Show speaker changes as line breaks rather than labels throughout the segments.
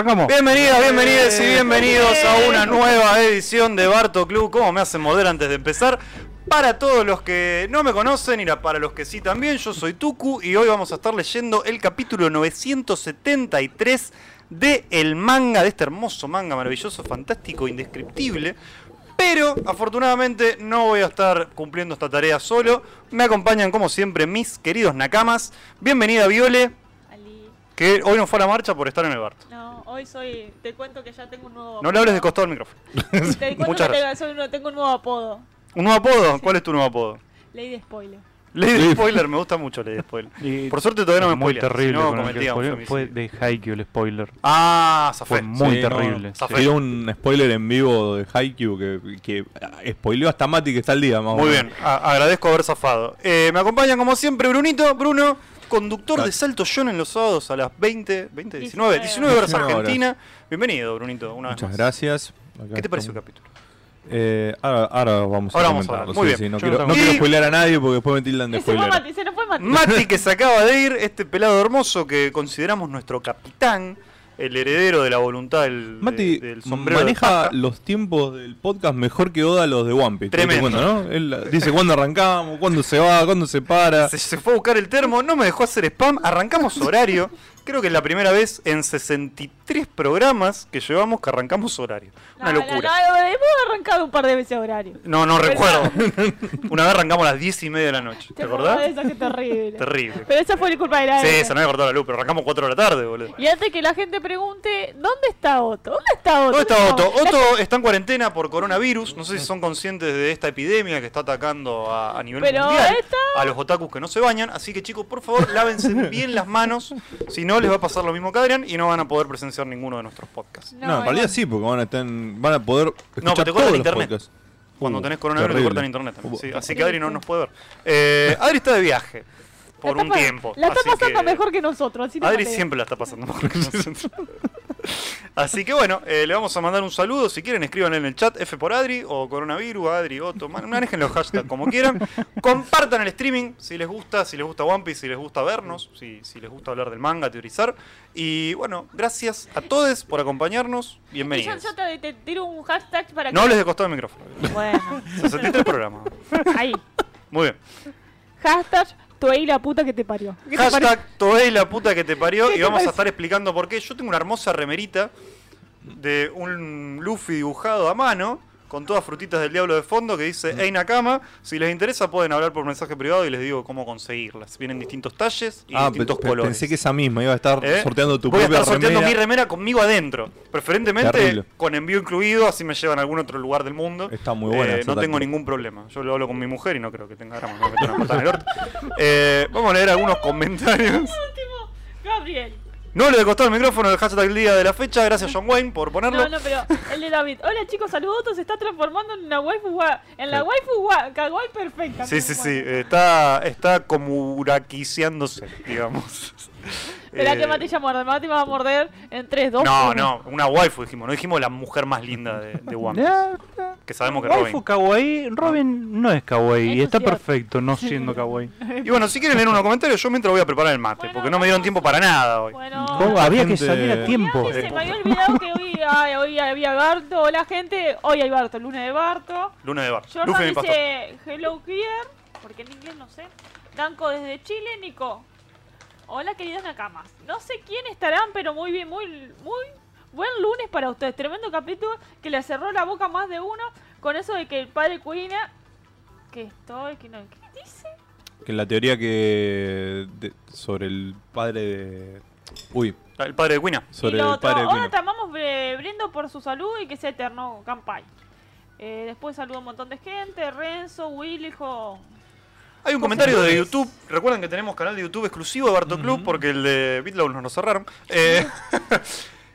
Bienvenidos, Bienvenidas, bienvenidas y bienvenidos a una nueva edición de Barto Club. ¿Cómo me hacen mover antes de empezar? Para todos los que no me conocen y la- para los que sí también, yo soy Tuku y hoy vamos a estar leyendo el capítulo 973 de el manga, de este hermoso manga maravilloso, fantástico, indescriptible. Pero afortunadamente no voy a estar cumpliendo esta tarea solo. Me acompañan como siempre mis queridos nakamas. Bienvenida Viole,
Ali,
que hoy no fue a la marcha por estar en el Barto.
no, hoy soy. Te cuento que ya tengo un nuevo.
No le hables de costado al micrófono.
apodo. Te cuento
Muchas
que te- soy uno- tengo un nuevo apodo.
¿Un nuevo apodo? ¿Cuál es tu nuevo apodo?
Ley de spoiler.
Lady
Sí.
Spoiler, me gusta mucho Lady Spoiler.
Y-
Por suerte todavía no me
muy
spoilean,
terrible
si no
con el
cometía un
spoiler. Fue
femicidio.
de Haikyuu el spoiler.
Ah, zafé.
Fue muy
Sí, no,
terrible.
zafé.
Era un spoiler en vivo de Haikyuu que, que ah, spoileó hasta Mati que está al día, más o
Muy bien,
menos.
a- agradezco haber zafado. Eh, me acompaña como siempre Brunito, Bruno, conductor
Ah.
de Salto John en los sábados a las 20, 20, 19, 19 horas
19 horas.
Argentina. Bienvenido, Brunito, una vez
Muchas
más.
gracias. Acá
¿Qué te pareció el
estamos.
capítulo?
Eh, ahora, ahora vamos
Ahora
a
vamos a
comentarlo.
hablar. Muy
sí,
bien.
sí, no
Yo
quiero,
no
tengo-
no quiero
Y-
spoilear a nadie porque después me tildan de
se fue
spoiler.
Mati, se nos fue Mati.
Mati que se acaba de ir, este pelado hermoso que consideramos nuestro capitán, el heredero de la voluntad del,
Mati
de- del sombrero. de
maneja
paja.
los tiempos del podcast mejor que Oda los de One Piece. ¿te diste
Tremendo.
cuenta, ¿no? Él dice cuándo arrancamos, cuándo se va, cuándo se para.
Se, se fue a buscar el termo, no me dejó hacer spam, arrancamos horario. Creo que es la primera vez en 63 programas que llevamos que arrancamos horario. Una
No,
locura.
No, no, hemos arrancado un par de veces horario.
No, no recuerdo. Una vez arrancamos a las 10 y media de la noche, ¿te acordás?
Esa que es terrible.
Terrible.
Pero esa fue la culpa de la
Sí,
Eve.
se nos había cortado la luz, pero arrancamos 4 de la tarde, boludo.
Y antes que la gente pregunte, ¿dónde está Otto? ¿Dónde está Otto?
¿Dónde está Otto?
La-
Otto está en cuarentena por coronavirus. No sé si son conscientes de esta epidemia que está atacando a, a nivel
Pero
mundial
esta-
a los otakus que no se bañan. Así que, chicos, por favor, lávense bien las manos. Si no, les va a pasar lo mismo que Adrián y no van a poder presenciar ninguno de nuestros podcasts.
No, en realidad sí, porque van a, estar en- van a poder escuchar
No, pero te
todos
cortan
los
internet.
podcasts.
Cuando
Uh,
tenés coronavirus te
terrible.
cortan internet también. Sí,
Uh,
así que Adri no nos puede ver. Eh, Adri está de viaje por
la
un
está-
tiempo.
La está
así
pasando
que-
mejor que nosotros. Así te
Adri
pateo.
siempre la está pasando mejor que nosotros. Así que bueno, eh, le vamos a mandar un saludo. Si quieren, escriban en el chat F por Adri o coronavirus, Adri, Otto. man- Manejen los hashtags como quieran. Compartan el streaming si les gusta, si les gusta One Piece, si les gusta vernos, si, si les gusta hablar del manga, teorizar. Y bueno, gracias a todos por acompañarnos.
Y Yo,
Bienvenidos.
yo te, te tiro un hashtag para que.
No les de costado el micrófono.
Bueno,
63 programas.
ahí.
Muy bien.
Hashtag Toei la puta que te parió. ¿Qué te parece?
Hashtag Toei la puta que te parió
¿Qué
y
te
vamos a
parece?
estar explicando por qué. Yo tengo una hermosa remerita de un Luffy dibujado a mano con todas frutitas del diablo de fondo que dice Hey Nakama, si les interesa pueden hablar por mensaje privado y les digo cómo conseguirlas. Vienen distintos talles y
Ah, pe-
distintos
pe-
colores.
pensé que esa misma iba a estar
¿Eh?
sorteando tu
Voy a
propia
estar sorteando
remera.
mi remera conmigo adentro. Preferentemente
Terrible.
con envío incluido, así me llevan a algún otro lugar del mundo.
Está muy buena
Eh,
esa
no tengo
táctica.
ningún problema. Yo lo hablo con mi mujer y no creo que tenga dramas. me meten una patada en el orto. Eh, vamos a leer algunos comentarios.
Último, Gabriel.
No le costó el micrófono el hashtag del día de la fecha. Gracias, John Wayne, por ponerlo.
No, no, pero el de David. Hola chicos, saludos. Se está transformando en una waifu wa- En la waifu wa- kawaii perfecta.
Eh. Sí, sí, sí.
Bueno.
eh, Está, está como huraquiseándose, digamos.
Esperá
Eh,
que Mati ya muerde. Mati va a morder en 3, 2,
No, no, una waifu dijimos. No dijimos la mujer más linda de, de One Piece, Que sabemos que es
Waifu
Robin.
kawaii, Robin no es kawaii,
Eso es
está
cierto.
perfecto no siendo kawaii.
Y bueno, si quieren leer unos comentarios, yo mientras voy a preparar el mate.
Bueno,
Porque no me dieron tiempo para nada hoy.
Bueno.
¿Cómo? Había que
gente-
salir a tiempo.
Mirá
Eh,
que se me había olvidado que hoy, ay, hoy había Barto. Hola gente, hoy hay Barto, luna de Barto.
Luna de bar. Luffy,
Jordan
mi pastor.
dice Hello Kier, porque en inglés no sé. Danco desde Chile, Nico. Hola queridos Nakamas. No sé quién estarán, pero muy bien, muy, muy buen lunes para ustedes. Tremendo capítulo que le cerró la boca a más de uno con eso de que el padre Curina. Que estoy, que no. ¿Qué dice?
Que la teoría que. de- sobre el padre de. Uy,
Ah, El padre de Quina.
sobre
y lo
el
otro,
padre de
ahora
Quino.
te amamos eh, brindo por su salud y que sea eterno, Campai. Eh, después saludo a un montón de gente, Renzo, Will, hijo.
Hay un comentario de YouTube. Recuerden que tenemos canal de YouTube exclusivo de Barto Club porque el de BitLow nos lo cerraron. Eh,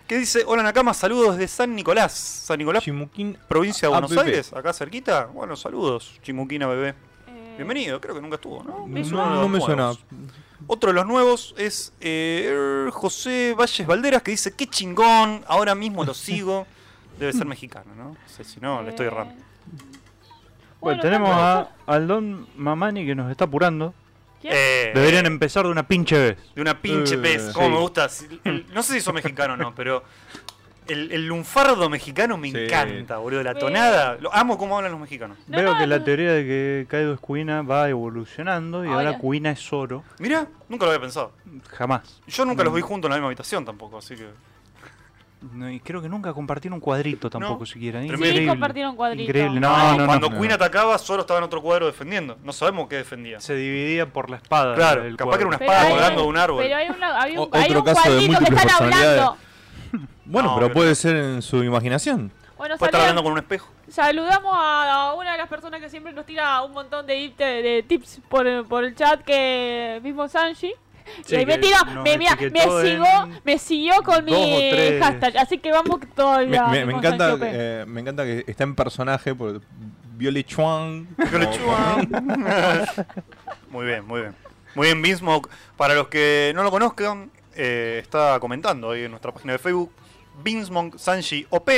que dice: Hola Nakama, saludos de San Nicolás. San Nicolás,
Shimukin.
provincia de
Ah,
Buenos
Pepe.
Aires, acá cerquita. Bueno, saludos, Chimuquina bebé.
eh,
Bienvenido, creo que nunca estuvo, ¿no?
Me
Es
suena.
uno de
No,
los
no me suena.
nuevos. Otro de los nuevos es eh, José Valles Valderas que dice: Qué chingón, ahora mismo lo sigo. Debe ser mexicano, ¿no? No sé si no, le estoy
eh,
errando.
Bueno,
bueno,
tenemos
tanto-
a, al Don Mamani que nos está apurando.
¿Quién?
Eh,
Deberían Uh, empezar de una pinche vez.
De una pinche
Eh,
pez. Como
sí.
me gusta. Si- el- No sé si sos mexicano o no, pero. El, el lunfardo mexicano me
Sí.
encanta, boludo. La
Sí.
tonada. Lo amo cómo hablan los mexicanos.
No,
Veo
no,
que la
no.
teoría de que Kaido es Kuina va evolucionando y
Ay, ay.
ahora Kuina es Zoro.
Mira, nunca lo había pensado.
Jamás.
Yo nunca
Mm.
los vi juntos en la misma habitación tampoco, así que.
No, y creo que nunca compartieron cuadrito tampoco siquiera.
Sí,
Increíble.
compartieron cuadrito.
Increíble. No,
Cuando-
no, no.
Cuando
no.
Queen atacaba, solo estaba en otro cuadro defendiendo. No sabemos qué defendía.
Se dividía por la espada.
Claro,
el
capaz que era una
cuadro.
espada colgando de un árbol.
Pero hay, una, hay un,
O-
hay
otro
un
caso de
cuadrito que
múltiples
están hablando.
personalidades. Bueno,
No,
pero
pero-
puede ser en su imaginación.
Bueno,
Puede estar
saluda-
hablando con un espejo.
saludamos a, a una de las personas que siempre nos tira un montón de, hip- de- de tips por, eh, por el chat, que mismo Sanji.
Sí,
Y ahí me
que
tiró,
nos
me, mira, me,
etiquetó
siguió,
en
me siguió con
dos o
mi
tres.
hashtag, así que vamos
Me,
todavía.
me- me
mismo
encanta,
Sanji Open.
eh, me encanta que está en personaje por Violet Chuang.
Violet Chua. muy bien, muy bien. Muy bien, mismo. Para los que no lo conozcan, eh, está comentando ahí en nuestra página de Facebook Binsmonk Sanji OP.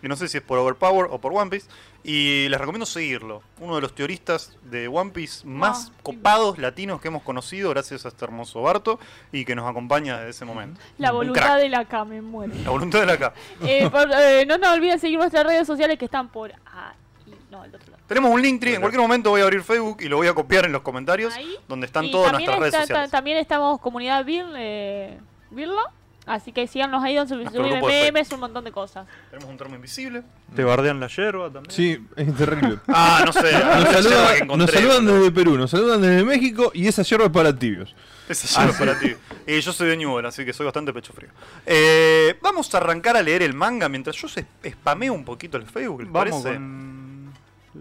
Que no sé si es por Overpower o por One Piece. Y les recomiendo seguirlo. Uno de los teoristas de One Piece más
Ah.
copados latinos que hemos conocido, gracias a este hermoso Barto, y que nos acompaña desde ese momento.
La
Un
voluntad
crack.
de la K me muere.
La voluntad de la K.
Eh, por- eh, no nos olviden seguir nuestras redes sociales que están por ahí. No, el otro lado.
Tenemos un Linktree, en cualquier momento voy a abrir Facebook y lo voy a copiar en los comentarios,
Ahí.
donde están
Y
todas
también
nuestras
está-
redes sociales.
ta- también estamos comunidad Bill, eh, Birlo. Así que síganos ahí donde sub-
Nuestro
subimos
grupo de
memes, un montón de cosas.
Tenemos un termo invisible.
Te bardean la yerba también.
Mm. Sí, es terrible.
Ah, no sé.
Nos,
esa
saludan-
yerba que
nos
encontré.
saludan desde Perú, nos saludan desde México y esa yerba es para tibios.
Esa yerba para ti. Eh, yo soy de New Orleans, así que soy bastante pecho frío. Eh, vamos a arrancar a leer el manga mientras yo se- spameo un poquito el Facebook, ¿les
Vamos
parece?
con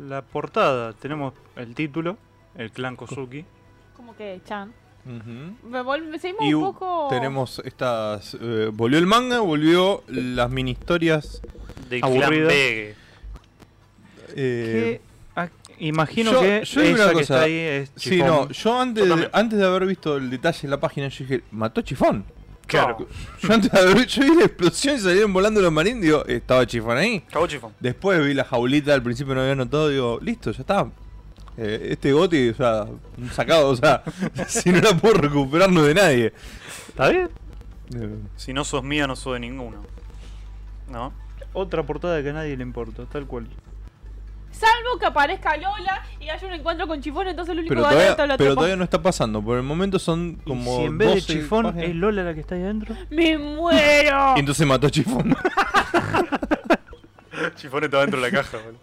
la portada. Tenemos el título, el clan Kozuki.
Como que, Chan.
Ujú.
Me vol- seguimos
Y
un
u-
poco.
tenemos estas. eh, volvió el manga, volvió las mini historias.
Del
Aburrida.
clan Begue.
eh,
Que, ah, imagino
yo-
que
yo digo
esa
una
que
cosa.
está ahí es
sí,
Chifón.
no, yo
Yo
antes, de,
también.
antes de haber visto el detalle en la página, yo dije, mató Chifón.
Claro.
Yo antes de haber yo vi la explosión y salieron volando los marines, digo, estaba Chifón ahí.
Cabo chifón.
Después vi la jaulita, al principio no había notado, digo, listo, ya está. Eh, este goti, o sea, un sacado, o sea, si no la puedo recuperar no de nadie.
¿Está bien?
Eh,
Si no sos mía, no sos de ninguno. ¿No?
Otra portada que a nadie le importa, tal cual.
Salvo que aparezca Lola y haya un encuentro con Chifón, entonces el único
Pero
que va a
todavía,
estar es la
pero
tropa.
todavía no está pasando, por el momento son
Y
como.
si en vez de
12
Chifón
páginas.
es Lola la que está ahí adentro.
¡Me muero!
Y entonces mató a Chifón.
Chifón estaba dentro de la caja, boludo.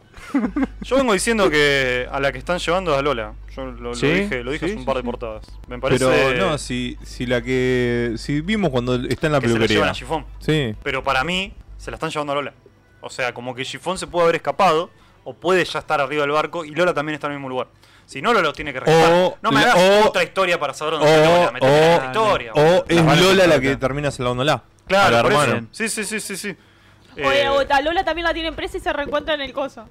Yo vengo diciendo que a la que están llevando es a Lola. Yo lo, lo
Sí,
dije, lo dije
sí,
hace un
sí,
par de
sí.
portadas. Me parece
Pero no, si, si la que. Si vimos cuando está en la
que se la llevan
peluquería.
a Chifón.
Sí.
Pero para mí, se la están llevando a Lola. O sea, como que Chifón se puede haber escapado, o puede ya estar arriba del barco, y Lola también está en el mismo lugar. Si no, Lola lo tiene que rescatar.
O-
no me
la-
hagas
o-
otra historia para saber dónde está Lola.
O,
meteme en otra
o,
historia.
o es
Las van a
Lola la
encontrar
que
acá.
termina salvándola. a
claro,
la
por
hermana.
eso. Sí, sí, sí, sí. sí.
O-
Eh,
o a Lola también la tienen presa y se reencuentran en el coso.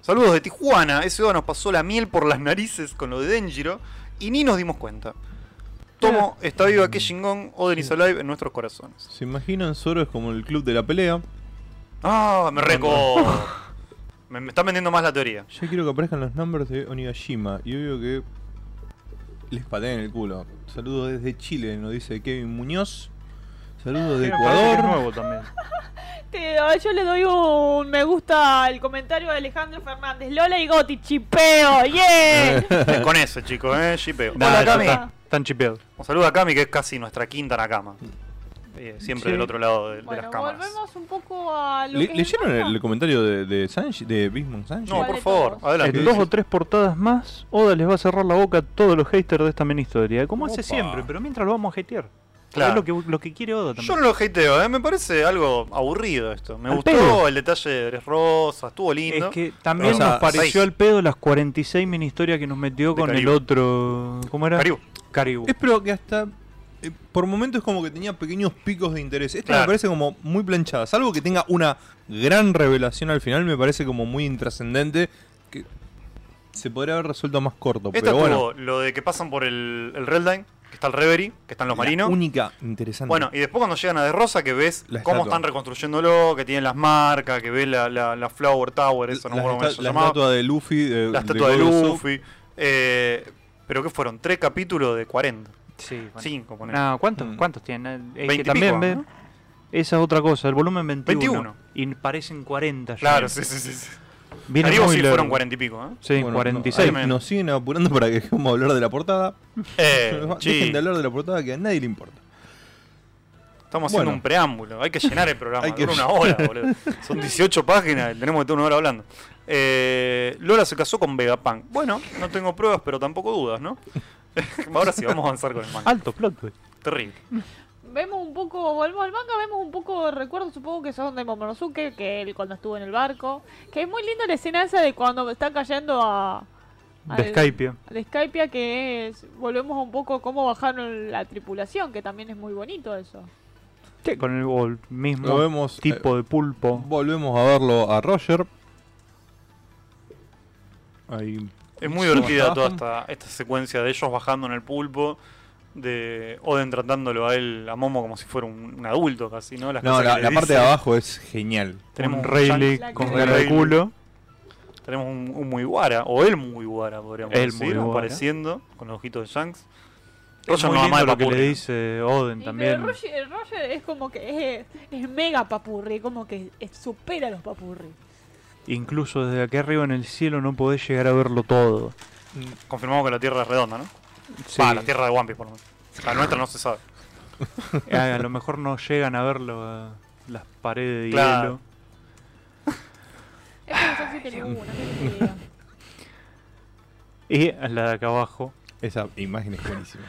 saludos de Tijuana. Ese día nos pasó la miel por las narices con lo de Denjiro, y ni nos dimos cuenta. Tomo está viva, qué chingón. Oden is alive en nuestros corazones.
Se imaginan, Zoro es como el club de la pelea.
Ah, me reco. me, me está vendiendo más la teoría.
Yo quiero que aparezcan los nombres de Onigashima y obvio que les pateen el culo. Saludos desde Chile, nos dice Kevin Muñoz. Saludos de
Me parece que es
Ecuador.
nuevo también.
Te- yo le doy un me gusta al comentario de Alejandro Fernández. Lola y Goti, chipeo, yeah.
Con eso, chicos, eh, shipeo.
Nah,
Hola,
ya
Cami.
está, Están chipeados.
Un saludo a Cami, que es casi nuestra quinta Nakama. Eh, siempre
Sí.
del otro lado de, de
bueno,
las cámaras.
volvemos un poco a lo
Le-
que es
¿Leyeron
manga.
el, el comentario de, de Sanji, de Big Mom Sanji?
No,
¿Cuál
por
de
favor,
todos?
adelante.
En Eh, dos o tres portadas más, Oda les va a cerrar la boca a todos los haters de esta mini historia. Como hace
Opa.
siempre, pero mientras lo vamos a hatear.
Claro.
Es lo que, lo que quiere Oda también.
Yo no lo hateo, eh, me parece algo aburrido esto. Me
Al
gustó
pedo.
el detalle de Tres Rosas, estuvo lindo.
Es que también
O sea,
nos pareció
seis.
al pedo las 46 mini historias que nos metió
De
con
Caribú.
el otro. ¿Cómo era?
Caribú.
Caribú.
Es pero que hasta. eh, por momentos como que tenía pequeños picos de interés. Esta
Claro.
me parece como muy planchada. Salvo que tenga una gran revelación al final, me parece como muy intrascendente. Que se podría haber resuelto más corto.
Esta
pero
estuvo
bueno.
lo de que pasan por el, el Red Line, que está el Reverie, que están los
La
marinos.
Única, interesante.
Bueno, y después cuando llegan a De Rosa, que ves
La
cómo
estatua.
están reconstruyéndolo, que tienen las marcas, que ves la, la- la Flower Tower, eso no me
la,
acuerdo cómo
esta-
se
la
llamaba.
estatua de Luffy. De,
la estatua de
Gordo Soap.
Luffy. Eh, Pero que fueron tres capítulos de 40.
Sí, bueno.
Cinco, ponele.
No, ¿cuántos,
Mm.
¿cuántos tienen? Es que
Veintipico,
también, ve-
¿no?
Esa es otra cosa, el volumen 21.
21.
Y parecen 40 ya.
Claro, sí, sí, sí. sí.
Viene
Digo,
muy
sí,
largo.
fueron 40 y pico, ¿eh?
Sí,
Bueno, no,
46.
ahí nos siguen apurando para que dejemos hablar de la portada.
Eh,
Dejen
chi,
de hablar de la portada que a nadie le importa.
estamos haciendo
Bueno.
un preámbulo. Hay que llenar el programa.
Hay que-
Dura una hora, boludo. Son 18 páginas. y Tenemos que estar una hora hablando. Eh, Lola se casó con Vegapunk. Bueno, no tengo pruebas, pero tampoco dudas, ¿no? Ahora sí, vamos a avanzar con el manga.
Alto plot, twist.
Terrible.
Vemos un poco, volvemos al manga, vemos un poco, recuerdo supongo que son de Momonosuke, que él cuando estuvo en el barco. Que es muy linda la escena esa de cuando está cayendo a...
De Skype. eh.
Al Skypia que es, volvemos a un poco cómo bajaron la tripulación, que también es muy bonito eso.
Sí, con el, o el mismo
Lo vemos, eh,
tipo de pulpo.
Volvemos a verlo a Roger. Ahí.
Es muy
Suban
divertida
abajo.
toda esta, esta secuencia de ellos bajando en el pulpo, de Oden tratándolo a él, a Momo, como si fuera un, un adulto casi, ¿no? Las
No,
cosas
la,
que le
la parte de
dice.
abajo es genial.
Tenemos
un
un
Rayleigh
Shanks.
con
Un
cara de
Rayleigh.
culo.
Tenemos un, un Mugiwara, o el Mugiwara, podríamos
El
decir,
Mugiwara.
apareciendo con los ojitos de Shanks.
Es
Roger
muy
no ama
lindo
de
lo que le
papurri.
dice Oden
Y
también.
pero Roger, el Roger es como que es, es mega papurri, como que es- supera a los papurri.
Incluso desde aquí arriba en el cielo no podés llegar a verlo todo.
Confirmamos que la Tierra es redonda, ¿no?
Sí.
Ah, la Tierra de One Piece, por lo menos. La nuestra no se sabe.
Ah, a lo mejor no llegan a ver lo- las paredes de
Claro.
hielo.
Es como son siete lunas, qué sé yo.
Y la de acá abajo.
Esa imagen es buenísima.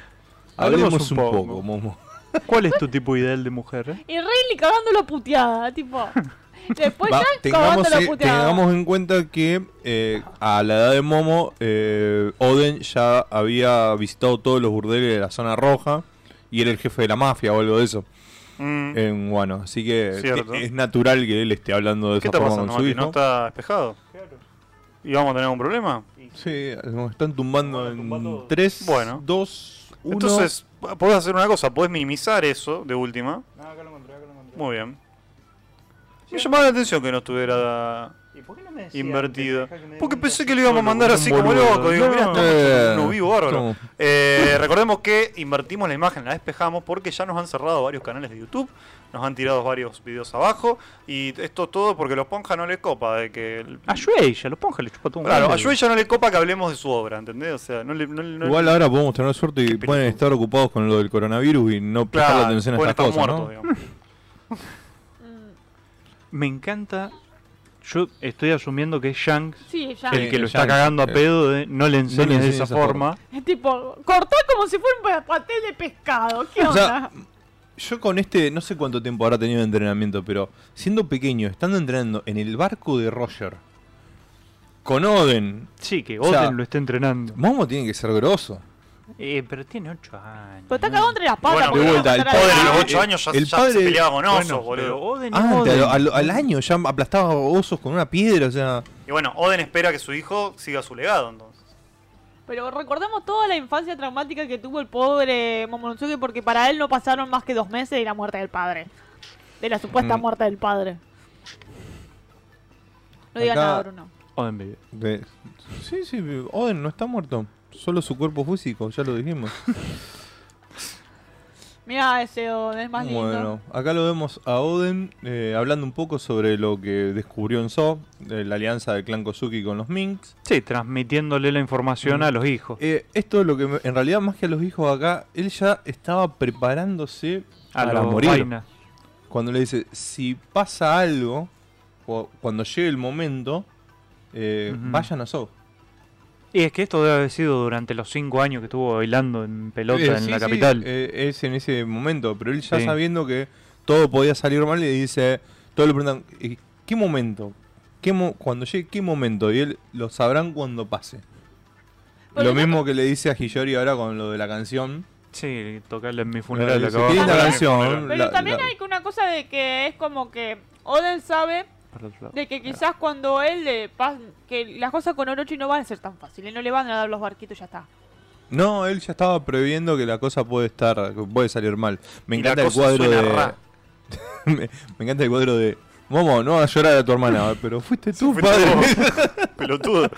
Hablemos
Hablemos
un
un
poco.
poco, Momo.
¿Cuál es tu tipo ideal de mujer? eh?
Y Riley cagándolo a puteada, tipo. Después
Va,
Jack
tengamos,
cagándolo a
eh,
puteada.
tengamos en cuenta que eh, a la edad de Momo, eh, Oden ya había visitado todos los burdeles de la zona roja y era el jefe de la mafia o algo de eso
Mm.
en Guano. Así que
Cierto.
es natural que él esté hablando de
¿Qué está
esa forma
pasando,
con su
Mati?
hijo.
¿No está despejado? ¿Y vamos a tener un problema?
Sí, nos están tumbando
Nos están tumbando.
en 3,
Bueno.
2, 1.
Entonces, podés hacer una cosa, podés minimizar eso de última.
acá lo encontré, acá lo encontré.
Muy bien. Me llamaba la atención que no estuviera.
¿Y por qué no me
Invertido. Porque pensé que lo íbamos a mandar así como
boludo.
loco. Digo, mirá,
No. eh,
estamos en un vivo bárbaro.
no.
Eh, recordemos que invertimos la imagen, la despejamos porque ya nos han cerrado varios canales de YouTube. Nos han tirado varios videos abajo. Y esto todo porque los Ponja no les copa. De que el-
A Shueisha, ya, los ponja, le chupa todo un
Claro, a
huevo.
Shueisha no le copa que hablemos de su obra, ¿entendés? O sea, no le. No, no-
Igual ahora podemos tener suerte y
Qué
pueden
pelotudo.
estar ocupados con lo del coronavirus y no prestar
claro,
atención a
pueden
estas cosas,
estar
¿no?
muertos, digamos.
Mm,
Me encanta. Yo estoy asumiendo que es Shanks
Sí, ya.
el que lo
Sí,
está
Shanks,
cagando a
eh.
pedo de no le enseñes de
enseñes
esa
esa
forma.
Es tipo, cortá como si fuera un pa- patel de pescado. ¿Qué onda?
O sea, yo con este, no sé cuánto tiempo habrá tenido de entrenamiento, pero siendo pequeño, estando entrenando en el barco de Roger, con Oden,
Sí, que
O sea,
Oden lo está entrenando.
Momo tiene que ser grosso.
Eh, pero tiene 8 años.
Pero está cagado entre las
Bueno,
patas. porque
de
no
vuelta,
va a
el
matar a
Joder,
nadie.
a los
padre-
8 años ya,
el
ya se
padre-
peleaba con osos,
Bueno, pero
boludo.
Oden es
Ah,
Oden.
al, al- al año ya aplastaba osos con una piedra, o sea.
Y bueno, Oden espera que su hijo siga su legado, entonces.
Pero recordamos toda la infancia traumática que tuvo el pobre Momonosuke porque para él no pasaron más que dos meses de la muerte del padre. De la supuesta
Mm.
muerte del padre. No digas
Acá-
nada, Bruno.
Oden vive.
de- sí, sí, Oden no está muerto. Solo su cuerpo físico, ya lo dijimos.
Mira ese Oden, es más lindo.
Bueno, acá lo vemos a Oden eh, hablando un poco sobre lo que descubrió en So, de la alianza del clan Kozuki con los Minks.
Sí, transmitiéndole la información
Mm.
a los hijos.
Eh, esto es lo que me- en realidad más que a los hijos acá, él ya estaba preparándose
A
para
los
morir.
vainas.
Cuando le dice, si pasa algo, o cuando llegue el momento, eh,
Ujú.
vayan a So.
Y es que esto debe haber sido durante los 5 años que estuvo bailando en pelota
Eh,
en
sí,
la
sí,
capital.
eh, es en ese momento, pero él ya
Sí.
sabiendo que todo podía salir mal, le dice, todos le preguntan, "Eh, ¿qué momento? ¿Qué mo- cuando llegue, ¿qué momento? Y él lo sabrán cuando pase.
Por
lo
eso-
mismo que le dice a Hiyori ahora con lo de la canción.
Sí, tocarle en mi funeral acá
Le dice,
abajo.
"Qué linda
Ah,
canción.
Pero
la-
también
la-
hay una cosa de que es como que Oden sabe
Para otro lado.
de que quizás cuando él le pas- que las cosas con Orochi no van a ser tan fáciles, no le van a dar los barquitos y ya está.
No, él ya estaba previendo que la cosa puede estar, que puede salir mal. Me
Y la
encanta el
cosa
cuadro
suena
de.
ra.
me, me encanta el cuadro de. Momo, no vas a llorar a tu hermana, pero fuiste tú,
Fue
padre.
todo pelotudo.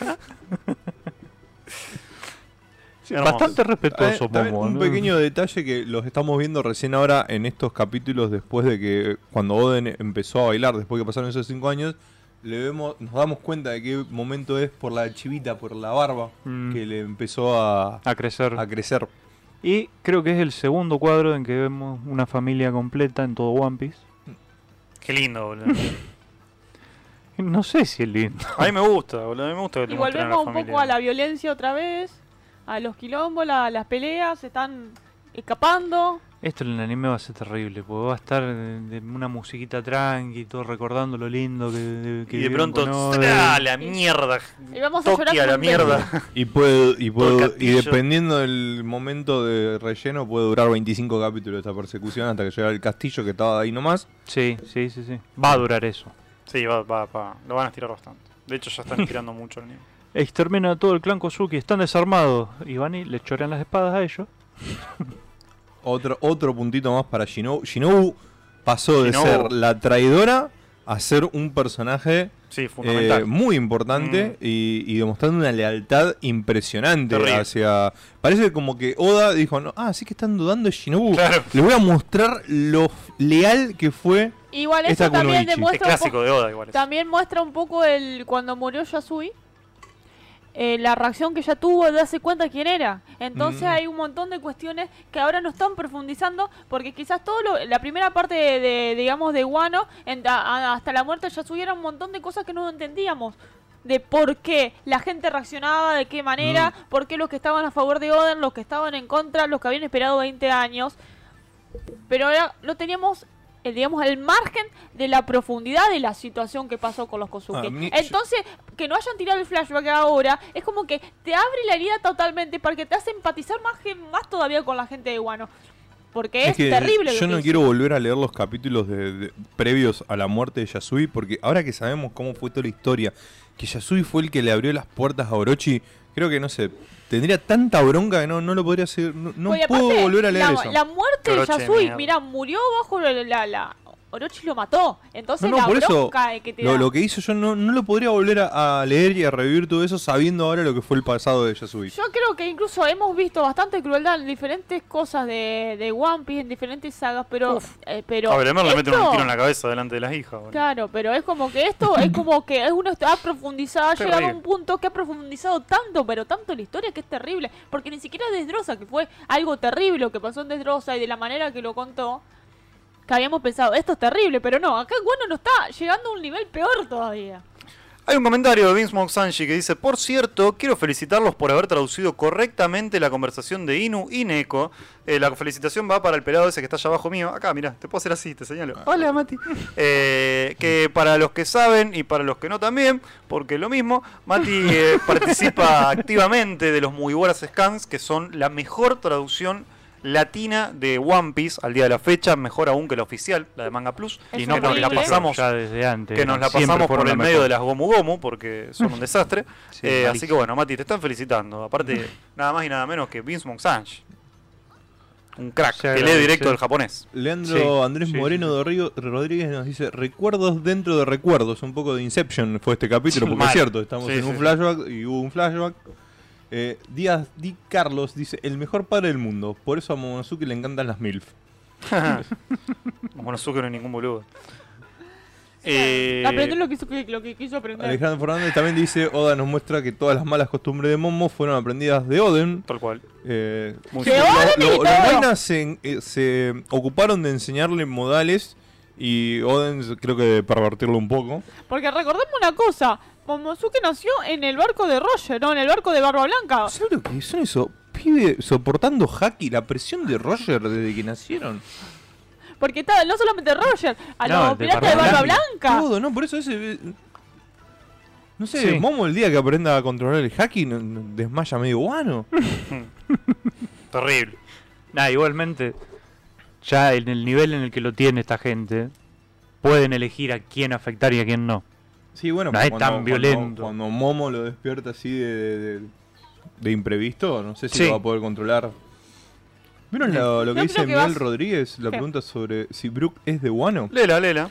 Sí, Bastante respetuoso,
Eh, también
Momo.
un
¿no?
pequeño detalle que los estamos viendo recién ahora en estos capítulos después de que cuando Oden empezó a bailar, después que pasaron esos cinco años, le vemos, nos damos cuenta de qué momento es por la chivita, por la barba,
Mm.
que le empezó a,
A crecer.
a crecer.
Y creo que es el segundo cuadro en que vemos una familia completa en todo One Piece.
Qué lindo, boludo.
No sé si es lindo.
A mí me gusta, boludo. A mí me gusta que le
Y
muestren la
volvemos un
familia.
poco a la violencia otra vez, a los quilombos, la- las peleas, se están escapando.
Esto en el anime va a ser terrible, porque va a estar de, de una musiquita tranqui, todo recordando lo lindo que, de, que
Y de
vivieron
pronto,
con Oden.
eh".
¡tra! la mierda.
Y vamos a llorar
Toki a
como
la
un bebé.
mierda.
Y puede,
Todo
y
el
puede- y
castillo.
dependiendo del momento de relleno, puede durar 25 capítulos esta persecución hasta que llega el castillo que estaba ahí nomás.
Sí, sí, sí, sí. Va a durar eso.
Sí, va, va, va. Lo van a estirar bastante. De hecho, ya están estirando mucho el niño.
Exterminan a todo el clan Kozuki, están desarmados. Y van y le chorean las espadas a ellos.
Otro, otro puntito más para Shinobu. Shinobu pasó de
Shinobu.
ser la traidora a ser un personaje
Sí,
eh,
fundamental. Mm.
muy importante y, y demostrando una lealtad impresionante
Terrible.
hacia... Parece como que Oda dijo, no, ah, sí que están dudando de Shinobu.
Claro.
Les voy a mostrar lo f- leal que fue.
Igual
Esta
eso también
Kunoichi.
es
demuestra un
clásico
poco,
de Oda, igual. es.
también muestra un poco el cuando murió Yasui. eh, la reacción que ella tuvo de darse cuenta quién era. Entonces
Mm.
hay un montón de cuestiones que ahora no están profundizando porque quizás todo lo- la primera parte de, de, digamos de Wano en- a- a- hasta la muerte de Yasui era un montón de cosas que no entendíamos. De por qué la gente reaccionaba, de qué manera, por qué los que estaban a favor de Oden, los que estaban en contra, los que habían esperado 20 años. Pero ahora no teníamos el, digamos, el margen de la profundidad de la situación que pasó con los Kosuke.
A mí-
Entonces, que no hayan tirado el flashback ahora, es como que te abre la herida totalmente para que te hace empatizar más, gen- más todavía con la gente de Guano. Porque es,
que
terrible. lo
Yo
que
no
hizo.
quiero volver a leer los capítulos de- de- previos a la muerte de Yasui, porque ahora que sabemos cómo fue toda la historia, que Yasui fue el que le abrió las puertas a Orochi, creo que no sé, tendría tanta bronca que no, no lo podría hacer. No, no
Porque
puedo
aparte,
volver a leer
la,
eso.
la muerte de
Orochi de
Yasui,
mierda.
mira, murió bajo la, la- la- Orochi lo mató. Entonces
No, no,
la
por eso
bronca que te
lo,
da.
lo que hizo yo no, no lo podría volver a, a leer y a revivir todo eso sabiendo ahora lo que fue el pasado de Yasui.
Yo creo que incluso hemos visto bastante crueldad en diferentes cosas de, de One Piece, en diferentes sagas, pero... eh, pero
a Bremer le meten un
esto-
tiro en la cabeza delante de las hijas, boludo.
Claro, pero es como que esto es como que es uno está- ha profundizado, ha
Terrible.
llegado a un punto que ha profundizado tanto, pero tanto la historia que es terrible. Porque ni siquiera Desdrosa, que fue algo terrible lo que pasó en Desdrosa y de la manera que lo contó, que habíamos pensado, esto es terrible, pero no, acá bueno no está llegando a un nivel peor todavía.
Hay un comentario de Vince Moxanchi que dice, por cierto, quiero felicitarlos por haber traducido correctamente la conversación de Inu y Neko. Eh, la felicitación va para el pelado ese que está allá abajo mío. Acá, mirá, te puedo hacer así, te señalo. Ah. Hola, Mati. Eh, que para los que saben y para los que no también, porque lo mismo, Mati eh, participa activamente de los muy buenas scans, que son la mejor traducción latina de One Piece al día de la fecha, mejor aún que la oficial, la de Manga Plus.
Es
y no porque la
horrible.
pasamos
ya desde antes.
que nos la
siempre
pasamos por
fueron
el
la
medio
mejor.
de las Gomu Gomu porque son un desastre.
Sí,
Eh, así
malísimo.
que bueno, Mati, te están felicitando. Aparte, nada más y nada menos que Vince Monsange. Un crack,
Se
que lee
agradece.
directo del japonés.
Leandro
Sí,
Andrés
sí,
Moreno
sí,
de Río- Rodríguez nos dice recuerdos dentro de recuerdos, un poco de Inception fue este capítulo, porque
Mal.
es cierto, estamos
Sí,
en
sí,
un
sí.
flashback y hubo un flashback. Eh, Díaz Di Carlos dice el mejor padre del mundo, por eso a Momonosuke le encantan las MILF.
Monosuke no es ningún boludo. Eh,
Aprender lo que, hizo- lo que quiso aprender.
Alejandro Fernández también dice Oda nos muestra que todas las malas costumbres de Momo fueron aprendidas de Oden.
Tal cual.
Eh,
Muy
¡Que
bien.
Oden
lo- lo-
y
los
todo!
Wainas se, eh, se ocuparon de enseñarle modales y Oden creo que de pervertirlo un poco.
Porque recordemos una cosa, Momosuke nació en el barco de Roger, no en el barco de Barba Blanca.
¿Sabes lo que son esos pibes soportando Haki, la presión de Roger desde que nacieron?
Porque estaba no solamente Roger, a
No,
los
de
piratas de
Barba
Barba Blanca.
Todo, no, por eso ese... No sé,
Sí.
Momo el día que aprenda a controlar el Haki no- no- desmaya medio guano.
Terrible.
Nah, Ah, igualmente, ya en el nivel en el que lo tiene esta gente, pueden elegir a quién afectar y a quién no.
Sí, bueno,
No
pero
es tan violento.
Cuando, Momo lo despierta así de, de- de- de imprevisto, no sé si
Sí.
lo va a poder controlar. ¿Vieron lo, lo que
No,
dice
creo que
Miguel
vas-
Rodríguez? La
¿Qué?
pregunta sobre si Brooke es de Guano.
Lela, lela.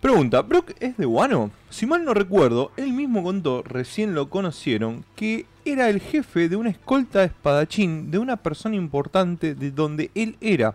Pregunta, ¿Brock es de Wano? Si mal no recuerdo, él mismo contó, recién lo conocieron, que era el jefe de una escolta de espadachín de una persona importante de donde él era.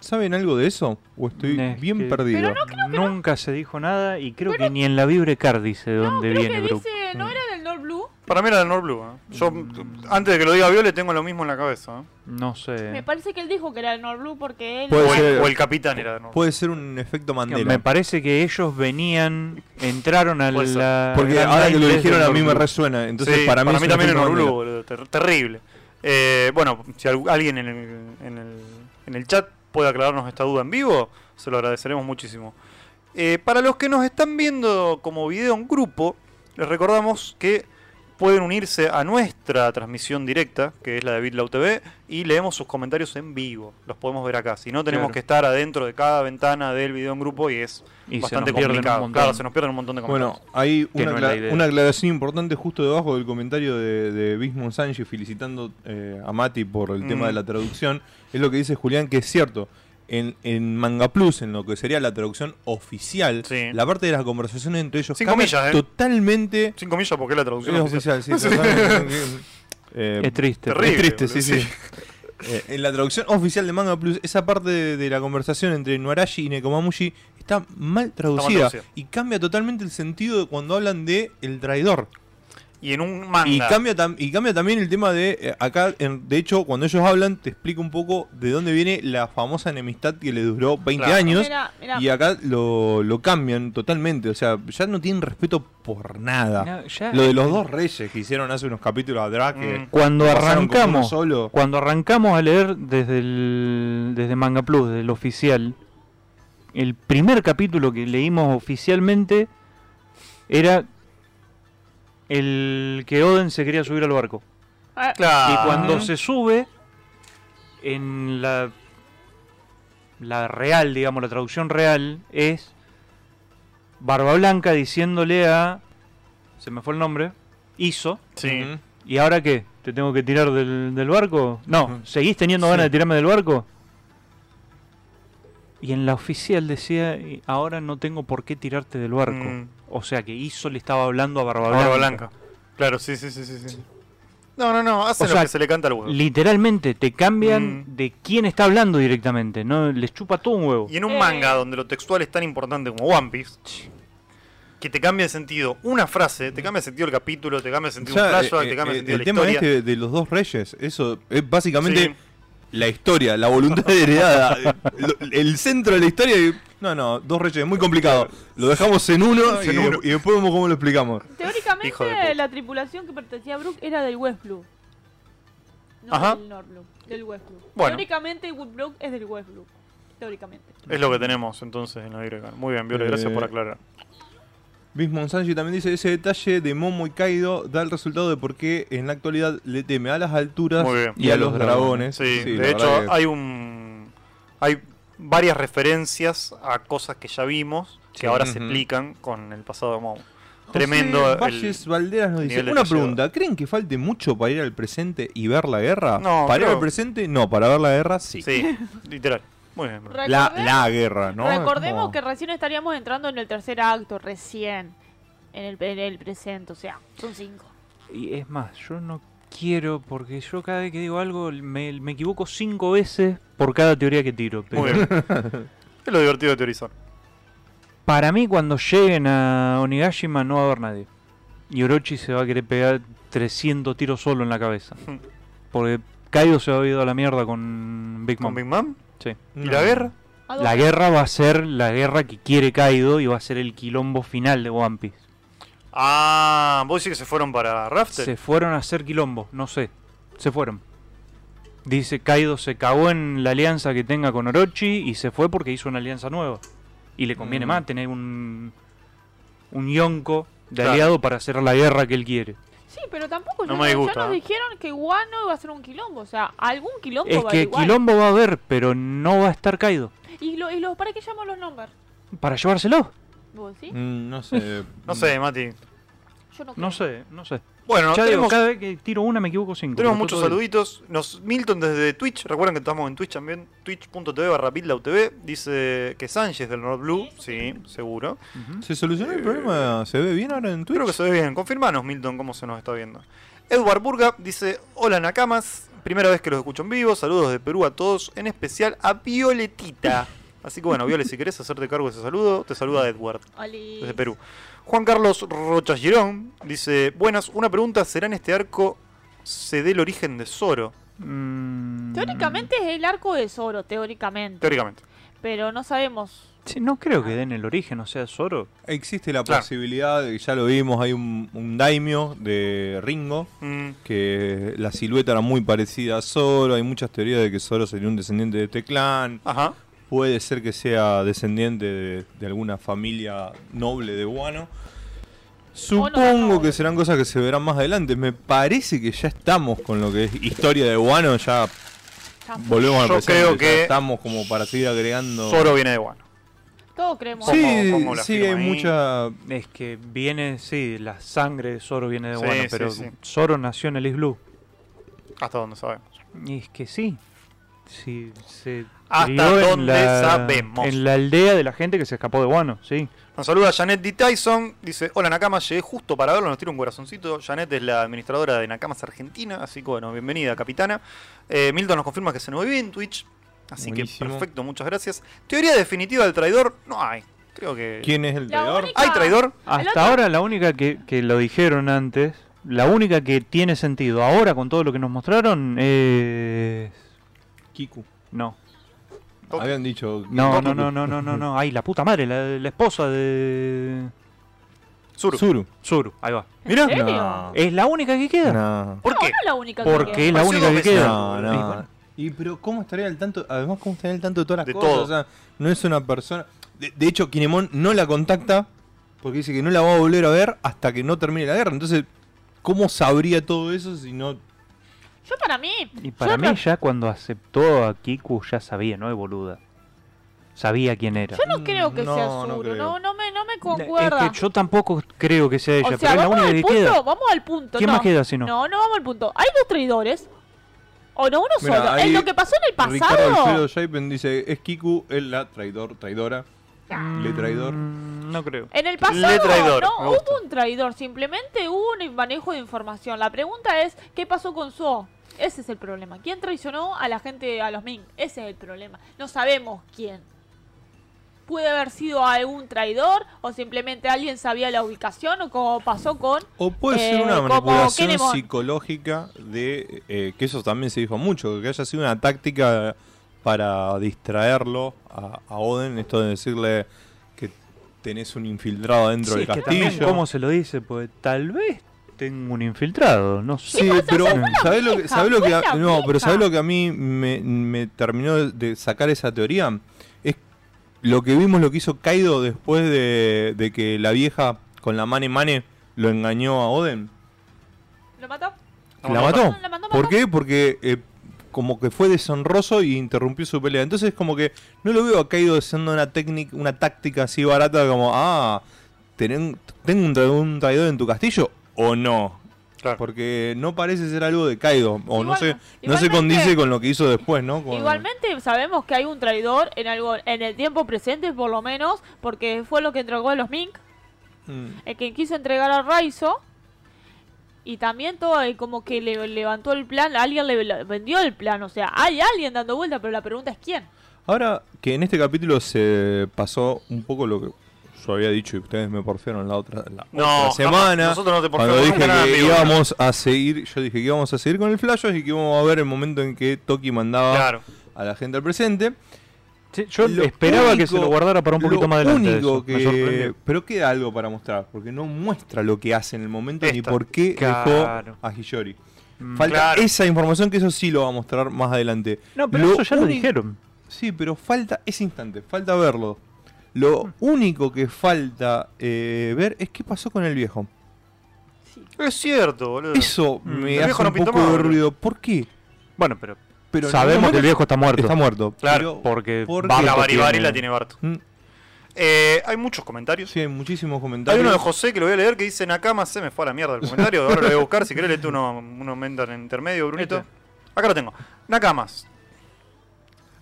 ¿Saben algo de eso? ¿O estoy
Es
bien
que-
perdido?
Pero
Nunca se dijo nada y creo que ni en la Vibrecar dice de
No,
dónde
creo
viene
que
Brook.
dice, ¿no era del Nord Blue?
Para mí era del Nord Blue. ¿eh? Yo,
Mm.
antes de que lo diga Violet, tengo lo mismo en la cabeza. ¿eh?
No
Me
sé.
parece que él dijo que era del Nord Blue porque él...
Puede
O el,
ser.
o el capitán era de Nord Blue.
Puede ser un efecto Mandela.
Me parece que ellos venían, entraron a
Puede ser.
la.
Porque
Grand
ahora que lo
Line
dijeron
desde
a mí me
Nord Blue.
resuena. Entonces,
Sí,
para mí, es un
también es
efecto
Nord Blue,
Mandela.
boludo, ter- terrible. Eh, bueno, si al- alguien en el, en, el, en el chat puede aclararnos esta duda en vivo, se lo agradeceremos muchísimo. Eh, para los que nos están viendo como video en grupo, les recordamos que pueden unirse a nuestra transmisión directa, que es la de BitLoud TV, y leemos sus comentarios en vivo. Los podemos ver acá. Si no, tenemos
Claro.
que estar adentro de cada ventana del video en grupo y es
Y se
bastante
nos pierden un
complicado.
montón.
Claro, se nos pierden un montón de comentarios.
Bueno, hay
Que
una,
no es la
acla-
idea.
una aclaración importante justo debajo del comentario de, de Bismon Sánchez felicitando eh, a Mati por el tema
Mm.
de la traducción. Es lo que dice Julián, que es cierto. En, en Manga Plus, en lo que sería la traducción oficial,
Sí.
la parte de las conversaciones entre ellos
Cinco
cambia
millas, ¿eh?
totalmente.
Cinco millas porque es la
Es
traducción oficial.
oficial, sí, totalmente. Eh,
Es triste.
Terrible.
es triste, sí,
boludo.
sí. Eh, en la traducción oficial de Manga Plus, esa parte de, de la conversación entre Nuarashi y Nekomamushi está mal traducida
traducida.
y cambia totalmente el sentido de cuando hablan de el traidor.
Y en un manga.
Y cambia, tam- y cambia también el tema de eh, acá, en- de hecho, cuando ellos hablan, te explica un poco de dónde viene la famosa enemistad que le duró 20
Claro.
años.
Mira, mira.
Y acá lo, lo cambian totalmente, o sea, ya no tienen respeto por nada.
No, ya-
Lo de los dos reyes que hicieron hace unos capítulos atrás que
Mm.
Cuando
pasaron como uno
arrancamos,
solo.
cuando arrancamos a leer desde el, desde Manga Plus, desde el oficial, el primer capítulo que leímos oficialmente era el que Oden se quería subir al barco.
Ah,
Claro.
Y cuando se sube, en la, la real, digamos, la traducción real, es Barba Blanca diciéndole a. Se me fue el nombre. Iso.
Sí.
Ujú.
¿Y ahora qué? ¿Te tengo que tirar del, del barco? No, ¿seguís teniendo ganas de tirarme del barco? Y en la oficial decía, "Y ahora no tengo por qué tirarte del barco.
Mm.
O sea que Iso le estaba hablando a Barba Blanca.
Barba Blanca. Claro, sí, sí, sí, sí. sí. No, no, no, hace
O
lo
sea,
que se le canta al huevo.
Literalmente, te cambian
Mm.
de quién está hablando directamente. no Les chupa todo un huevo.
Y en un
Eh.
manga donde lo textual es tan importante como One Piece, que te cambia el sentido una frase, te cambia el sentido el capítulo, te cambia el sentido
Ya,
un flashback,
eh,
te cambia
eh,
el sentido
el
la
tema
historia.
este de los dos reyes, eso es básicamente
Sí.
la historia, la voluntad heredada, eh, lo- el centro de la historia. y- no, no, dos reyes, muy complicado. Lo dejamos en uno,
En
y,
uno.
y después vemos cómo lo explicamos.
Hijo de puta.
Teóricamente la tripulación que pertenecía a Brook era del West Blue. No
Ajá.
del Nord Blue, del West Blue.
Bueno. Eh,
Teóricamente Brook es del West Blue. Teóricamente.
Es lo que tenemos entonces en la Virgen. Muy bien, Viola,
este Eh.
gracias por aclarar.
Bismon Sanji también dice, ese detalle de Momo y Kaido da el resultado de por qué en la actualidad le teme a las alturas
Muy bien.
y a los dragones.
Sí,
Sí, la
de hecho
verdad que-
hay un hay varias referencias a cosas que ya vimos que
Sí.
ahora se
Ujú.
explican con el pasado de Momo.
José
Tremendo el-
Valles Valderas nos dice,
nivel de
una
detalle.
pregunta, ¿creen que falte mucho para ir al presente y ver la guerra?
No,
para ir
creo-
al presente, no, para ver la guerra, sí.
Sí, literal. Muy bien, bro.
La,
Recordemos-
la guerra, ¿no?
Recordemos
Como-
que recién estaríamos entrando en el tercer acto, recién. En el, en el presente, o sea, son cinco.
Y es más, yo no quiero, porque yo cada vez que digo algo me, me equivoco cinco veces por cada teoría que tiro. pero-
Muy bien. es lo divertido de teorizar.
Para mí, cuando lleguen a Onigashima, no va a haber nadie. Y Orochi se va a querer pegar 300 tiros solo en la cabeza.
Hmm.
Porque Kaido se va a ir a la mierda con Big
¿Con
Mom.
Big Mom?
Sí.
¿Y la guerra?
¿A
La
dónde?
guerra va a ser la guerra que quiere Kaido y va a ser el quilombo final de One Piece.
Ah, vos decís que se fueron para Rafter.
Se fueron a hacer quilombo, no sé. Se fueron. Dice Kaido se cagó en la alianza que tenga con Orochi y se fue porque hizo una alianza nueva. Y le conviene
Mm.
más tener un un yonko de
Claro.
aliado para hacer la guerra que él quiere.
Sí, pero tampoco
No
ya,
me
ya
disgusta,
nos
¿eh?
dijeron que Guano iba a ser un quilombo, o sea, algún quilombo
Es
va a
que
haber igual.
quilombo va a haber, pero no va a estar Kaido.
¿Y, lo- y los, para qué llaman los nombres?
Para llevárselo.
¿Vos sí?
Mm, no sé.
No sé, Mati.
Yo no creo.
No sé, no sé.
Bueno,
ya digo,
tenemos,
cada vez que tiro una me equivoco cinco.
tenemos
pero
muchos
todo bien.
saluditos. Nos, Milton desde Twitch, recuerden que estamos en Twitch también, twitch.tv barra PitLauTV, dice que Sánchez del Nord Blue, sí, seguro.
¿Se solucionó el problema? ¿Se ve bien ahora en Twitch?
Creo que se ve bien. Confirmanos, Milton, cómo se nos está viendo. Edward Burga dice: Hola Nakamas, primera vez que los escucho en vivo. Saludos de Perú a todos, en especial a Violetita. Así que bueno, Viole, si querés hacerte cargo de ese saludo, te saluda Edward
Oli.
desde Perú. Juan Carlos Rocha Girón dice: Buenas, una pregunta: ¿será en este arco se dé el origen de Zoro?
Mm,
Teóricamente es el arco de Zoro, teóricamente.
Teóricamente.
Pero no sabemos.
sí, no creo que den el origen, o sea, Zoro.
Existe la
Claro.
posibilidad, de- ya lo vimos, hay un, un daimio de Ringo,
Mm,
que la silueta era muy parecida a Zoro, hay muchas teorías de que Zoro sería un descendiente de este clan,
ajá.
puede ser que sea descendiente de, de alguna familia noble de Wano. Supongo
noble.
que serán cosas que se verán más adelante. Me parece que ya estamos con lo que es historia de Wano, ya
Ya fue.
volvemos al
Yo
presente,
creo
ya
que
estamos como para seguir agregando.
Zoro viene de Wano.
Todos creemos.
Sí.
Sí,
¿Cómo- cómo la
sí, hay
firma ahí?
mucha
Es que viene, sí, la sangre de Zoro viene de
Sí,
Wano,
sí,
pero
sí.
Zoro nació en el East Blue.
Hasta donde sabemos.
Y es que sí. Sí, se
Hasta
crió en
donde
la-
sabemos.
En la aldea de la gente que se escapó de Wano, sí.
Nos saluda Janet D. Tyson, dice, hola Nakama, llegué justo para verlo, nos tira un corazoncito. Janet es la administradora de Nakamas Argentina, así que bueno, bienvenida capitana. Eh, Milton nos confirma que se nos ve bien en Twitch, así
Buenísimo.
que perfecto, muchas gracias. Teoría definitiva del traidor, no hay, creo que...
¿Quién es el
La
traidor?
única-
¿Hay traidor?
El
Hasta
otro-
ahora la única que, que lo dijeron antes, la única que tiene sentido ahora con todo lo que nos mostraron es...
Kiku.
No,
Ok.
Habían dicho.
no, no, no, no, no, no, no. Ay, la puta madre, la, la esposa de...
Zuru.
Zuru.
Zuru, ahí va.
¿En serio?
No.
Es la única que queda.
No.
¿Por
No,
qué?
no es la única que
Porque es
queda.
la única
Apareció
que
dos
queda.
veces.
No,
Y bueno,
no. Y pero cómo estaría al tanto, además cómo estaría al tanto de todas las
De
cosas,
todo.
o sea, no es una persona. De, de hecho, Kinemon no la contacta porque dice que no la va a volver a ver hasta que no termine la guerra. Entonces, ¿cómo sabría todo eso si no
Yo para mí.
y para
yo
mí
no-
ya cuando aceptó a Kiku ya sabía, ¿no? Es boluda. Sabía quién era.
Yo no creo que
Mm,
No,
sea
no
Zuru, no,
creo.
no, me, no me
Es
concuerda.
que yo tampoco creo que sea ella,
o sea,
pero es la
vamos
única
al
que
punto,
queda.
vamos al punto.
¿Quién
no.
más queda si no?
No, no vamos al punto. Hay dos traidores. O no, uno
Mirá,
solo.
ahí
Es lo que pasó en el
Ricardo Alfredo
pasado.
Shaipen dice, es Kiku, es la traidor, traidora,
Ah.
le traidor.
Mm, No creo.
En el
Le
pasado
traidor, me
no
gusta.
hubo un traidor, simplemente hubo un manejo de información. La pregunta es, ¿qué pasó con Suo? Ese es el problema. ¿Quién traicionó a la gente, a los Ming? Ese es el problema. No sabemos quién. Puede haber sido algún traidor o simplemente alguien sabía la ubicación o como pasó con...
O puede
Eh,
ser una
como
manipulación
Kinemon.
psicológica de eh, que eso también se dijo mucho, que haya sido una táctica para distraerlo a, a Oden, esto de decirle que tenés un infiltrado dentro
Sí,
del
es que también
castillo.
cómo se lo dice, pues tal vez tengo un infiltrado, no sé.
Sí,
pero esa
pero
fue la
¿sabés lo que,
vieja,
sabés lo
fue
que a-
la
no, pero
vieja.
¿sabés lo que a mí me, me terminó de- de sacar esa teoría? Es lo que vimos lo que hizo Kaido después de, de que la vieja con la mane mane lo engañó a Oden.
¿Lo mató?
No,
la
no,
mató.
no, la mandó
¿Por
matar.
qué? Porque eh, como que fue deshonroso y interrumpió su pelea. Entonces como que no lo veo a Kaido siendo una técnica, una táctica así barata como, ah, tenen- tengo un, tra- un traidor en tu castillo o no.
Claro.
Porque no parece ser algo de Kaido. O no
Igual-
sé, no se
igualmente-
condice con lo que hizo después, ¿no? Con-
Igualmente sabemos que hay un traidor en algo en el tiempo presente por lo menos porque fue lo que entregó a los Mink,
Mm.
el que quiso entregar a Raizo y también todo el- como que le levantó el plan, alguien le le vendió el plan, o sea, hay alguien dando vuelta, pero la pregunta es quién.
Ahora que en este capítulo se pasó un poco lo que yo había dicho y ustedes me porfiaron la otra, la
No,
otra semana.
jamás. Nosotros no te
cuando
porfiamos
dije
nunca,
que
amigo.
íbamos a seguir, yo dije que íbamos a seguir con el flash y que íbamos a ver el momento en que Toki mandaba
Claro.
a la gente al presente.
Sí, yo
Lo
esperaba que se
único-
lo guardara para un poquito
lo
más adelante. de
único
eso, me sorprendió.
que, pero queda algo para mostrar, porque no muestra lo que hace en el momento ni
Esta.
por qué
Claro.
dejó a Hiyori.
Mm.
Falta
Claro.
esa información que eso sí lo va a mostrar más adelante.
No, pero
Lo
eso ya lo
único-
dijeron.
Sí, pero falta ese instante, falta verlo.
Mm.
Lo único que falta eh, ver es qué pasó con el viejo.
Es cierto, boludo.
Eso
Mm.
me
Mm. El
hace
viejo no
un
pintó
poco
más,
de
boludo.
ruido. ¿Por qué?
Bueno, pero,
Pero en algún
sabemos que el
momento
viejo está muerto.
está muerto.
Claro,
pero
porque
¿por qué?
la
Barto
baribari
tiene-
la tiene Barto.
Mm,
Eh, hay muchos comentarios.
Sí, hay muchísimos
Hay
comentarios.
uno de José que lo voy a leer que dice Nakama se me fue a la mierda el comentario. Ahora lo voy a buscar. Si querés, leete uno, uno mental en intermedio, Brunito.
Este.
Acá lo tengo. Nakamas.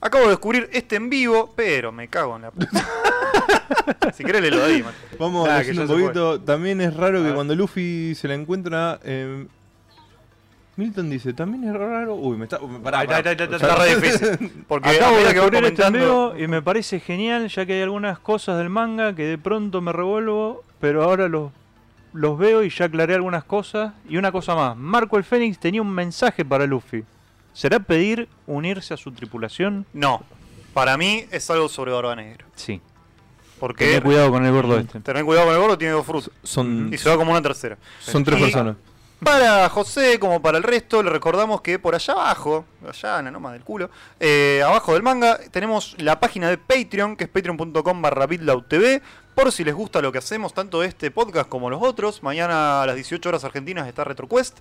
Acabo de descubrir este en vivo, pero me cago en la puta. si querés, le lo ahí, man.
Vamos a
Ah,
decir
que
un
ya se
poquito. También es raro que
ver.
cuando Luffy se la encuentra. eh, Milton dice, también es raro. Uy, me está. Pará,
Ay,
pará.
ay, ay, ay, ay,
Está re difícil. Porque a
Acabo
medida
de
Eh, que voy
descubrir este
comentando-
video y me parece genial, ya que hay algunas cosas del manga que de pronto me revuelvo, pero ahora los, los veo y ya aclaré algunas cosas. Y una cosa más, Marco el Fénix tenía un mensaje para Luffy. ¿Será pedir unirse a su tripulación?
No. Para mí es algo sobre Barba Negra.
Sí.
Porque
Tené
tener
cuidado
cuidado.
Mm. con el gordo este.
con el gordo, tiene dos frutos.
Son,
Y se va como una tercera.
son tres
Y-
personas.
Para José, como para el resto, le recordamos que por allá abajo, allá en la noma del culo, eh, abajo del manga, tenemos la página de Patreon, que es patreon.com barra bitlautv, por si les gusta lo que hacemos, tanto este podcast como los otros. Mañana a las 18 horas argentinas está RetroQuest,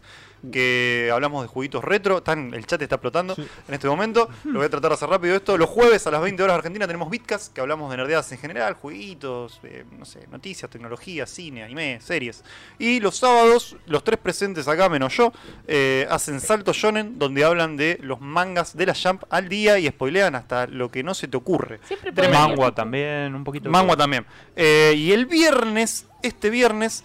que hablamos de jueguitos retro, Están- el chat está explotando en este momento, lo voy a tratar de hacer rápido esto. Los jueves a las 20 horas argentinas tenemos Bitcast, que hablamos de nerdeadas en general, jueguitos, eh, no sé, noticias, tecnología, cine, anime, series. Y los sábados, los tres presentes acá, menos yo, eh, hacen Salto Shonen, donde hablan de los mangas de la Jump al día y spoilean hasta lo que no se te ocurre.
Siempre puede
Tremendo.
venir.
Mangua también, un poquito. de
Mangua
todo.
también. Eh, y el viernes, este viernes,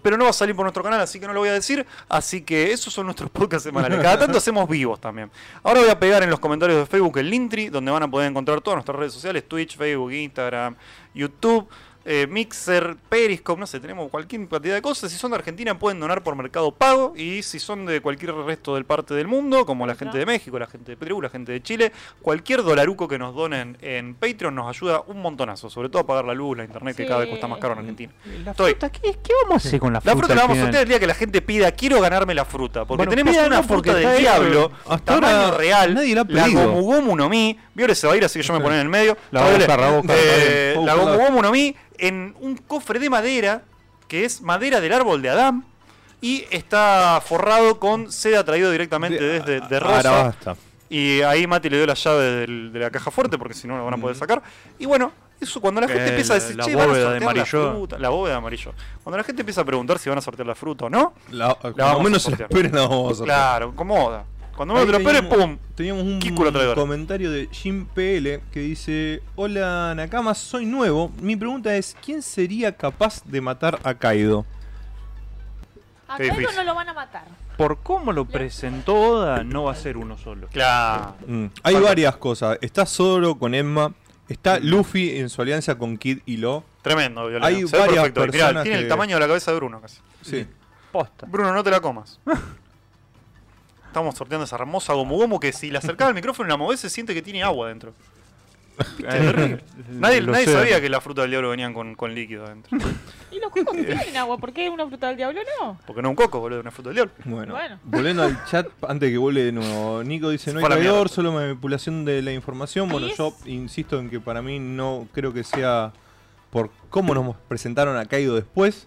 pero no va a salir por nuestro canal, así que no lo voy a decir. Así que esos son nuestros podcasts semanales. Cada tanto hacemos vivos también. Ahora voy a pegar en los comentarios de Facebook el Linktree, donde van a poder encontrar todas nuestras redes sociales: Twitch, Facebook, Instagram, YouTube. eh, Mixer, Periscope, no sé, tenemos cualquier cantidad de cosas. Si son de Argentina pueden donar por Mercado Pago y si son de cualquier resto del parte del mundo, como la gente de México, la gente de Perú, la gente de Chile, cualquier dolaruco que nos donen en Patreon nos ayuda un montonazo, sobre todo a pagar la luz, la internet que
Sí.
cada vez cuesta más caro en Argentina.
La
Estoy.
fruta, ¿qué, qué vamos a hacer con la fruta?
La fruta
al
la vamos a
final?
sortear el día que la gente pida, quiero ganarme la fruta. Porque
Bueno,
tenemos
pídanlo
una
porque
fruta
está
del
ahí,
diablo,
pero hasta
tamaño
ahora
real,
nadie la ha pedido.
Gomu Gomu no Mi. Viole se va a ir, así que yo me
Sí.
pongo en el medio.
La voy a
Viole,
buscar, la voy a buscar,
eh,
está bien.
la
Voy a
Gomu
buscarla.
Gomu no Mi en un cofre de madera, que es madera del árbol de Adán, y está forrado con seda traído directamente desde de Rosa.
ah, Ahora basta.
Y ahí Mati le dio la llave del- de la caja fuerte porque si no la van a poder sacar. Y bueno, eso cuando la gente
Eh,
empieza a decir,
la
che, van a
bóveda de
sortear la
amarillo".
fruta, la bóveda de amarillo. Cuando la gente empieza a preguntar si van a sortear la fruta o no,
La,
vamos
cuando
a
menos se la
sortear.
esperen, la vamos a sortear.
claro, comoda. Cuando me
Ahí
lo esperes, pum.
Teníamos un
Kiku la traidora.
comentario de Jim PL que dice: Hola Nakama, soy nuevo. Mi pregunta es: ¿quién sería capaz de matar a Kaido?
A
Qué
Kaido
difícil.
no lo van a matar.
Por cómo lo presentó Oda, no va a ser uno solo.
Claro.
Mm, Hay varias cosas. Está Zoro con Emma. Está Luffy en su alianza con Kid y Lo.
Tremendo, Violeta.
Hay
Se ve
varias
perfecto. Mirá,
personas
tiene el
que-
tamaño de la cabeza de Bruno casi.
Sí.
Posta.
Bruno, no te la comas. Estamos sorteando esa hermosa gomu gomu que si la acercás al micrófono y la movés se siente que tiene agua dentro. terrible. Nadie, nadie sabía que la fruta del diablo venían con, con líquido adentro.
Y los cocos tienen agua, ¿por qué una fruta del diablo no?
Porque no un coco, boludo, una fruta del diablo.
Bueno,
Bueno.
volviendo al chat, antes de que vuele de nuevo, Nico dice: No hay
Fue a la
traidor,
mierda.
solo manipulación de la información. Bueno,
Ahí es.
yo insisto en que para mí no creo que sea por cómo nos presentaron a Kaido después.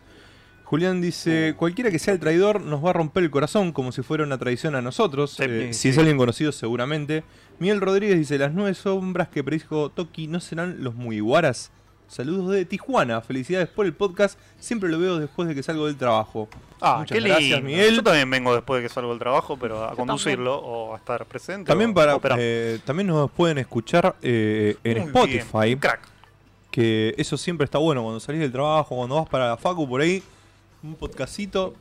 Julián dice: Cualquiera que sea el traidor nos va a romper el corazón como si fuera una traición a nosotros.
Sí,
Eh,
sí.
Si es alguien conocido, seguramente. Miguel Rodríguez dice: Las nueve sombras que predijo Toki no serán los muiguaras. Saludos de Tijuana, felicidades por el podcast. Siempre lo veo después de que salgo del trabajo.
Ah,
Muchas
qué
gracias,
lindo.
Miguel.
Yo también vengo después de que salgo del trabajo, pero a
Yo
conducirlo o a estar presente.
También
o-
para
o operar.
eh, también nos pueden escuchar eh, en
Muy
Spotify,
bien, Crack.
que eso siempre está bueno cuando salís del trabajo, cuando vas para la facu por ahí, un podcastito.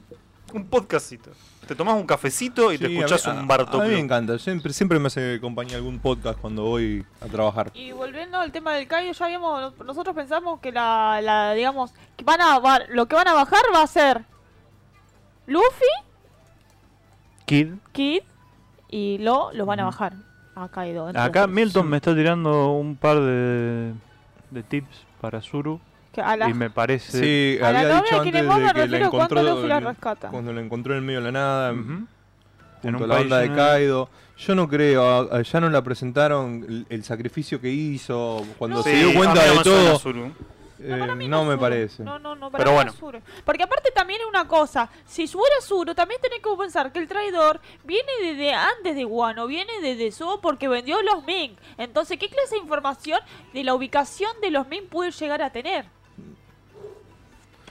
Un podcastito. Te tomás un cafecito y te
Sí,
escuchás
a mí- a-
un Barto
A mí me
Club.
encanta, siempre, siempre me hace compañía algún podcast cuando voy a trabajar.
Y volviendo al tema del Kaido, ya habíamos, nosotros pensamos que la, la digamos, que van a, va- lo que van a bajar va a ser Luffy,
Kid.
Kid y Lo los van a bajar a Kaido. entonces.
Acá Milton me está tirando un par de, de tips para Zuru
Que a la-
y me parece...
Sí,
A la
había
novia
dicho
que
antes
le
de
pongo, me
que la
refiero cuando
encontró
Luffy la
en-
rescata.
cuando la encontró en el medio de la nada,
Ujú. En
em, junto
un
a la
país eh,
banda de
lleno de-
Kaido. Yo no creo, a- a- ya no la presentaron el, el sacrificio que hizo cuando
Sí,
se dio
a mí
cuenta
no
de
me suena
todo.
Zulu.
No, para
Eh,
mí
no
es
me
Zuru.
parece.
No, no, no, para
Pero
mí
bueno.
es Zuru. Porque aparte también es una cosa, si fuera Zuru, también tenés que pensar que el traidor viene desde antes de Guano, viene desde Suo porque vendió los Ming. Entonces, ¿qué clase de información de la ubicación de los Ming puede llegar a tener?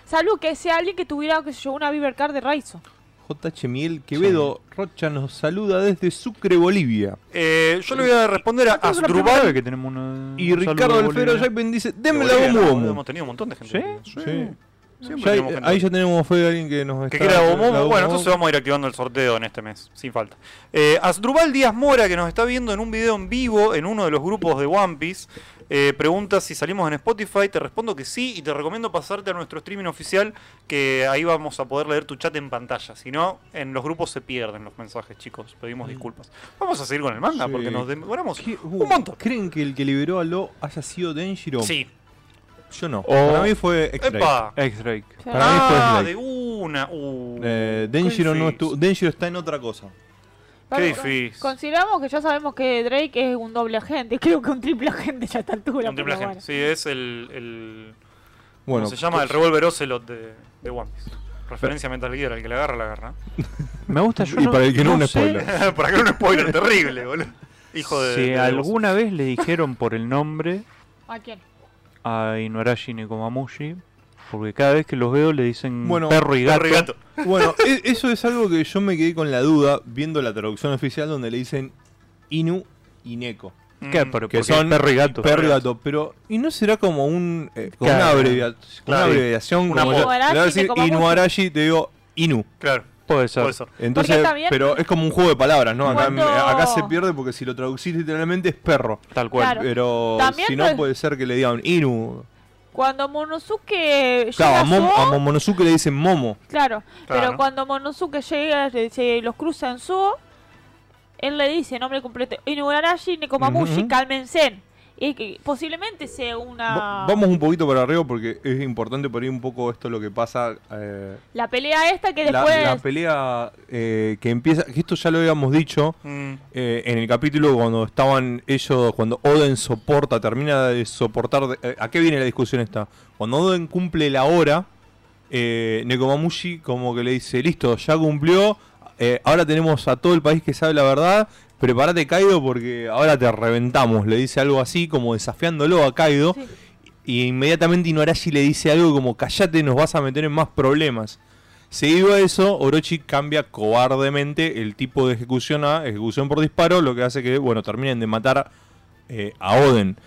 Salvo que sea alguien que tuviera, que sé yo, una Viver Card de Raizo.
JH Miguel Quevedo Rocha nos saluda desde Sucre, Bolivia.
Eh, yo le voy a responder a
Creo que es la primera
Asdrubal
vez que tenemos una-
Ah, Y
un
Ricardo
saludo
Alfredo
boliviano.
Jaipin dice,
de
denme la
Bolivia,
bomba
¿no?
Momo.
Hemos tenido un montón de gente.
¿Sí?
Siempre
Ya ahí-
tenemos gente.
ahí ya tenemos fe de alguien que nos
Que
está...
quiera Bobo Momo.
la
Bueno,
Bobo
entonces vamos a ir activando el sorteo en este mes, sin falta. Eh, Asdrubal Díaz Mora, que nos está viendo en un video en vivo en uno de los grupos de One Piece, eh, pregunta si salimos en Spotify. Te respondo que sí y te recomiendo pasarte a nuestro streaming oficial, que ahí vamos a poder leer tu chat en pantalla. Si no, en los grupos se pierden los mensajes, chicos. Pedimos disculpas. Vamos a seguir con el manga
Mm. Sí.
porque nos demoramos
¿Qué? Uh,
un montón.
¿Creen que el que liberó a Lo haya sido Denjiro?
Sí. Oh.
Yo no.
O-
Para mí fue X-Ray.
¡Epa!
X-Drake.
Para mí fue
ah,
Snake.
de una. Uh,
Eh,
qué
Denjiro no
difícil.
estuvo. Denjiro está en otra cosa.
Claro,
Qué difícil.
Consideramos que ya sabemos que Drake es un doble agente, creo que un triple agente ya a esta altura.
Un triple agente.
pero bueno.
Sí, es el- el
Bueno, eh,
¿Cómo se llama? El revólver Ocelot de, de One Piece. Referencia a Metal Gear, el que la agarra, la agarra.
Me gusta yo.
Y para el que no, un
sé
spoiler.
Para que no un spoiler terrible, boludo. Hijo de.
Si
de- de
alguna vez le dijeron por el nombre
¿A quién?
a Inuarashi Nekomamushi, porque cada vez que los veo le dicen
Bueno,
perro y gato.
Ocelot. Perro y gato.
Bueno, e- eso es algo que yo me quedé con la duda viendo la traducción oficial donde le dicen Inu y Neko.
¿Qué?
Mm,
Pero
Que
porque
son
perro y gato.
Perro y gato, pero ¿y no será como un eh, como una,
Claro.
abrevia-
Claro.
como una abreviación?
Una
como yo-
apodo.
le voy a decir
Inuarashi, Nekomamushi.
Inuarashi, te digo Inu.
Claro,
Puede ser.
puede ser.
Entonces,
Porque también-
pero es como un juego de palabras, ¿no? Acá,
Cuando-
acá se pierde porque si lo traducís literalmente es perro.
Tal cual.
Claro.
Pero
También
si
no
no,
es-
puede ser que le digan Inu.
Cuando Monosuke llega
Claro, a,
a
Mom-
Zoo-
a Momonosuke le dicen Momo.
claro, pero
Claro.
cuando Monosuke llega, eh, se los cruza en Suo, él le dice nombre completo, Inugarashi Nekomamushi
Ujú.
Kalmensen. Y que posiblemente sea una...
Va- Vamos un poquito para arriba porque es importante por ahí un poco esto lo que pasa. eh,
La pelea esta que
la-
después...
la, pelea eh, que empieza, que esto ya lo habíamos dicho
Mm,
eh, en el capítulo cuando estaban ellos, cuando Oden soporta, termina de soportar. de- eh, ¿A qué viene la discusión esta? Cuando Oden cumple la hora, eh, Nekomamushi como que le dice: Listo, ya cumplió. eh, ahora tenemos a todo el país que sabe la verdad. Prepárate, Kaido, porque ahora te reventamos. Le dice algo así, como desafiándolo a Kaido.
Sí.
Y inmediatamente Inuarashi le dice algo como callate, nos vas a meter en más problemas. Seguido a eso, Orochi cambia cobardemente el tipo de ejecución a ejecución por disparo, lo que hace que, bueno, terminen de matar eh, a Oden.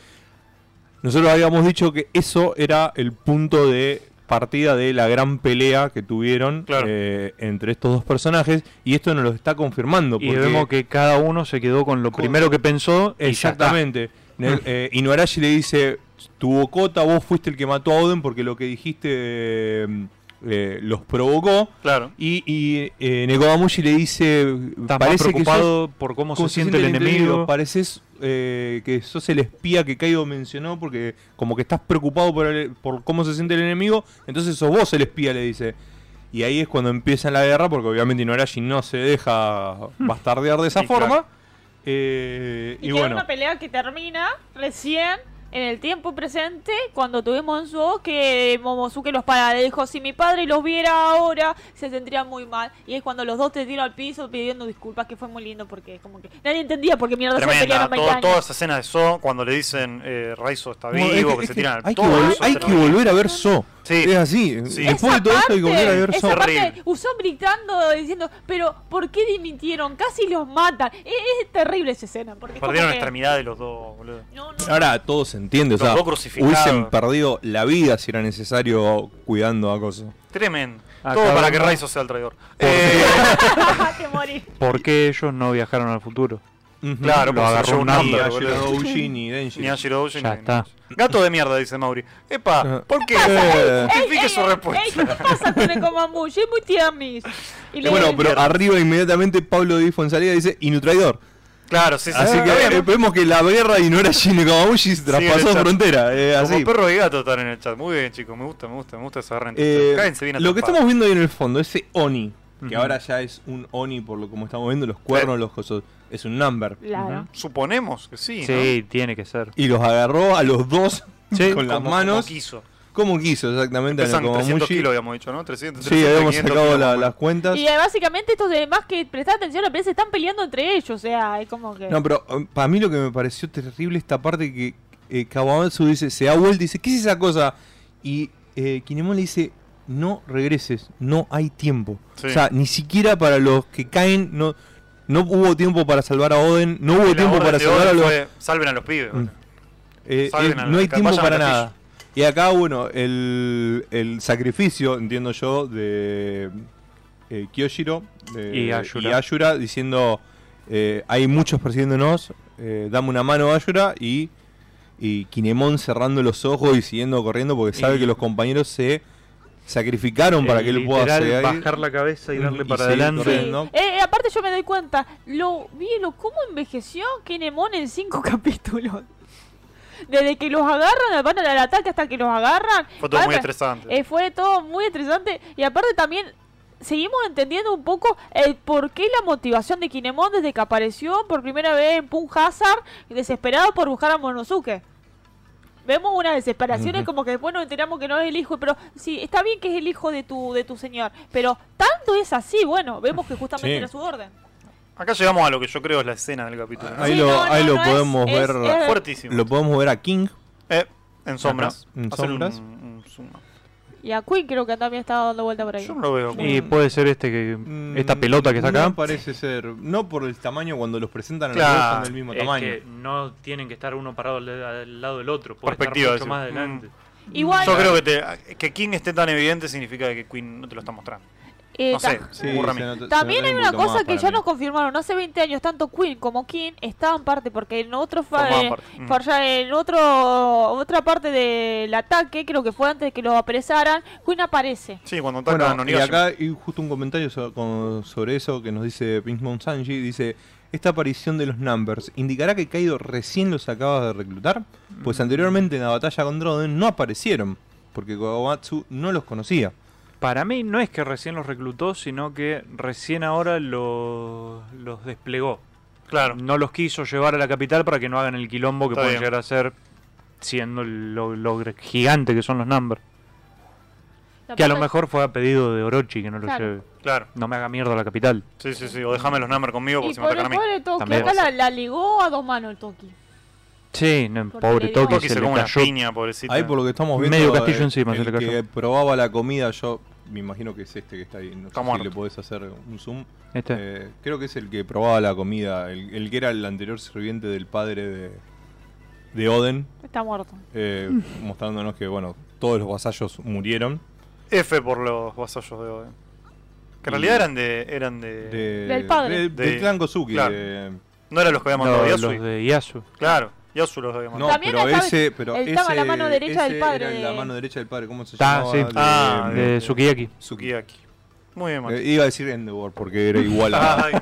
Nosotros habíamos dicho que eso era el punto de partida de la gran pelea que tuvieron
Claro.
eh, entre estos dos personajes y esto nos lo está confirmando.
Y
porque-
vemos que cada uno se quedó con lo
Con-
primero que pensó. y ya está.
Exactamente. Ne- eh, Inuarashi le dice, tu bocota, vos fuiste el que mató a Oden porque lo que dijiste eh, eh, los provocó.
claro.
Y, y eh, Nekomamushi le dice,
Estás más
parece que sos,
preocupado por cómo se
como
siente el enemigo.
pareces eh, que sos el espía que Kaido mencionó porque como que estás preocupado por, el- por cómo se siente el enemigo, entonces sos vos el espía, le dice. Y ahí es cuando empieza la guerra, porque obviamente Inuarashi no se deja bastardear de esa
Sí, claro.
forma. Eh,
Y, que
y
era
bueno.
una pelea que termina recién en el tiempo presente cuando tuvimos en su que Momosuke los para le dijo si mi padre los viera ahora se sentiría muy mal y es cuando los dos te tiran al piso pidiendo disculpas que fue muy lindo porque como que nadie entendía porque mierda se
Tremenda.
pelearon
todo-
20 años.
toda esa escena de So, cuando le dicen eh, Raizo está
No, es
vivo,
que-
que,
es
se
que
tiran al
Hay, que,
todo
volver-
eso
hay
se
que
termina.
volver a ver So.
Sí.
Es así.
Sí.
Esa
Después de todo esto hay que volver a ver
esa
So.
Terrible.
parte, Usopp gritando diciendo pero ¿por qué dimitieron? Casi los matan. E, Es, es terrible esa escena porque es como
Perdieron la
que-
extremidad de los dos, boludo.
No, no,
Ahora todo se entiende. O
Los
sea,
dos crucificados.
hubiesen perdido la vida si era necesario cuidando a cosas.
Tremendo.
Acá
Todo para que
vamos.
Raizo sea el traidor. Eh,
te morís.
¿Por qué ellos no viajaron al futuro?
Claro,
Lo
porque se
agarró
llevó
un
un
Ni
hambre,
hambre,
a
boludo.
Yellow ni Denji.
Ni a Shiro Uji,
Ya
ni-
está.
Gato de mierda, dice Mauri. Epa,
Ajá.
¿por qué?
Eh,
Justifique su
ey,
respuesta.
¿qué pasa con el Komamushi? Es muy tiernis. Y le-
Bueno, pero arriba inmediatamente Pablo Di Fonsalida dice Inutraidor.
Claro, sí, sí.
Así
sí,
que
está bien.
eh, vemos que la guerra y no era Shinekawamushi traspasó
chacho.
frontera. eh,
Como
así.
perro y gato están en el chat. Muy bien, chicos. Me gusta, me gusta, me gusta esa renta.
Eh,
Cáense bien a
lo que
trompar.
estamos viendo ahí en el fondo, ese Oni, que
Ujú.
ahora ya es un Oni por lo como estamos viendo, los cuernos, los cosos, es un number.
Claro.
Suponemos que sí.
Sí, tiene que ser.
Y los agarró a los dos
Sí.
con
¿no?
las
Como- como
manos
quiso.
como quiso exactamente. a
Pesan
Nekomamushi.
300 kilos, habíamos dicho, ¿no? 300,
Sí,
300,
habíamos
500
sacado
kilos
la-
más o menos.
las cuentas.
Y eh, básicamente estos demás que prestan atención a la prensa están peleando entre ellos, o sea, es como que...
No, pero um, para mí lo que me pareció terrible esta parte que eh, Kawamatsu dice, se da vuelta y dice, ¿qué es esa cosa? Y eh, Kinemon le dice, no regreses, no hay tiempo.
Sí.
O sea, ni siquiera para los que caen, no, no hubo tiempo para salvar a Oden, no hubo
La
tiempo
orden
para
de
salvar a
Oden
los...
fue, Salven a los pibes.
Mm.
bueno.
Eh,
salven
eh,
a
no hay
los-
tiempo
vayan
para
al
nada. Y acá, bueno, el, el sacrificio, entiendo yo, de eh, Kyoshiro de-
Y Ashura.
Ashura diciendo, eh, hay muchos persiguiéndonos, eh, dame una mano Ashura y, y Kinemon cerrando los ojos y siguiendo corriendo porque sabe
Y-
que los compañeros se sacrificaron para que él pueda
Eh, Literal,
seguir.
bajar la cabeza y darle
Y
para
seguir
adelante.
corriendo.
Sí.
¿no?
Eh, eh, aparte yo me doy cuenta, lo bien, lo cómo envejeció Kinemon en cinco capítulos. Desde que los agarran, van al ataque hasta que los agarran.
Fue todo muy
Bárbaro.
estresante.
Eh, fue todo muy estresante. Y aparte también seguimos entendiendo un poco el por qué la motivación de Kinemon desde que apareció por primera vez en Pun Hazard, desesperado por buscar a Monosuke. Vemos unas desesperaciones
Ujú.
como que después nos enteramos que no es el hijo, pero sí, está bien que es el hijo de tu, de tu señor, pero tanto es así, bueno, vemos que justamente
Sí.
era su orden.
Acá llegamos a lo que yo creo es la escena del capítulo. ¿no?
Ahí lo- ahí lo podemos ver.
es-
Fuertísimo.
Lo podemos ver a King.
Eh, en sombras.
Ajá, en
Hacer un-
sombras.
un zoom.
y a Queen creo que también estaba dando vuelta por ahí.
Yo no lo veo.
Y puede ser este que esta pelota que está acá.
Mm, No parece ser, no por el tamaño cuando los presentan a los
Claro.
dos son del mismo
Es
tamaño.
que no tienen que estar uno parado al, al lado del otro. Puede
Perspectiva,
estar mucho
sí.
más adelante.
Igual,
Yo creo que, te- que King esté tan evidente significa que Queen no te lo está mostrando.
eh,
No sé,
ta-
se me ocurre a mí.
se nota-
También
se
hay
nota
una
un poquito
cosa
más
que
para
ya
mí.
nos confirmaron, hace 20 años tanto Queen como King estaban parte, porque en otro fa-
Formaban
eh,
parte, mm.
por allá en otro otra parte del ataque, creo que fue antes de que lo apresaran, Queen aparece.
Sí, cuando atacan a
Bueno, y
Onigashima.
acá hay justo un comentario so- con- sobre eso que nos dice Pinkmon Sanji. Dice, esta aparición de los Numbers, ¿indicará que Kaido recién los acaba de reclutar? Pues anteriormente en la batalla contra Oden no aparecieron, porque Kogamatsu no los conocía.
Para mí no es que recién los reclutó, sino que recién ahora los, los desplegó.
Claro.
No los quiso llevar a la capital para que no hagan el quilombo que
Está
pueden
bien.
llegar a ser siendo lo, lo gigante que son los Numbers.
La
Que a lo
parte-
mejor fue a pedido de Orochi que no lo
Claro.
lleve.
Claro.
No me haga mierda la capital.
Sí, sí, sí. O déjame los numbers conmigo porque
Y
si me
por
atacan a
el
mí.
pobre Toki,
También
acá
va a
la, la ligó a dos manos el Toki.
Sí, no,
Porque
pobre
le dio-
Toki
Toki
se,
se
le
come una
cayó.
piña, pobrecita.
Ahí por lo que estamos viendo,
Medio castillo
eh,
encima se
el
le cayó.
que probaba la comida, yo me imagino que es este que está ahí. No
Está
sé si
muerto.
le podés hacer un zoom.
Este.
Eh, creo que es el que probaba la comida, el, el que era el anterior sirviente del padre de, de Oden,
Está muerto.
eh, mostrándonos que, bueno, todos los vasallos murieron.
F por los vasallos de Oden. Que en realidad eran de. eran de.
De-
Del padre.
de- del
De-
clan Kosuke.
claro.
de-
No eran los que había
No,
mandado
los
Yasui.
de Yasu.
Claro, Yasu los había
no,
mandado.
También
pero
estaba-
ese, pero
él estaba
ese,
en la mano derecha del
ese
padre
Era en la
de-
mano derecha del padre, ¿cómo se
Ah,
llamaba?
sí.
De-
Ah,
de-
De Sukiyaki.
Sukiyaki. Muy bien, Maxi.
Eh, iba a decir Endeavor porque era igual a...
Ay,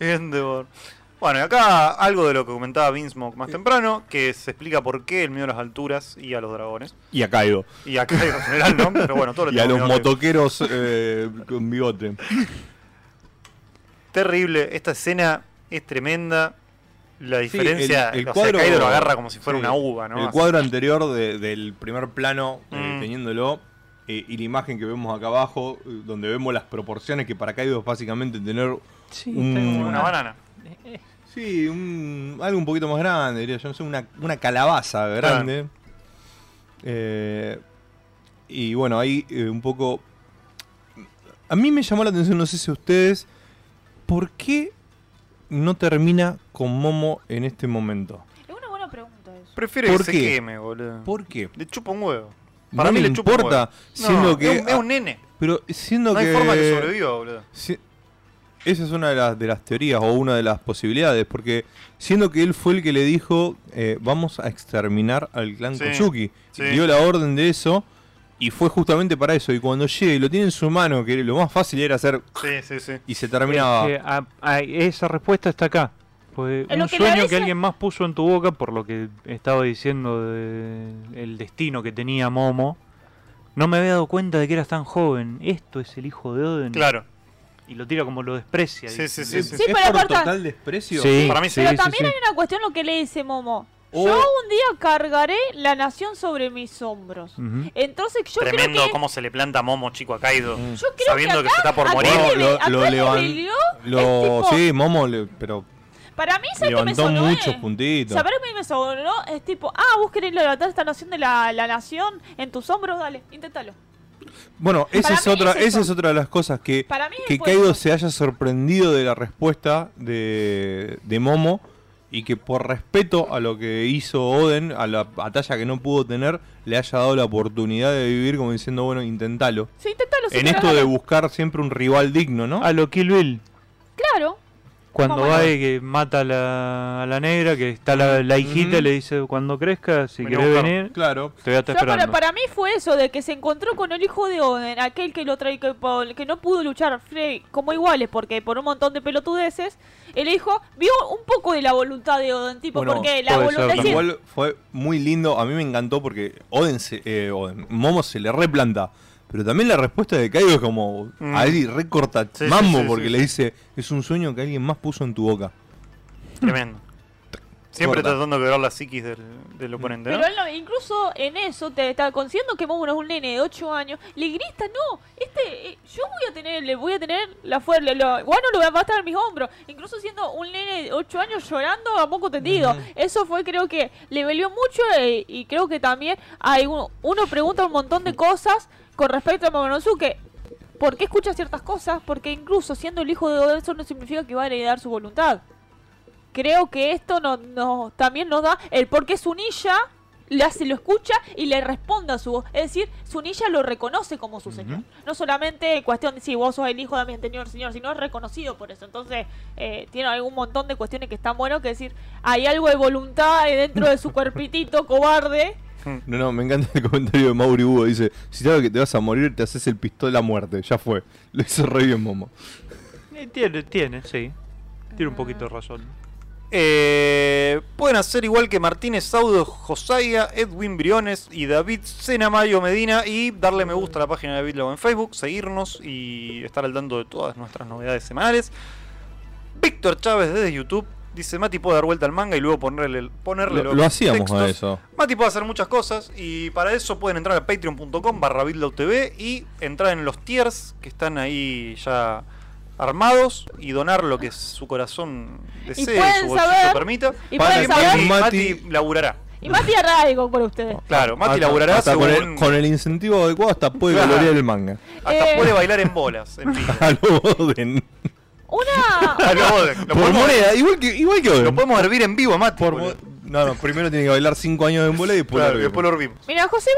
Endeavor. Bueno, y acá algo de lo que comentaba Vince Mock más temprano, que se explica por qué el miedo a las alturas y a los dragones.
y a Kaido.
Y acá en general, ¿no? Pero bueno, todo lo
Y a
tengo
los
miedo que-
motoqueros eh, con bigote.
Terrible, esta escena es tremenda. La
Sí,
diferencia,
el- el
o sea,
cuadro-
Kaido lo agarra como si fuera
sí,
una uva, ¿no?
El
Así.
cuadro anterior de- del primer plano, eh,
Mm.
teniéndolo, eh, y la imagen que vemos acá abajo, eh, donde vemos las proporciones que para Kaido es básicamente tener un-
Una banana.
sí, un- algo un poquito más grande, diría yo, no sé, una, una calabaza grande. Eh, y bueno, ahí eh, un poco... A mí me llamó la atención, no sé si a ustedes, ¿por qué no termina con Momo en este momento?
Es una buena pregunta eso.
Prefiero que
¿Por
se
qué?
queme, boludo.
¿Por qué?
Le chupa un huevo.
No
Para mí
le
le chupa un
importa,
huevo. No,
siendo que-
es, un, es un nene.
Pero siendo
No
que...
hay forma que sobreviva, boludo.
Si- esa es una de las, de las teorías o una de las posibilidades, porque siendo que él fue el que le dijo, eh, vamos a exterminar al clan
Sí,
Kozuki,
sí.
dio la orden de eso y fue justamente para eso. Y cuando llega y lo tiene en su mano, que lo más fácil era hacer
Sí, sí, sí.
y se terminaba.
Que a- a- esa respuesta está acá. Fue
Es lo
un
que le
sueño que
avisa-
alguien más puso en tu boca por lo que estaba diciendo de el destino que tenía Momo. No me había dado cuenta de que eras tan joven. Esto es el hijo de Oden.
Claro.
Y lo tira como lo desprecia.
Sí,
Y-
sí, sí.
¿Es,
pero
por
aparte-
total desprecio?
Sí,
Para mí sí.
Pero también hay una cuestión lo que le dice Momo. Yo un día cargaré la nación sobre mis hombros.
Ujú.
Entonces yo
Mm. Tremendo
creo que...
cómo se le planta a Momo chico a Kaido.
Mm,
Yo creo
sabiendo que,
acá-
se está por
acá
morir.
le-
Lo-
acá
lo
le
levan-
peleó el
Lo,
tipo-
sí, Momo, le- pero
Para mí, ¿sabes qué me
levantó
sonó?
muchos
eh?
puntitos.
¿Sabés qué me sonó? Es tipo, ah, vos querés levantar esta nación de la, la nación en tus hombros, dale, inténtalo.
Bueno, esa
Para
es
mí
otra,
es eso.
esa es otra de las cosas que,
Para mí es
que
el pueblo.
Kaido se haya sorprendido de la respuesta de, de Momo y que por respeto a lo que hizo Oden, a la batalla que no pudo tener, le haya dado la oportunidad de vivir como diciendo, bueno, intentalo.
Sí, inténtalo. sí,
en
pero
esto
dale.
de buscar siempre un rival digno, ¿no?
A lo Kill Bill.
Claro.
Cuando
¿Cómo no?
va y que mata a la, a la negra, que está la, la hijita,
Ujú.
le dice, cuando crezca, si
Vení a
querés
buscar".
venir,
Claro.
te voy a estar
Yo para,
esperando.
para mí fue eso, de que se encontró con el hijo de Oden, aquel que lo trae, que, por- que no pudo luchar Frey como iguales, porque por un montón de pelotudeces, el hijo vio un poco de la voluntad de Oden, tipo,
Bueno,
porque la
puede ser
voluntad...
también.
sí,
Igual fue muy lindo, a mí me encantó porque Oden, se- eh, Oden, Momo se le replanta. Pero también la respuesta de Kaido es como
Mm.
ahí recorta
Sí, sí, sí,
mambo
sí,
porque
sí.
le dice, es un sueño que alguien más puso en tu boca.
Tremendo. Siempre
Corta.
tratando de quebrar la psiquis del, del oponente, ¿no?
Pero él no- incluso en eso te está consiguiendo que Momo no es un nene de 8 años, le grita, no, este, eh, yo voy a tener, le voy a tener la fuerza, lo, bueno, lo voy a bastar en mis hombros. Incluso siendo un nene de 8 años llorando a poco tendido. Eso fue, creo que, le valió mucho eh, y creo que también hay uno, uno pregunta un montón de cosas con respecto a Momonosuke. ¿Por qué escucha ciertas cosas? Porque incluso siendo el hijo de Oden, eso no significa que va a heredar su voluntad creo que esto no, no- también nos da el por qué Sunilla le hace, lo escucha y le responde a su voz. Es decir, Sunilla lo reconoce como su señor. No solamente en cuestión de si vos sos el hijo de mi anterior señor, sino es reconocido por eso. Entonces, eh, tiene algún montón de cuestiones que están buenas que decir, hay algo de voluntad dentro de su cuerpitito cobarde.
No, no, me encanta el comentario de Mauri Hugo. Dice, si sabes que te vas a morir, te haces el pistola a muerte. Ya fue. Lo hizo re bien Momo.
Eh, Tiene, tiene, sí. Tiene un poquito de razón.
Eh, pueden hacer igual que Martínez Saudo, Josaya, Edwin Briones y David Senamayo Medina y darle me gusta a la página de Bitlogo en Facebook, seguirnos y estar al tanto de todas nuestras novedades semanales. Víctor Chávez desde YouTube dice, Mati puede dar vuelta al manga y luego ponerle, ponerle
Lo,
los
lo hacíamos a
textos".
eso.
Mati puede hacer muchas cosas y para eso pueden entrar a patreon.com barra BitLawTV y entrar en los tiers que están ahí ya armados y donar lo que su corazón desee,
pueden
su bolsillo
saber-
permita.
y
para
pueden
que Mati,
saber-
Mati laburará.
Y Mati hará algo por ustedes.
Claro, Mati
Hasta-
laburará
hasta con,
según-
el, con el incentivo adecuado hasta puede
Claro.
valorear el manga.
Hasta
Eh.
puede bailar en bolas, en vivo.
A lo Oden.
Una...
Ah, lo podemos- lo
Por
podemos,
moneda, igual que, igual que Oden.
lo podemos hervir en vivo, Mati.
Por
boludo.
mo- no, no, primero tiene que bailar 5 años en bola y después
Claro,
lo
después lo hervimos.
Mira, José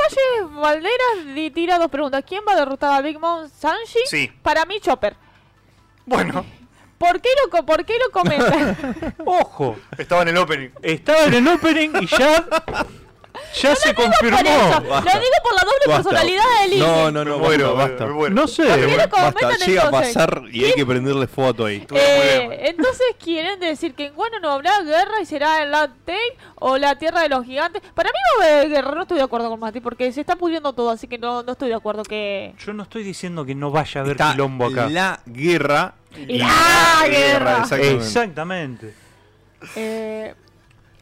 Valle Valderas di- tira dos preguntas. ¿Quién va a derrotar a Big Mom Sanji?
Sí.
Para mí, Chopper.
Bueno,
¿Por qué lo, co- por qué lo comenta?
¡Ojo!
estaba en el opening.
Estaba en el opening y ya... Ya se
por eso.
confirmó.
basta.
Lo digo por la doble personalidad de Lee.
No, no,
Me
no,
muero,
basta, basta.
me muero.
No sé.
Quiero
Basta,
comentan
llega a
entonces.
pasar y hay que prenderle fuego a todo ahí.
Estuvo muy bien,
Eh,
bueno.
entonces quieren decir que en Guano no habrá guerra y será el Tape o la tierra de los gigantes. Para mí no va a haber guerra, no estoy de acuerdo con Mati, porque se está pudriendo todo, así que no, no estoy de acuerdo que...
Yo no estoy diciendo que no vaya a haber
Está
quilombo acá.
La guerra.
¡La guerra!
exactamente.
Exactamente.
Eh,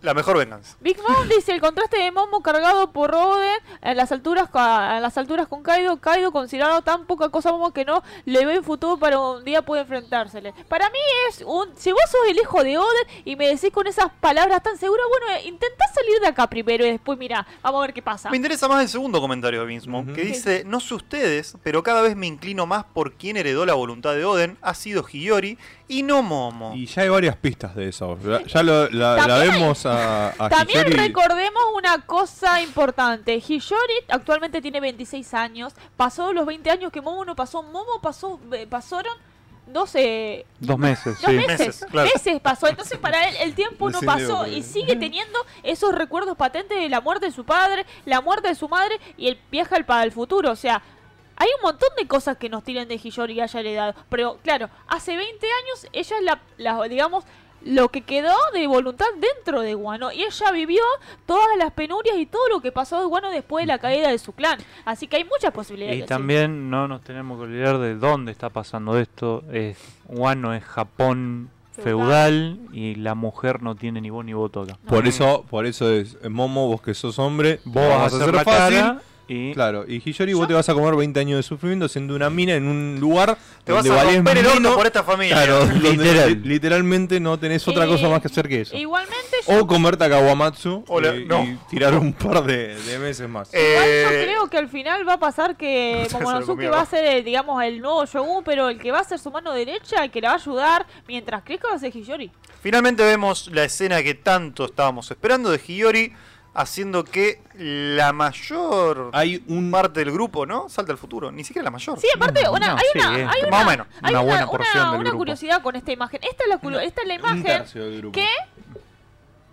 La mejor venganza.
Big Mom dice el contraste de Momo cargado por Oden en las alturas ca- en las alturas con Kaido, Kaido considerado tan poca cosa Momo que no le ve en futuro para un día puede enfrentársele. Para mí es un si vos sos el hijo de Oden y me decís con esas palabras tan seguras, bueno, eh, intentá salir de acá primero y después mirá, vamos a ver qué pasa.
Me interesa más el segundo comentario de Vince Vaughn, que dice, no sé ustedes, pero cada vez me inclino más por quién heredó la voluntad de Oden, ha sido Hiyori y no Momo.
Y ya hay varias pistas de eso. Ya- Ya lo- la, la
También-
vemos a, a
También
Hiyori.
recordemos una cosa importante. Hiyori actualmente tiene 26 años. Pasó los 20 años que Momo no pasó. Momo pasó, eh, pasaron 12,
Dos meses,
Dos
sí.
meses,
Meses, claro.
meses pasó. Entonces para él el tiempo no
Sí,
pasó
digo,
y
porque-
sigue teniendo esos recuerdos patentes de la muerte de su padre, la muerte de su madre y el viaje al, para el futuro. O sea, hay un montón de cosas que nos tiran de Hiyori y haya heredado. Pero claro, hace 20 años ella es la, la- digamos, lo que quedó de voluntad dentro de Guano. Y ella vivió todas las penurias y todo lo que pasó de Guano después de la caída de su clan. Así que hay muchas posibilidades.
Y
sí.
también no nos tenemos que olvidar de dónde está pasando esto. Es, Guano es Japón, feudal y la mujer no tiene ni voz ni voto acá.
No.
Por eso, por eso es, eh, Momo, vos que sos hombre, vos
Vamos
vas a hacer fácil.
cara y
Claro, y Hiyori, vos te vas a comer 20 años de sufrimiento siendo una mina en un lugar
Te vas
donde
a
valés
romper el
menos.
horno por esta familia.
Claro, donde
Literal.
li- literalmente no tenés otra cosa
Eh,
más que hacer que eso.
Igualmente, yo,
O comerte a Kawamatsu
Hola,
y,
no.
y tirar un par de, de meses más.
igual yo
Eh,
creo que al final va a pasar que
Se
Momonosuke
comió.
va a ser, eh, digamos, el nuevo Shogun, pero el que va a ser su mano derecha, el que la va a ayudar mientras crezca va a ser Hiyori.
Finalmente vemos la escena que tanto estábamos esperando de Hiyori haciendo que la mayor
Hay un
parte del grupo, ¿no? Salta al futuro, ni siquiera la mayor.
Sí, aparte, una,
no,
hay
sí,
una,
eh,
hay una,
más o menos,
una
hay una,
buena porción
una-
del
una
grupo.
curiosidad con esta imagen. Esta es la, culo- esta es la
un
imagen
tercio del grupo.
que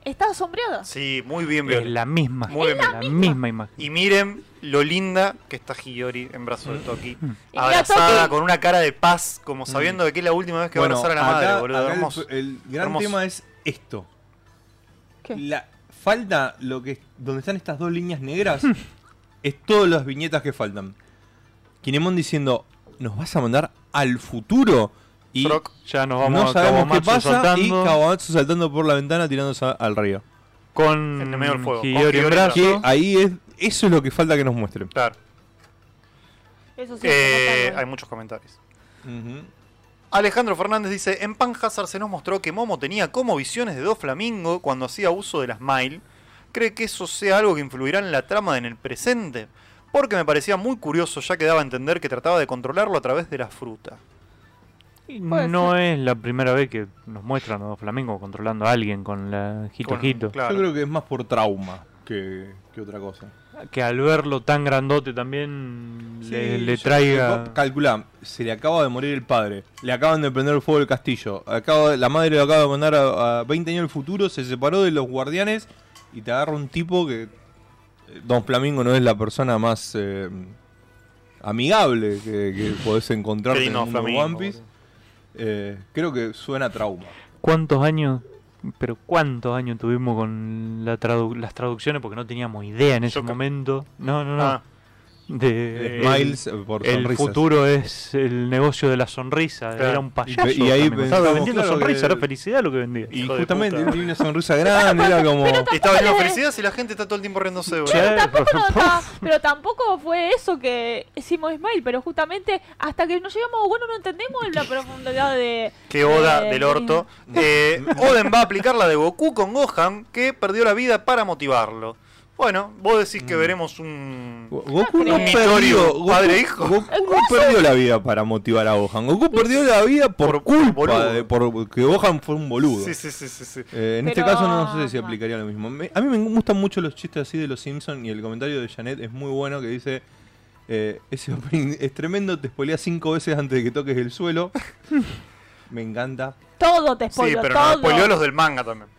está sombreada.
Sí, muy bien,
es
Viola.
la misma,
Muy bien,
es la
Viola.
misma imagen.
Y miren lo linda que está Hiyori en brazos de
Mm.
Toki.
Y mira,
Abrazada
Toki.
con una cara de paz, como sabiendo de que es la última vez que
Bueno,
va a abrazar a la
acá-
madre, boludo.
acá el- eh,
Hermoso.
El, gran
Hermoso.
tema es esto.
¿Qué?
La falta lo que donde están estas dos líneas negras es todas las viñetas que faltan. Kinemon diciendo, "Nos vas a mandar al futuro." Y
Frog.
Ya nos vamos
no
a
sabemos qué
Kawamatsu
pasa y
saltando
Kawamatsu saltando por la ventana tirándose a- al río.
con
En el medio del fuego, con
Hiyori en
Hiyori
brazo.
Que ahí es eso es lo que falta que nos muestren.
Claro.
Eso sí,
Eh,
como tal,
hay
¿no?
muchos comentarios.
Ujú.
Alejandro Fernández dice, en Pan Hazard se nos mostró que Momo tenía como visiones de dos flamingos cuando hacía uso de las Mile. ¿Cree que eso sea algo que influirá en la trama en el presente? Porque me parecía muy curioso, ya que daba a entender que trataba de controlarlo a través de la fruta.
Puede
No es la primera vez que nos muestran a dos flamingos controlando a alguien con la jito
Con-
jito.
claro.
Yo creo que es más por trauma que, que otra cosa.
Que al verlo tan grandote también le,
Sí,
le
ya-
traiga.
Calculá, se le acaba de morir el padre. Le acaban de prender el fuego el castillo. Acaba, la madre lo acaba de mandar a, a 20 años al futuro. Se separó de los guardianes. Y te agarra un tipo que. eh, Don Flamingo no es la persona más. eh, amigable que, que podés encontrar
Qué
en el
lindo
mundo de
Flamingo,
One Piece. Eh, creo que suena a trauma.
¿Cuántos años? Pero cuántos años tuvimos con la tradu- las traducciones porque no teníamos idea en ese
Yo ca-
momento. No, no, no.
Ah,
de
Miles eh, por
el,
sonrisas.
futuro es el negocio de la sonrisa.
Claro.
Era un payaso.
Y- y ahí
también. Estaba
pensamos,
vendiendo
claro,
sonrisa,
que-
era felicidad lo que vendía.
Y
Hijo de
justamente
puta.
tenía una sonrisa grande. Era como.
y estaba en la
le-
felicidad si la gente está todo el tiempo riéndose. boludo.
Che.
Pero tampoco,
Pero-
no, ta- pero tampoco fue eso que hicimos Smile, pero justamente hasta que nos llegamos a Bueno no entendemos la profundidad de...
Qué oda
de-
del orto. Eh, Oden va a aplicar la de Goku con Gohan, que perdió la vida para motivarlo. Bueno, vos decís
Mm.
que veremos un...
Go- Goku no
creo.
perdió,
Vittorio,
Goku-
padre e hijo.
Goku no perdió la vida para motivar a Gohan. Goku perdió la vida por,
Por- por
culpa
boludo.
de por, que Gohan fue un boludo.
Sí, sí, sí, sí, sí.
Eh, en este
Pero-
caso no sé si aplicaría lo mismo. Me- a mí me gustan mucho los chistes así de los Simpsons y el comentario de Janet es muy bueno que dice eh, ese opening es tremendo, te spoileas cinco veces antes de que toques el suelo. me encanta.
Todo te
Sí,
spoiló,
pero
todo.
nos spoileó los del manga también.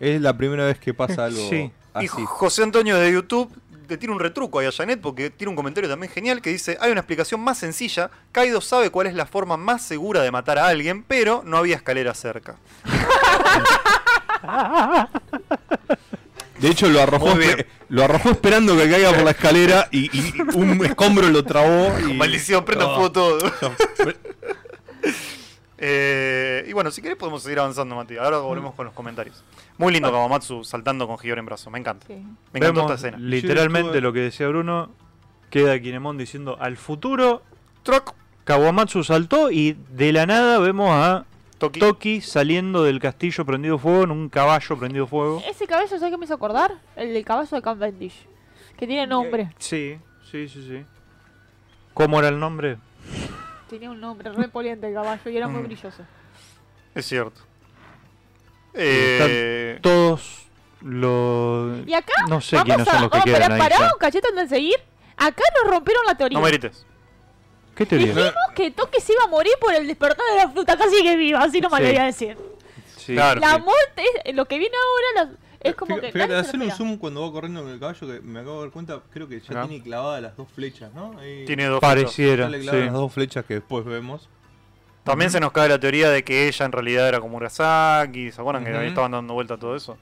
Es la primera vez que pasa algo
Sí.
Y
así.
José Antonio de YouTube te tira un retruco ahí a Janet porque tiene un comentario también genial que dice, hay una explicación más sencilla, Kaido sabe cuál es la forma más segura de matar a alguien, pero no había escalera cerca.
De hecho lo arrojó,
Muy bien.
espe- lo arrojó esperando que caiga por la escalera y, y un escombro lo trabó. Y...
Maldición, prenda
No.
fuego todo.
No.
Eh, y bueno, si querés podemos seguir avanzando, Mati. Ahora volvemos con los comentarios. Muy lindo Kawamatsu saltando con Hiyori en brazo, me encanta.
Sí.
Me encantó
Vemos
esta escena.
Literalmente
Yo estuve-
lo que decía Bruno, queda Kinemon diciendo al futuro.
Troc,
Kawamatsu saltó y de la nada vemos a
Toki.
Toki saliendo del castillo prendido fuego en un caballo prendido fuego.
Ese caballo, ¿sabes qué me hizo acordar? El del caballo de Cavendish. Que tiene nombre.
Sí, sí, sí, sí. ¿Cómo era el nombre?
Tenía un nombre re poliente el caballo y era muy
Mm.
brilloso.
Es cierto.
están
Eh,
Todos los...
Y acá,
No sé
vamos
quiénes
a...
son los que
vamos,
quedan
pará,
ahí.
pará,
ya.
un cachete antes de seguir. Acá nos rompieron la teoría.
no merites.
¿Qué teoría?
Dijimos que Toque se iba a morir por el despertar de la fruta. Casi que viva, así no me
Sí.
lo voy a decir.
Sí.
Claro.
La muerte, es- eh, lo que viene ahora la- es como
Fíjate,
que.
fíjate,
nadie se
hacer
lo
un
espera.
zoom cuando va corriendo con el caballo, que me acabo de dar cuenta, creo que ya
Acá.
tiene clavadas las dos flechas, ¿no? Ahí
Tiene dos flechas.
ya
Pareciera.
le clavan
sí.
las dos flechas que después vemos.
También se nos cae la teoría de que ella en realidad era como Urasaki. ¿Se acuerdan que
Ujú.
ahí estaban dando vuelta todo eso?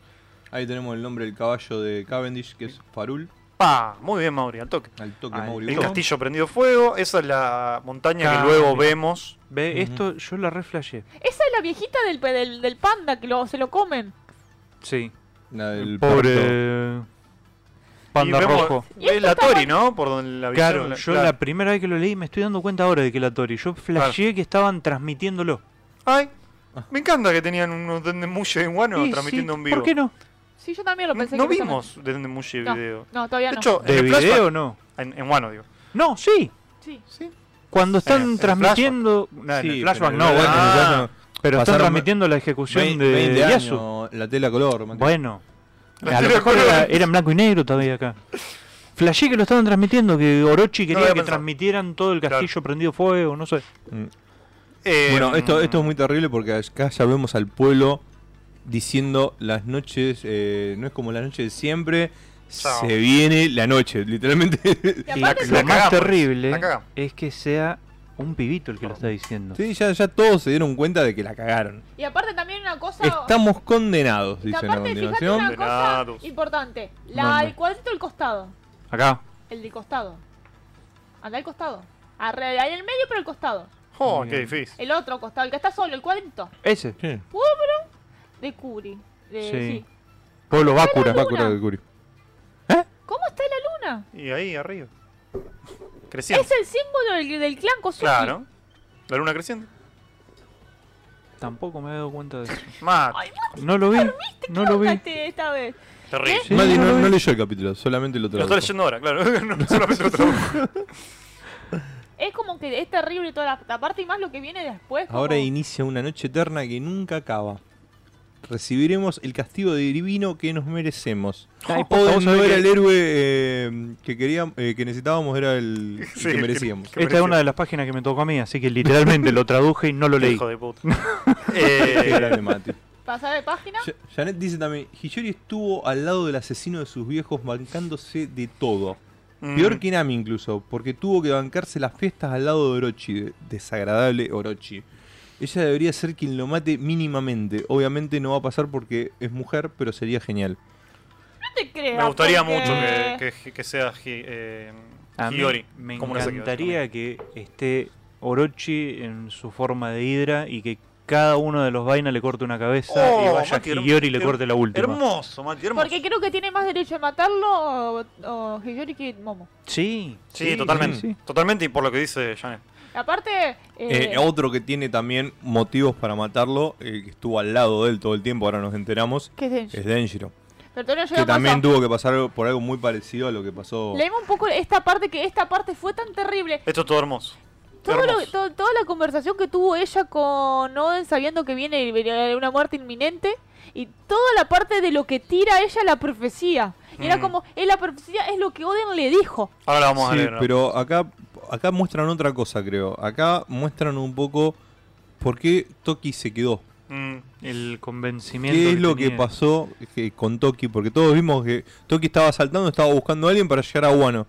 Ahí tenemos el nombre del caballo de Cavendish, que es Farul.
Pa, muy bien Mauri, al toque.
Al toque,
Ah,
Mauri.
El
Vos-
castillo prendido fuego, esa es la montaña
Claro.
que luego vemos.
Ve,
Ujú.
esto yo la reflashé.
Esa es la viejita del, pe- del, del panda que lo, se lo comen.
Sí.
La del parto.
Pobre panda
Y vemos-
rojo.
Y esto
Es la
está
Tori, ¿no? Por donde la
Claro,
vieron, la-
yo
claro.
la primera vez que lo leí me estoy dando cuenta ahora de que la Tori. Yo flasheé que estaban transmitiéndolo.
Ay,
Ah.
me encanta que tenían unos Dendemushi en Guano
Y
transmitiendo
sí,
en vivo.
¿Por qué no?
Sí, yo también lo pensé.
no
que lo
vimos Dendemushi
No.
video.
tomaron. No, todavía
De
no.
hecho,
¿De
en el
video
flashback-
no?
En, en Guano, digo.
No, sí.
Sí.
Cuando
En
están
el
transmitiendo.
No, Ah, en
Sí,
el flashback
pero
no,
en el
bueno. ah,
flashback no.
Pero están
Pasaron
transmitiendo la ejecución
Vein-
de
20
Yasu.
años, la tela color. Mati.
Bueno,
La
a lo
tele
mejor
color.
era, era en blanco y negro todavía acá. Flashé que lo estaban transmitiendo, que Orochi
No
quería
lo había
que
pensado.
transmitieran todo el
Claro.
castillo prendido fuego, no sé.
Mm.
Eh,
Bueno, esto, esto es muy terrible porque acá ya vemos al pueblo diciendo las noches, eh, no es como la noche de siempre,
Chao.
se viene la noche, literalmente.
Y
Y
aparte
lo
la
más
cagamos,
terrible
la cagamos.
es que sea un pibito el que lo está diciendo.
sí, ya, ya todos se dieron cuenta de que la cagaron.
Y aparte también una cosa...
Estamos condenados,
y
dicen a
aparte, fíjate
continuación.
una cosa
Condenados.
importante. La,
Manda.
el cuadrito del costado.
Acá.
El del costado. Anda al costado. Arre, ahí en el medio, pero el costado.
Oh, qué difícil.
El otro costado, el que está solo, el cuadrito.
Ese.
Sí.
De Curi. De-
Sí.
sí.
Pueblo Bakura.
Va a curar el Curi.
¿Cómo está la luna?
Y ahí arriba. Creciendo.
Es el símbolo del, del clan Kosuki.
Claro. La luna creciente.
Tampoco me he dado cuenta de eso.
Más
Ay,
No lo vi. No lo
¿Qué onda
vi.
este- esta vez?
terrible.
Sí,
Mati
no
no,
lo
no
vi.
leyó el capítulo, solamente
Lo
lo
está
tradujo.
leyendo ahora, claro. No, solamente lo tradujo.
Es como que es terrible toda la, la parte y más lo que viene después. como-
Ahora inicia una noche eterna que nunca acaba. Recibiremos el castigo divino que nos merecemos.
Ay, posta,
Oden
vos
Oh, no
sabés
era
que
el héroe eh, que queríamos, eh, que necesitábamos, era el, el
Sí,
que
que-
merecíamos.
que-
Esta es una de las páginas que me tocó a mí, así que literalmente lo traduje y no lo leí.
Hijo de puta.
Qué
Eh,
grande, Mati.
Pasar de página.
Ya- Janet dice también, Hiyori estuvo al lado del asesino de sus viejos bancándose de todo.
mm,
Peor que Nami incluso, porque tuvo que bancarse las fiestas al lado de Orochi, de- desagradable Orochi. Ella debería ser quien lo mate mínimamente. Obviamente no va a pasar porque es mujer, pero sería genial.
No te creas.
Me gustaría
porque-
mucho que, que- que sea Hi- eh,
A mí
Hiyori.
me
como no sé qué va a ser
encantaría que esté Orochi en su forma de hidra y que cada uno de los vainas le corte una cabeza y
Oh,
vaya
Mati, herm-
Hiyori y le
her-
corte la última.
Hermoso, Mati, hermoso.
Porque creo que tiene más derecho a matarlo o, o Hiyori que Momo.
Sí,
Sí, totalmente.
sí, sí.
Totalmente, y por lo que dice Janet.
Aparte. eh,
Eh, otro que tiene también motivos para matarlo, eh, que estuvo al lado de él todo el tiempo, ahora nos enteramos,
¿Qué es Denji?
es Denjiro.
Pero todavía
Eh, Que
llega
también
más a-
tuvo que pasar por algo muy parecido a lo que pasó.
Leemos un poco esta parte que esta parte fue tan terrible.
Esto es todo hermoso.
Todo lo-
hermoso.
to- toda la conversación que tuvo ella con Oden sabiendo que viene eh, una muerte inminente y toda la parte de lo que tira ella a la profecía. Y era
Mm.
como, es la profecía, es lo que Oden le dijo.
Ahora la vamos a
Sí,
leer. ¿no?
pero acá, acá muestran otra cosa, creo. Acá muestran un poco por qué Toki se quedó.
Mm,
El convencimiento.
¿Qué es lo que
tenía.
pasó que- con Toki? Porque todos vimos que Toki estaba saltando, estaba buscando a alguien para llegar a Wano.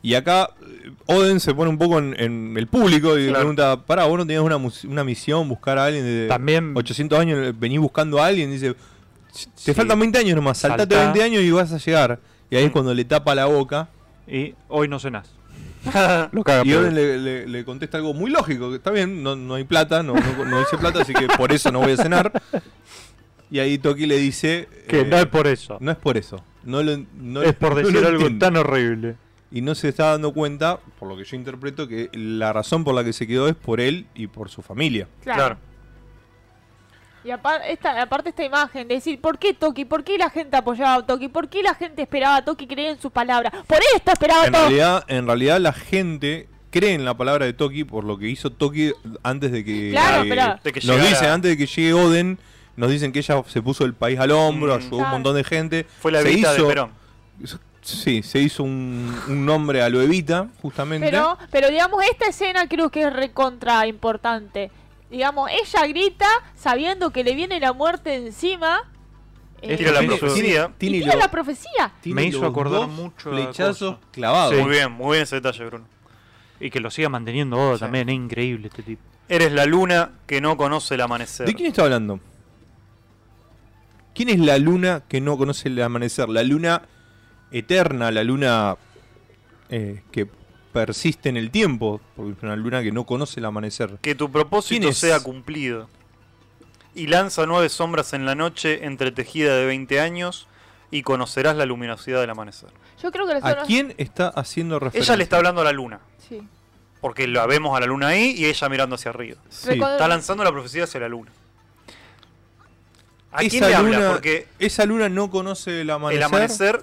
Y acá eh, Oden se pone un poco en, en el público y le
Claro.
pregunta, pará, vos no tenías una, mus- una misión, buscar a alguien de
También-
800 años, eh, venís buscando a alguien, dice, te
Sí.
faltan 20 años nomás, saltate
Saltá.
20 años y vas a llegar. Y ahí es cuando le tapa la boca.
Y hoy no cenás. lo caga.
Y
pedo.
Oden le, le- le contesta algo muy lógico, que está bien, no, no hay plata, no, no, no hice plata, así que por eso no voy a cenar. Y ahí Toki le dice...
Que
eh,
no es por eso.
no es por eso. No lo, no-
es por
no lo
decir algo
entiendo.
tan horrible.
Y no se está dando cuenta, por lo que yo interpreto, que la razón por la que se quedó es por él y por su familia.
claro.
Y apar- esta, aparte esta imagen de decir, ¿por qué Toki? ¿Por qué la gente apoyaba a Toki? ¿Por qué la gente esperaba a Toki creer en su palabra? Por esto esperaba a
En
Toki.
realidad, en realidad la gente cree en la palabra de Toki por lo que hizo Toki antes de que,
Claro,
eh,
pero-
De que
nos
llegara-
dicen antes de que llegue Oden, nos dicen que ella se puso el país al hombro,
Mm.
ayudó a un
Claro.
montón de gente.
Fue la
se
vista
hizo,
de Perón.
Sí, se hizo un, un nombre a lo Evita, justamente.
Pero, pero digamos, esta escena creo que es recontra importante. Digamos, ella grita sabiendo que le viene la muerte encima. eh,
Tira la
Eso-
profecía.
y
Tiene
tira
lo-
la profecía.
tiene
Me hizo
los
acordar
dos
mucho a
flechazos
Coso.
clavados.
Sí.
Muy bien, muy bien ese detalle, Bruno.
Y que lo siga manteniendo Oda
Sí.
también. Es increíble este tipo.
Eres la luna que no conoce el amanecer.
¿De quién está hablando? ¿Quién es la luna que no conoce el amanecer? La luna eterna, la luna eh, que persiste en el tiempo, porque es una luna que no conoce el amanecer.
Que tu
¿Quién
propósito
es?
sea cumplido. Y lanza nueve sombras en la noche entretejida de 20 años y conocerás la luminosidad del amanecer.
Yo creo que
¿A
nosotros.
quién está haciendo referencia?
Ella le está hablando a la luna,
Sí.
porque la vemos a la luna ahí y ella mirando hacia arriba.
Sí.
Recuerdo-
Está lanzando la profecía hacia la luna. ¿A quién
Esa
le habla?
luna-
Porque
Esa luna no conoce el amanecer.
el amanecer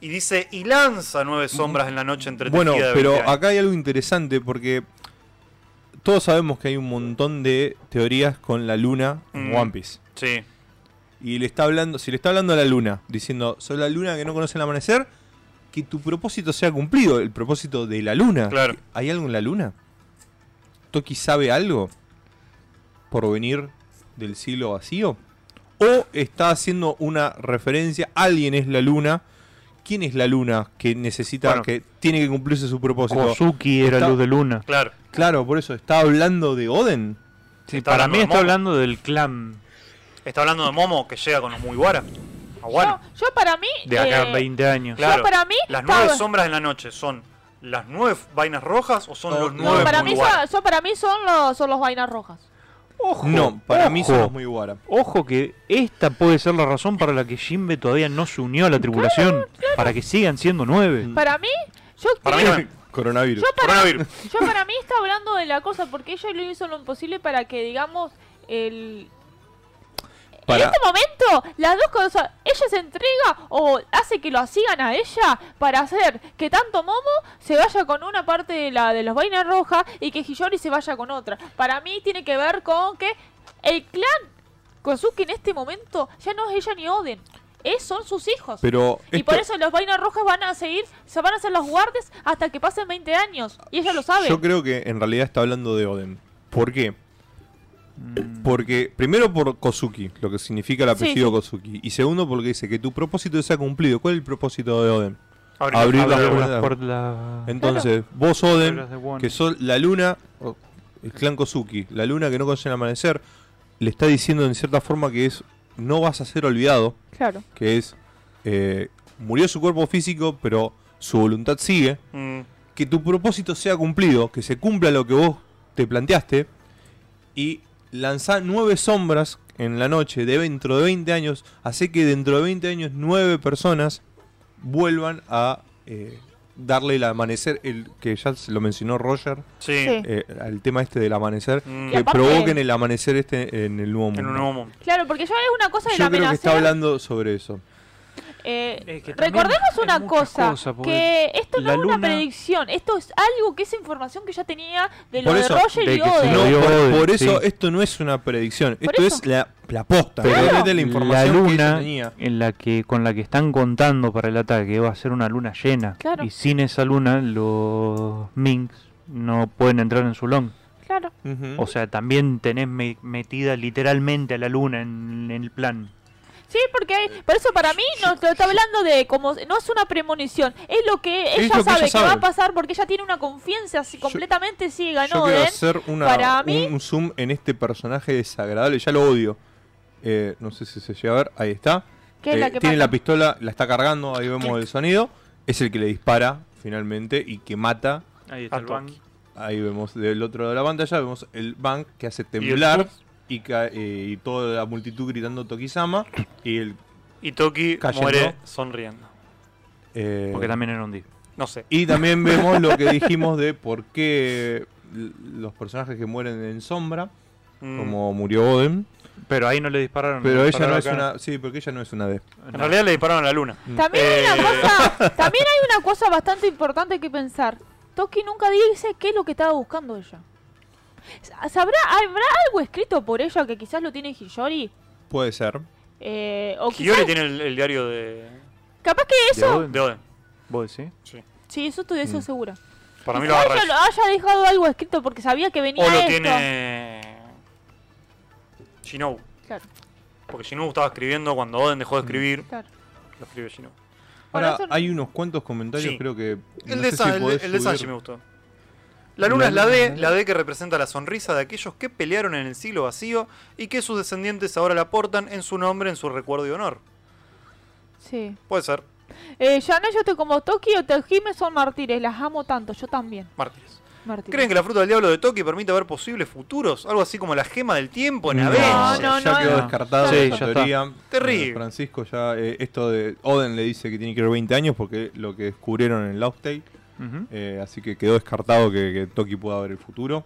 y dice y lanza nueve sombras en la noche entretejida
Bueno,
de 20
pero
años.
acá hay algo interesante porque todos sabemos que hay un montón de teorías con la luna en
Mm.
One Piece.
Sí.
Y le está hablando, si le está hablando a la luna, diciendo, soy la luna que no conoce el amanecer, que tu propósito sea cumplido, el propósito de la luna.
Claro.
¿Hay algo en la luna? ¿Toki sabe algo por venir del siglo vacío? ¿O está haciendo una referencia? ¿Alguien es la luna? ¿Quién es la luna que necesita,
Bueno.
que tiene que cumplirse su propósito?
Kozuki era
está-
luz de luna.
Claro.
Claro, por eso, ¿está hablando de Oden?
Sí,
Está
para
hablando
mí
de
está
Momo.
hablando del clan.
Está hablando de Momo que llega con los Mugiwara. Aguara.
Yo, yo para mí.
De acá
eh,
a 20 años.
Claro.
Yo para mí.
Las
estaba-
nueve sombras en la noche son las nueve vainas rojas o son
No,
los
no,
nueve
No, para mí,
Mugiwara?
son, son- para mí son los, son los vainas rojas.
Ojo,
No, para mí
ojo.
son los Mugiwara.
Ojo que esta puede ser la razón para la que Jimbe todavía no se unió a la tribulación. Para que sigan siendo nueve.
Para mí. Yo
Para mí
creo-
no me-
Coronavirus.
Yo para,
Coronavirus.
yo para mí está hablando de la cosa porque ella lo hizo lo imposible para que, digamos, el...
Para-
En este momento, las dos cosas, ella se entrega o hace que lo sigan a ella para hacer que tanto Momo se vaya con una parte de la de los vainas rojas y que Hiyori se vaya con otra. Para mí tiene que ver con que el clan Kosuke en este momento ya no es ella ni Oden, es, son sus hijos.
Pero
Y por
esto-
eso los vainas rojas van a seguir, se van a hacer los guardes hasta que pasen 20 años. Y ella lo sabe.
Yo creo que en realidad está hablando de Oden. ¿Por qué?
Mm.
Porque, primero por Kozuki, lo que significa el
Sí,
apellido Kozuki. Y segundo porque dice que tu propósito sea cumplido. ¿Cuál es el propósito de Oden?
Abrir-
Abrir
abrir
las
la-
puertas.
Las puertas-
Entonces, vos Oden,
Hablas de Wano.
que sos la luna, o el clan Kozuki, la luna que no conoce el amanecer, le está diciendo en cierta forma que es no vas a ser olvidado,
Claro.
que es eh, murió su cuerpo físico, pero su voluntad sigue.
Mm,
que tu propósito sea cumplido, que se cumpla lo que vos te planteaste y lanzá nueve sombras en la noche de dentro de 20 años, hace que dentro de 20 años nueve personas vuelvan a eh, darle el amanecer, el que ya se lo mencionó Roger,
sí.
Sí.
eh, al tema este del amanecer,
Mm,
Y
que
aparte-
provoquen el amanecer este en el nuevo mundo.
en un nuevo mundo.
Claro, porque ya es una cosa de la
Yo creo que está
amenaza.
hablando sobre eso.
Eh,
Es que también
recordemos
hay
una
muchas
cosa,
cosas, porque
que esto no
la
es una
luna-
predicción, esto es algo que es información que ya tenía de lo
Por
de
eso,
Roger
de
y
que se
Oden.
No,
Dios,
por, por
sí.
eso esto no es una predicción,
Por
esto
eso.
es la, la posta,
Pero
es de la información que
luna
ella tenía.
en la que con la que están contando para el ataque va a ser una luna llena
Claro.
y sin esa luna los minks no pueden entrar en su long.
Claro.
Ujú.
O sea, también tenés me- metida literalmente a la luna en, en el plan.
Sí, porque hay- por eso para mí no lo está hablando de como no es una premonición, es lo que ella
lo que
sabe
ella
que
sabe.
va a pasar porque ella tiene una confianza así completamente ciega,
Yo
¿no?
quiero
Oden?
hacer una-
para
un-
mí-
un, zoom en este personaje desagradable. Ya lo odio. Eh, no sé si se llega a ver. Ahí está.
¿Qué es
Eh,
la que
tiene
mata?
la pistola, la está cargando. Ahí vemos el sonido. Es el que le dispara finalmente y que mata.
Ahí
está el bank.
Ahí vemos del otro lado de la pantalla. Vemos el bank que hace temblar. Y, ca- eh, y toda la multitud gritando Tokisama. Y el.
Y Toki
Cayendo.
muere sonriendo.
eh,
Porque también era un día.
No sé.
Y también vemos lo que dijimos de por qué l- los personajes que mueren en sombra,
Mm,
como murió Oden.
Pero ahí no le dispararon.
Pero
le
ella no es
dispararon
una. Sí, porque ella no es una D.
acá.
En
No.
realidad le dispararon a la luna.
También hay
Eh.
una cosa, también hay una cosa bastante importante que pensar. Toki nunca dice qué es lo que estaba buscando ella. ¿Sabrá, habrá algo escrito por ella que quizás lo tiene Hiyori?
Puede ser.
Eh, o quizás,
Hiyori tiene el, el diario de,
capaz que
¿De
eso,
Oden?
de Oden.
¿Vos decís?
sí, eso estoy de eso
Mm.
segura.
Para mí lo
Quizás
agarra.
ella
ella.
lo haya dejado algo escrito porque sabía que venía
O lo
esto.
tiene. Shinobu.
Claro,
Porque Shinobu estaba escribiendo cuando Oden dejó de escribir.
claro.
Lo escribe Shinobu.
Bueno,
Ahora,
eso no-
hay unos cuantos comentarios,
Sí.
creo que.
El,
no
de,
sé
San-
si
el de-
podés
el de
subir.
Sanji me gustó. La luna es la D, la D que representa la sonrisa de aquellos que pelearon en el siglo vacío y que sus descendientes ahora la portan en su nombre, en su recuerdo y honor.
Sí.
Puede ser.
Eh, Yanayo te como Toki o Tejime son mártires. Las amo tanto, yo también.
Mártires.
Mártires.
¿Creen que la fruta del diablo de Toki permite ver posibles futuros? Algo así como la gema del tiempo en
No,
Avengers.
no,
ya
no,
quedó
no.
descartado
Sí,
esa
ya está.
teoría.
Terrible.
Eh, Francisco ya, eh, esto de Oden le dice que tiene que ir 20 años porque lo que descubrieron en Lost Tale,
Ujú.
eh, así que quedó descartado que, que Toki pueda ver el futuro.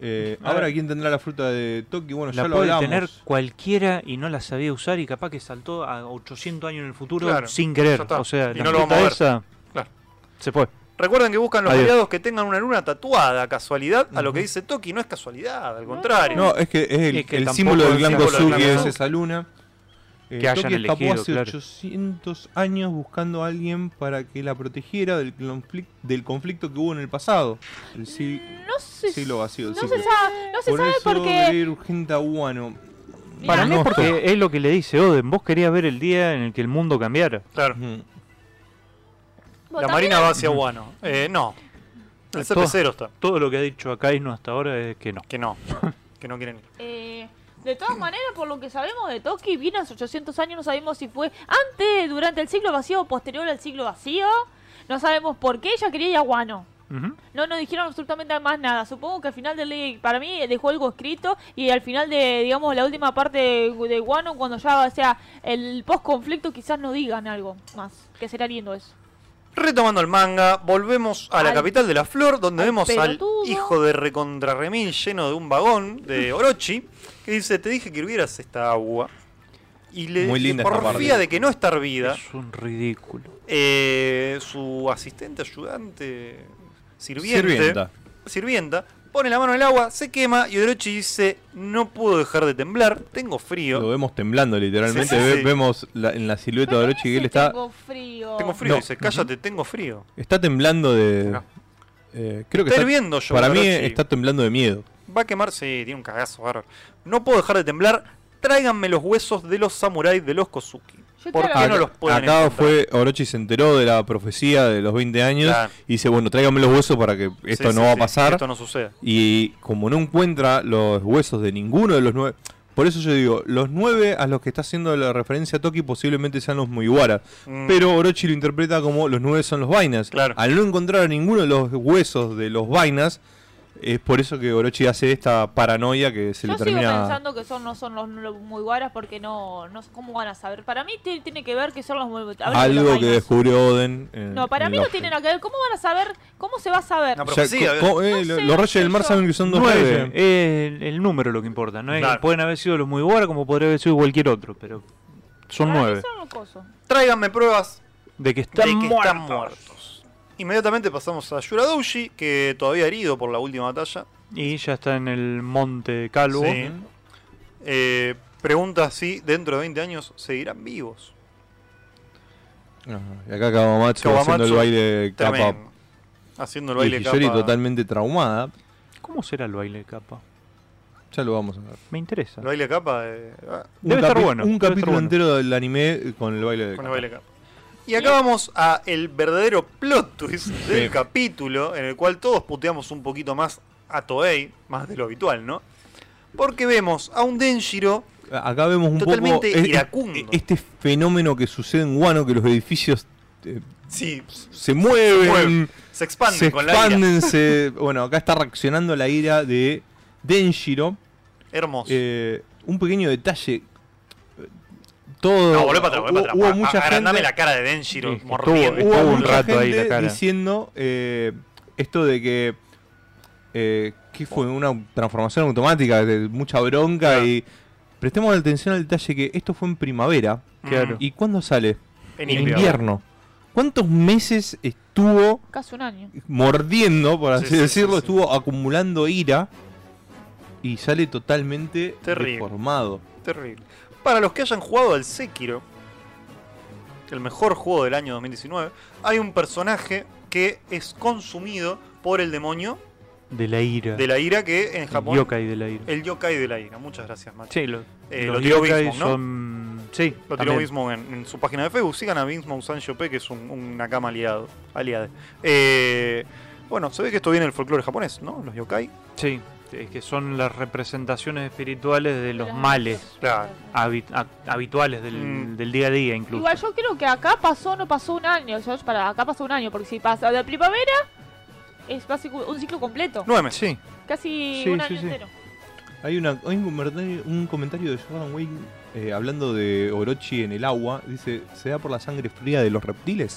Eh,
Ahora-
ahora, ¿quién tendrá la fruta de Toki? Bueno,
La
ya lo
puede
hablamos.
tener cualquiera y no la sabía usar y capaz que saltó a 800 años en el futuro
Claro,
sin
ya
querer.
está.
O sea,
Y
la
no lo vamos a
fruta
ver.
esa
Claro.
se fue.
Recuerden que buscan los
Adiós.
aliados que tengan una luna tatuada, casualidad, a lo que dice Toki, no es casualidad, al contrario.
No, es que es el,
Es que
el
tampoco
símbolo del
es
Clan
símbolo del
Gosuke,
Clan
es
Gosuke.
esa luna. Eh,
Que hayan
Toki escapó
elegido,
hace
claro.
800 años buscando a alguien para que la protegiera del, conflic- del conflicto que hubo en el pasado. El si-
No sé.
siglo vacío. el
no, se
siglo.
sabe, no se
Por
sabe
eso
porque.
debería ir urgente a Wano.
Para mí es
No,
porque es lo que le dice Oden. Vos querías ver el día en el que el mundo cambiara.
Claro.
Ujú.
La Marina va hacia Guano. Eh, no. El
Todo.
CP0 está.
Todo lo que ha dicho Akainu hasta ahora es que no.
Que no. Que no quieren ir.
Eh, de todas maneras, por lo que sabemos de Toki, vino hace 800 años, no sabemos si fue antes, durante el siglo vacío o posterior al siglo vacío. No sabemos por qué ella quería ir a Wano.
Ujú.
No nos dijeron absolutamente más nada. Supongo que al final del para mí dejó algo escrito y al final de, digamos, la última parte de, de Wano, cuando ya sea el post conflicto, quizás no digan algo más. Que será lindo eso.
Retomando el manga, volvemos a la
Al-
capital de la flor, donde
al
vemos
pelotudo.
al hijo de recontrarremil lleno de un vagón de Orochi, que dice, te dije que hirvieras esta agua. Y le
Muy
dije,
linda esta
porfía
parte.
de que no está hervida.
Es un ridículo.
Eh, su asistente, ayudante, sirviente,
Sirvienta.
sirvienta. pone la mano en el agua, se quema y Orochi dice, no puedo dejar de temblar, tengo
Lo
frío.
vemos temblando literalmente.
Sí, sí,
Ve-
sí.
Vemos la- en la silueta de Orochi que él está,
Tengo frío.
Tengo frío,
No.
dice, cállate, tengo frío.
está temblando de...
Acá.
eh, creo que
Está
está,
hirviendo, yo,
para mí
Orochi.
está temblando de miedo.
Va a quemar, sí, tiene un cagazo, bárbaro. No puedo dejar de temblar. Tráiganme los huesos de los samuráis de los Kozuki.
Yo
¿Por
te
qué
la-
no los pueden
acá
encontrar?
fue Orochi se enteró de la profecía de los 20 años
Claro.
y dice, bueno, tráigame los huesos para que
Sí,
esto
sí,
no va a
sí,
pasar.
Esto no sucede.
Y como no encuentra los huesos de ninguno de los nueve... Por eso yo digo, los nueve a los que está haciendo la referencia Toki posiblemente sean los Mugiwara.
Mm.
Pero Orochi lo interpreta como los nueve son los vainas.
Claro.
Al no encontrar a ninguno de los huesos de los vainas, es por eso que Orochi hace esta paranoia que se
Yo
le
sigo
termina...
pensando que son no son los, los muy guaras porque no, no sé cómo van a saber. Para mí ti- tiene que ver que son los muy hablan de los
Algo que
vainas.
descubrió Oden. en-
No, para
en
mí no
Lost
tiene
Tale.
nada que ver. ¿Cómo van a saber? ¿Cómo se va a saber?
No,
O
pero
sea,
sí,
co-
a ver.
co- eh,
No
lo-
sé,
los Reyes del Mar
yo-
saben que son dos
Nueve.
Eh,
reyes.
Es el, el número lo que importa. No es
Claro.
pueden haber sido los muy buenos como podría haber sido cualquier otro, pero son
Para mí
nueve.
son los cosos.
Tráiganme pruebas
De que están
de que
muertos.
están muertos. Inmediatamente pasamos a Yuradouji, que todavía herido por la última batalla.
Y ya está en el monte calvo.
Sí. Eh, pregunta si dentro de 20 años seguirán vivos.
Ajá, Y acá Kawamatsu haciendo el
Kawamatsu,
baile capa.
Tremendo. Haciendo el
Y
baile
Hiyori
capa.
totalmente traumada.
¿Cómo será el baile de capa?
Ya lo vamos a ver.
Me interesa.
El baile capa. eh, ah,
Un
Debe estar
capi-
bueno,
Un
debe estar
capítulo
bueno.
entero del anime eh, con el baile de
Con
capa.
el baile cap. Y acá vamos a el verdadero plot twist del
Sí.
capítulo, en el cual todos puteamos un poquito más a Toei, más de lo habitual, ¿no? Porque vemos a un Denjiro
Acá vemos un poco
Totalmente
es- es-
iracundo.
este fenómeno que sucede en Wano, que los edificios eh,
sí,
se mueven,
mueve, se expande
se
con la ira.
expanden, se- bueno, acá está reaccionando la ira de Denjiro.
Hermoso.
Eh, un pequeño detalle. Todo.
no, volvé para atrás, volvé para atrás.
Hubo
A-
mucha
agrandame
gente.
la cara de Denjiro
Sí, es que
mordiendo.
estuvo-
hubo
un
mucha
rato ahí la
gente
cara.
diciendo eh, esto de que. Eh, ¿Qué fue? Una transformación automática, de mucha bronca
Claro.
y. Prestemos atención al detalle que esto fue en primavera.
Claro.
¿Y cuándo sale?
En
En
invierno.
invierno. ¿Cuántos meses estuvo
Casi un año.
mordiendo, por
Sí,
así
sí, sí,
decirlo?
sí.
Estuvo acumulando ira y sale totalmente
Terrible.
reformado.
Terrible. Para los que hayan jugado al Sekiro, el mejor juego del año 2019, hay un personaje que es consumido por el demonio
De la ira.
de la ira que en
El
Japón
yokai de la ira.
El yokai de la ira, muchas gracias, Macho.
Sí, lo-
Eh,
los
lo tiró
yokai
Bismuth, ¿no?
son... Sí,
Lo tiró
también.
Bismo en, en su página de Facebook. Sigan a Bismo Sanchope, que es un, un nakama aliado. aliade. Eh, bueno, se ve que esto viene del folclore japonés, ¿no? Los yokai.
Sí, es que son las representaciones espirituales de los
Las-
males
Claro. Ah,
habi- a- habituales del,
Mm.
del día a día incluso.
Igual yo creo que acá pasó, no pasó un año. Yo, para acá pasó un año, porque si pasa de primavera, es básicamente un ciclo completo.
Nueve meses.
Sí,
Casi
Sí,
un
sí,
año
sí.
entero.
Hay, una, hay un, comentario, un comentario de Jordan Wayne eh, hablando de Orochi en el agua. Dice, ¿se da por la sangre fría de los reptiles?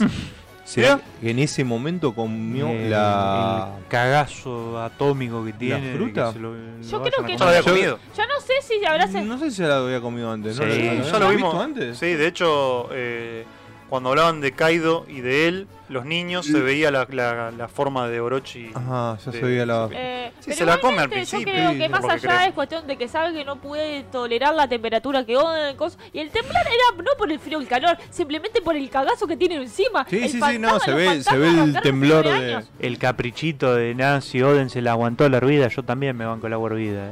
¿Será
Mirá.
que en ese momento comió
Eh,
la...
el cagazo atómico que tiene.
fruta?
que se lo- lo
Yo
vayan
creo
a
Ya
que
lo
comer.
había
Yo-
comido.
Yo no sé si habrá sen-
No sé si ya la había comido antes. ¿no?
Sí,
¿La- la- la-
ya
la
lo
habías
vimos.
visto antes?
Sí, de hecho, eh, cuando hablaban de Kaido y de él, los niños, se veía la, la- la forma de Orochi.
Ajá, ya
de-
se veía la...
Eh,
Sí,
pero
se la come al
igualmente
principio,
Yo creo
sí,
que
por
más
lo que
allá
creo.
es cuestión de que sabe que no puede tolerar la temperatura que onda y cosas. Y el temblar era no por el frío o el calor, simplemente por el cagazo que tiene encima.
Sí,
El
sí, sí,
fantasma,
no, se
los
ve, se
fantasmas
ve el
arrastraron
temblor
hace
de...
años.
El caprichito de Nancy Oden se la aguantó la ruida, yo también me banco la ruida.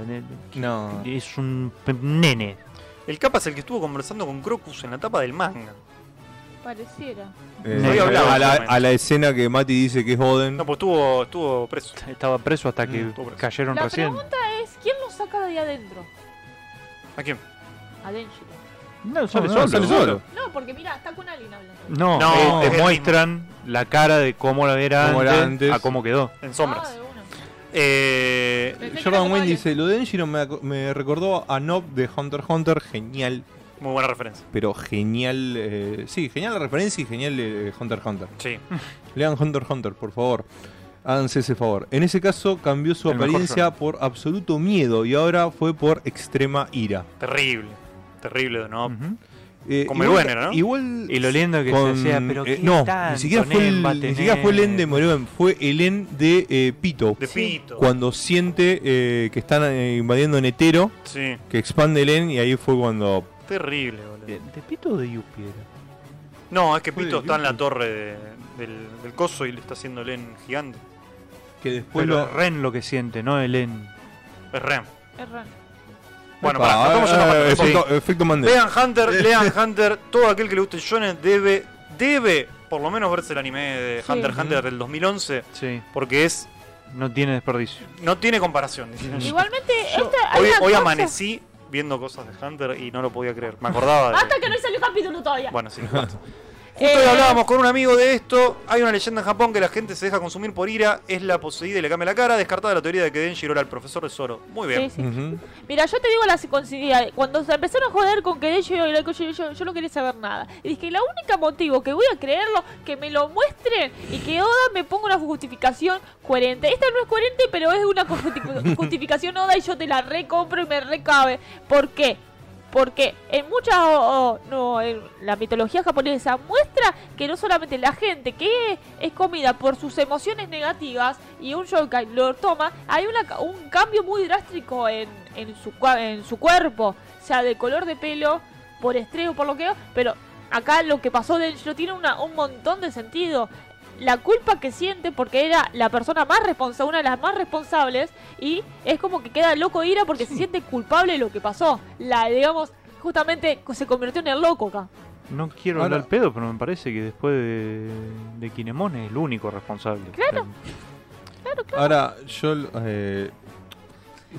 No. eh,
Es un p- nene.
El Kappa es el que estuvo conversando con Crocus en la tapa del manga.
Pareciera.
Eh,
No había
hablado,
a, la,
por lo menos.
a la escena que Mati dice que es Oden.
No, pues estuvo, estuvo preso.
Estaba preso hasta que
Mm,
estuvo preso.
cayeron
La
recién.
pregunta es: ¿quién lo saca de ahí adentro?
¿A quién?
A Denji.
No,
No,
sale
no,
solo.
sale solo.
No, porque mira, está con alguien hablando.
No,
No,
eh,
es el
te
mismo.
muestran la cara de cómo lo era,
Cómo era
antes,
antes.
a cómo quedó.
En
Ah,
sombras.
de una.
Eh,
Pensé que era
Jordan
como
Wayne
alguien.
dice, lo de Denjiro me, ac- me recordó a Nob de Hunter x Hunter, genial,
muy buena referencia.
pero genial, eh, sí, genial la referencia y genial eh, Hunter x Hunter.
Sí.
Lean Hunter x Hunter, por favor. Háganse ese favor. En ese caso cambió su
El mejor
apariencia por absoluto miedo y ahora fue por extrema ira.
Terrible. Terrible, ¿no?
Ujú.
Eh,
Como
igual-
el Wenner, ¿no?
Igual
Y lo lindo que
con-
se hacía, pero
eh,
qué
no,
tanto
ni siquiera fue el,
nen va a
ni siquiera fue el
tener.
en de Moreben, fue el en de eh, Pito.
De pito.
Cuando siente eh, que están eh, invadiendo Netero,
Sí.
que expande el en y ahí fue cuando
Terrible, boludo.
¿De de Pito o de Yuppie era?
No, es que
Fue
Pito
de
está en la
Yuki.
torre de- del, del coso y le está haciendo Len gigante.
que después
Pero
lo
es Ren lo que siente, no el En.
Es Ren.
Es raro.
Bueno,
Epa,
pará,
ah,
cortamos
ah,
una parte.
efecto, efecto Mandela.
Vean Hunter, lean Hunter, todo aquel que le guste el shonen debe, debe por lo menos verse el anime de
Sí.
Hunter x Hunter del 2011
Sí,
porque es
no tiene desperdicio.
no tiene comparación. dicen.
Igualmente, esta, hay
Hoy,
una
hoy
cosa-
amanecí viendo cosas de Hunter y no lo podía creer. Me acordaba de...
Basta que no salió el capítulo todavía.
Bueno, sí. basta.
Eh,
Justo hoy hablábamos con un amigo de esto. Hay una leyenda en Japón que la gente se deja consumir por ira, es la poseída y le cambia la cara, descartada la teoría de que Denjiro era el profesor de Zoro. Muy bien.
sí, sí.
Ujú.
Mira, yo te digo la secuencia. Cuando se empezaron a joder con que yo, yo, yo, yo no quería saber nada. Y dije, la única motivo que voy a creerlo, que me lo muestren y que Oda me ponga una justificación coherente. Esta no es coherente, pero es una justi- justificación Oda y yo te la recompro y me recabe. ¿Por qué? Porque en muchas o- o- no, en la mitología japonesa muestra que no solamente la gente que es comida por sus emociones negativas y un yokai lo toma, hay una ca- un cambio muy drástico en, en, su, cua- en su cuerpo, o sea, de color de pelo, por estrés o por lo que pero acá lo que pasó de Denjiro tiene una- un montón de sentido. La culpa que siente porque era la persona más responsable, una de las más responsables, y es como que queda loco de ira porque se siente culpable de lo que pasó. La, digamos, justamente se convirtió en el loco acá.
No quiero
Ahora-
hablar pedo, pero me parece que después de, de Kinemon es el único responsable.
Claro.
Ahora, yo. eh,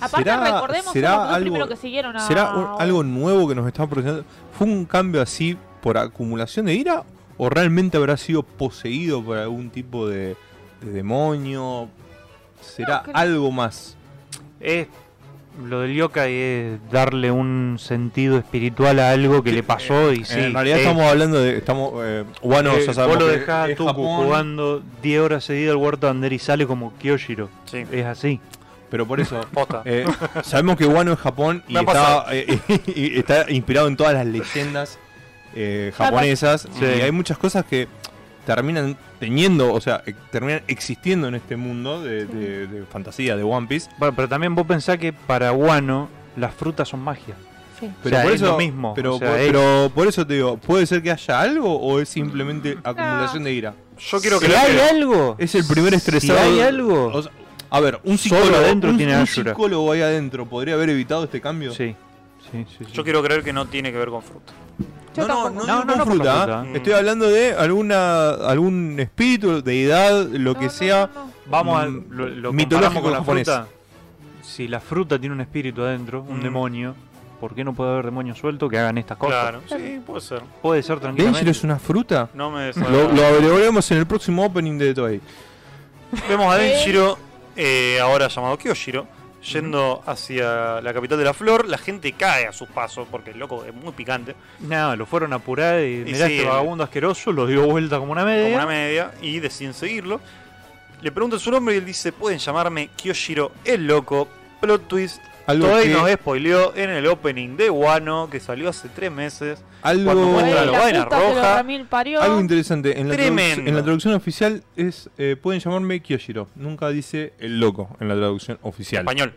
Aparte, recordemos que fue el primero que siguieron a.
será un- algo nuevo que nos está produciendo? ¿Fue un cambio así por acumulación de ira? ¿O realmente habrá sido poseído por algún tipo de, de demonio? ¿Será
No, creo-
algo más?
Es, lo del yokai es darle un sentido espiritual a algo que le pasó y sí.
eh, en realidad
es-
estamos hablando de. Estamos, eh, bueno,
eh,
ya sabemos
vos lo
que
dejás a
es
Tuku
Japón,
jugando 10 horas seguidas al Huerto de Ander y sale como Kyoshiro.
Sí.
Es así.
Pero por eso.
Posta.
Eh, sabemos que Wano es Japón y
Me ha
está,
pasado.
eh, y está inspirado en todas las leyendas eh, japonesas.
Sí.
Y hay muchas cosas que terminan teniendo, o sea, eh, terminan existiendo en este mundo de, de- de fantasía, de One Piece.
Bueno, pero también vos pensás que para Guano las frutas son magia.
Sí.
Pero
sea,
por
es
eso,
lo mismo,
Pero,
o sea,
por,
es-
pero por eso te digo, ¿puede ser que haya algo o es simplemente
Ah.
acumulación de ira?
Yo quiero que
si
lo
hay
crea.
algo,
Es el primer estresado.
Si hay algo,
O sea, a ver, un
Oh. Solo
psicólogo,
adentro
un-
tiene
un
Ashura.
psicólogo ahí adentro podría haber evitado este cambio.
sí. Sí, sí, sí.
Yo quiero creer que no tiene que ver con fruta.
Yo
no,
tampoco.
no,
No,
no, no,
no, no por
fruta.
la
¿eh?
fruta.
Estoy hablando de alguna algún espíritu, deidad, lo
No,
que
no,
sea.
no, no.
Vamos a
Mm,
lo, lo comparamos
mitológico
con la
japonés.
fruta. si la fruta tiene un espíritu adentro, un
Mm.
demonio, ¿por qué no puede haber demonios sueltos que hagan estas cosas?
Claro, sí, puede ser.
Puede ser
¿Danger
tranquilamente.
es una fruta?
No me
Lo, lo averiguaremos en el próximo opening de Toei.
Vemos a Denshiro, eh, ahora llamado Kyoshiro, yendo hacia la capital de la flor. La gente cae a sus pasos porque el loco es muy picante,
No, lo fueron a apurar y, mirá
sí,
este
eh.
el-
vagabundo asqueroso, lo dio vuelta como una media.
como una media, y deciden seguirlo. Le preguntan su nombre y él dice: Pueden llamarme Kyoshiro el loco. Plot twist.
Algo
Toei
que-
nos spoileó en el opening de Wano que salió hace tres meses. Cuando
Algo,
muestra la vaina
puta que lo
roja.
Ramil parió.
algo interesante. En la, traduc-
Tremendo.
en la traducción oficial es eh, pueden llamarme Kyoshiro. Nunca dice el loco en la traducción oficial.
Español.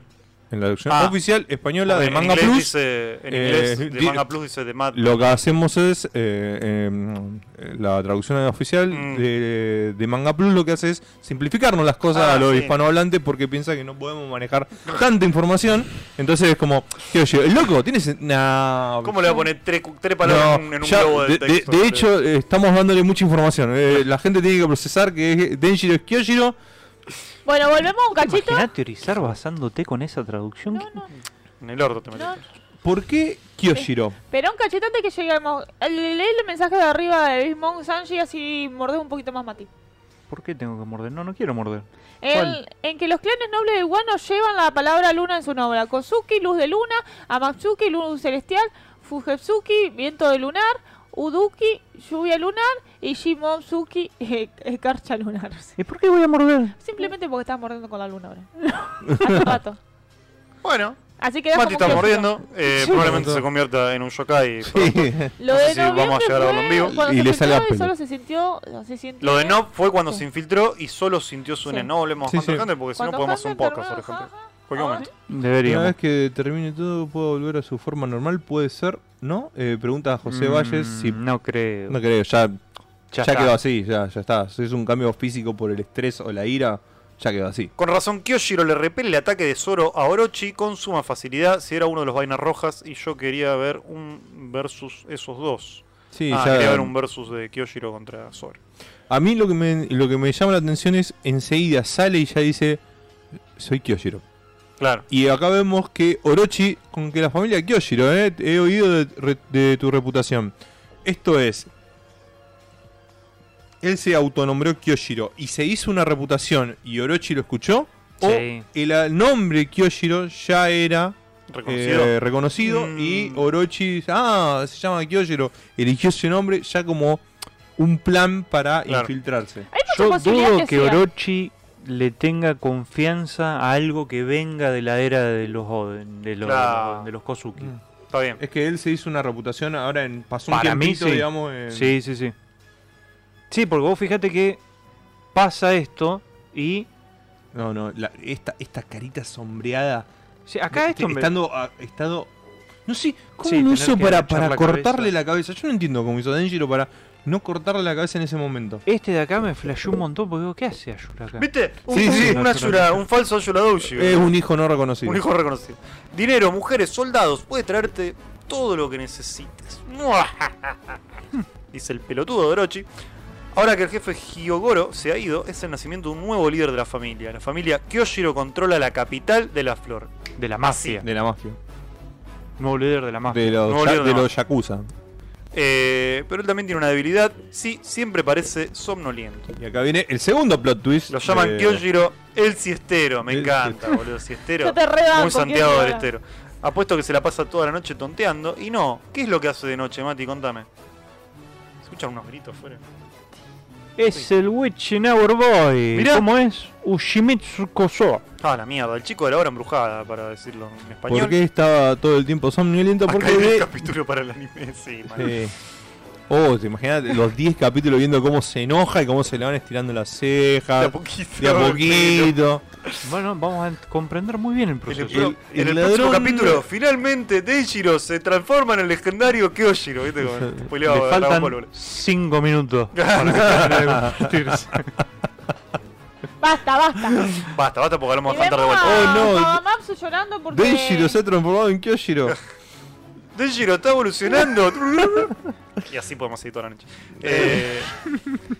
En la traducción
Ah.
oficial española
Porque
de
en
Manga
inglés
Plus.
dice- en
eh,
inglés de
di-
Manga Plus dice de Mad.
Lo que hacemos es eh, eh, la traducción oficial
Mm.
de, de Manga Plus lo que hace es simplificarnos las cosas
Ah,
a los
sí.
hispanohablantes porque piensa que no podemos manejar tanta información. Entonces es como, ¿qué oye? ¿El loco? ¿Tienes.? Nah,
¿Cómo le va a poner tres, cu- tres
no,
palabras en- en un
ya,
globo de,
de, de-
texto?
de hecho, eh, estamos dándole mucha información. Eh, la gente tiene que procesar que es Denjiro es Kyojiro.
Bueno, volvemos un cachito.
Imaginá teorizar basándote con esa traducción.
No, no,
En el orto te metes.
no.
¿Por qué Kyojiro?
Pero un cachito antes que lleguemos. Le- Leí el mensaje de arriba de Bismon Sanji así mordés un poquito más Mati.
¿Por qué tengo que morder? No, no quiero morder.
El- en que los clanes nobles de Wano llevan la palabra luna en su nombre. A Kozuki, luz de luna. Amatsuki, luz celestial. Fujetsuki, viento de lunar. Uduki, lluvia lunar. Y Shimotsuki, eh, eh, carcha lunar.
¿Y por qué voy a morder?
Simplemente porque estás mordiendo con la luna ahora. Hace un rato.
Bueno,
Así que
Mati está mordiendo. eh,
Sí.
probablemente se convierta en un yokai. pronto.
Lo
No sé
de
si vamos a
noviembre
llegar a verlo
fue
en vivo.
cuando
Y
se
le sale a
filtró y
pelo.
solo se sintió, se sintió-
Lo de no fue cuando
Sí.
se infiltró y solo sintió su
Sí.
neno. No hablemos
Sí,
más
sí.
porque si no
Cuando
podemos hacer un
Hunter
podcast, por
terminó,
ejemplo.
ajá, ajá.
Cualquier
Ah,
momento.
Una
Deberíamos.
vez que termine todo, pueda volver a su forma normal, puede ser, ¿no? Eh, pregunta a José
Mm,
Valles si.
No creo.
No creo, ya,
Ya
ya,
está.
quedó así, ya, ya está. Si es un cambio físico por el estrés o la ira, ya quedó así.
Con razón, Kyoshiro le repele el ataque de Zoro a Orochi con suma facilidad. Si era uno de los vainas rojas y yo quería ver un versus esos dos.
Sí,
ah,
ya.
quería ver un versus de Kyoshiro contra Zoro.
A mí lo que, me, lo que me llama la atención es enseguida sale y ya dice: Soy Kyojiro.
Claro.
Y acá vemos que Orochi, con que la familia Kyoshiro, eh, he oído de, re- de tu reputación. Esto es. Él se autonombró Kyoshiro y se hizo una reputación y Orochi lo escuchó. O
Sí.
el ah, nombre Kyoshiro ya era
Reconocido.
eh, reconocido
Mm.
y Orochi, ah, se llama Kyoshiro, eligió ese nombre ya como un plan para
Claro.
infiltrarse.
Hay mucha
Yo
posibilidad
dudo que,
que, sea.
Orochi le tenga confianza a algo que venga de la era de los Oden, de los,
Claro.
de los Kozuki.
Mm.
Está bien.
Es que él se hizo una reputación ahora en pasó un
Para mí,
tiempito,
sí.
digamos. en-
Sí, sí, sí. Sí, porque vos fíjate que pasa esto y...
No, no, la- esta, esta carita sombreada.
Sí, acá
de-
esto me-
estando, a- estado. No sé, ¿cómo
Sí,
no
tener
hizo
que
para,
agachar
para
la
cortarle
cabeza.
la cabeza? Yo no entiendo cómo hizo Denjiro para no cortarle la cabeza en ese momento.
Este de acá me flasheó un montón porque digo, ¿qué hace Ayura acá?
¿Viste? Un,
Sí, Eh, sí.
un Ashura- un falso Ashura Doji.
Es un hijo no reconocido.
Un hijo reconocido. Dinero, mujeres, soldados, puede traerte todo lo que necesites. Dice el pelotudo de Orochi. Ahora que el jefe Hyogoro se ha ido, es el nacimiento de un nuevo líder de la familia. La familia Kyoshiro controla la capital de la flor.
De la mafia.
De la mafia.
Nuevo líder de la mafia.
De los,
Ah, no,
ya-
boludo,
de
no.
los yakuza.
Eh, pero él también tiene una debilidad. Sí, siempre parece somnoliento.
Y acá viene el segundo plot twist.
Lo llaman
de-
Kyoshiro el siestero. Me
Eh. El
encanta, boludo. Siestero.
Yo te rebanco,
Ah,
Muy Santiago este. del
Kyoshiro.
Estero. Apuesto que se la pasa toda la noche tonteando. Y no, ¿qué es lo que hace de noche, Mati? Contame. ¿Se escuchan unos gritos fuera?
Es el Witch in Our Boy.
Mirá.
¿Cómo es? Ushimitsu Kosoa.
Ah, la mierda, el chico de la hora embrujada, para decirlo en español.
¿Por qué estaba todo el tiempo somnoliento?
Acá
Porque
hay un
ve-
capítulo para el anime, sí, man.
Eh, Oh, te imaginas los 10 capítulos viendo cómo se enoja y cómo se le van estirando las
De a
cejas.
poquito.
ah, De a
pero-
poquito.
Bueno, vamos a comprender muy bien el
En el,
proceso.
pro-
El-
en el
el
próximo
ladrón-
capítulo, finalmente Denjiro se transforma en el legendario Kyoshiro. ¿Viste? Como el spoileado
Le
de Dragon Ball,
faltan
boludo.
5 minutos para convertirse.
Basta, basta.
Basta, basta porque hablamos
Y
de Hunter de
vemos a
vuelta.
Oh, no.
Kawamapsu llorando porque...
Denjiro se ha transformado en Kyoshiro.
Denjiro está evolucionando. y así podemos seguir toda la noche. Eh,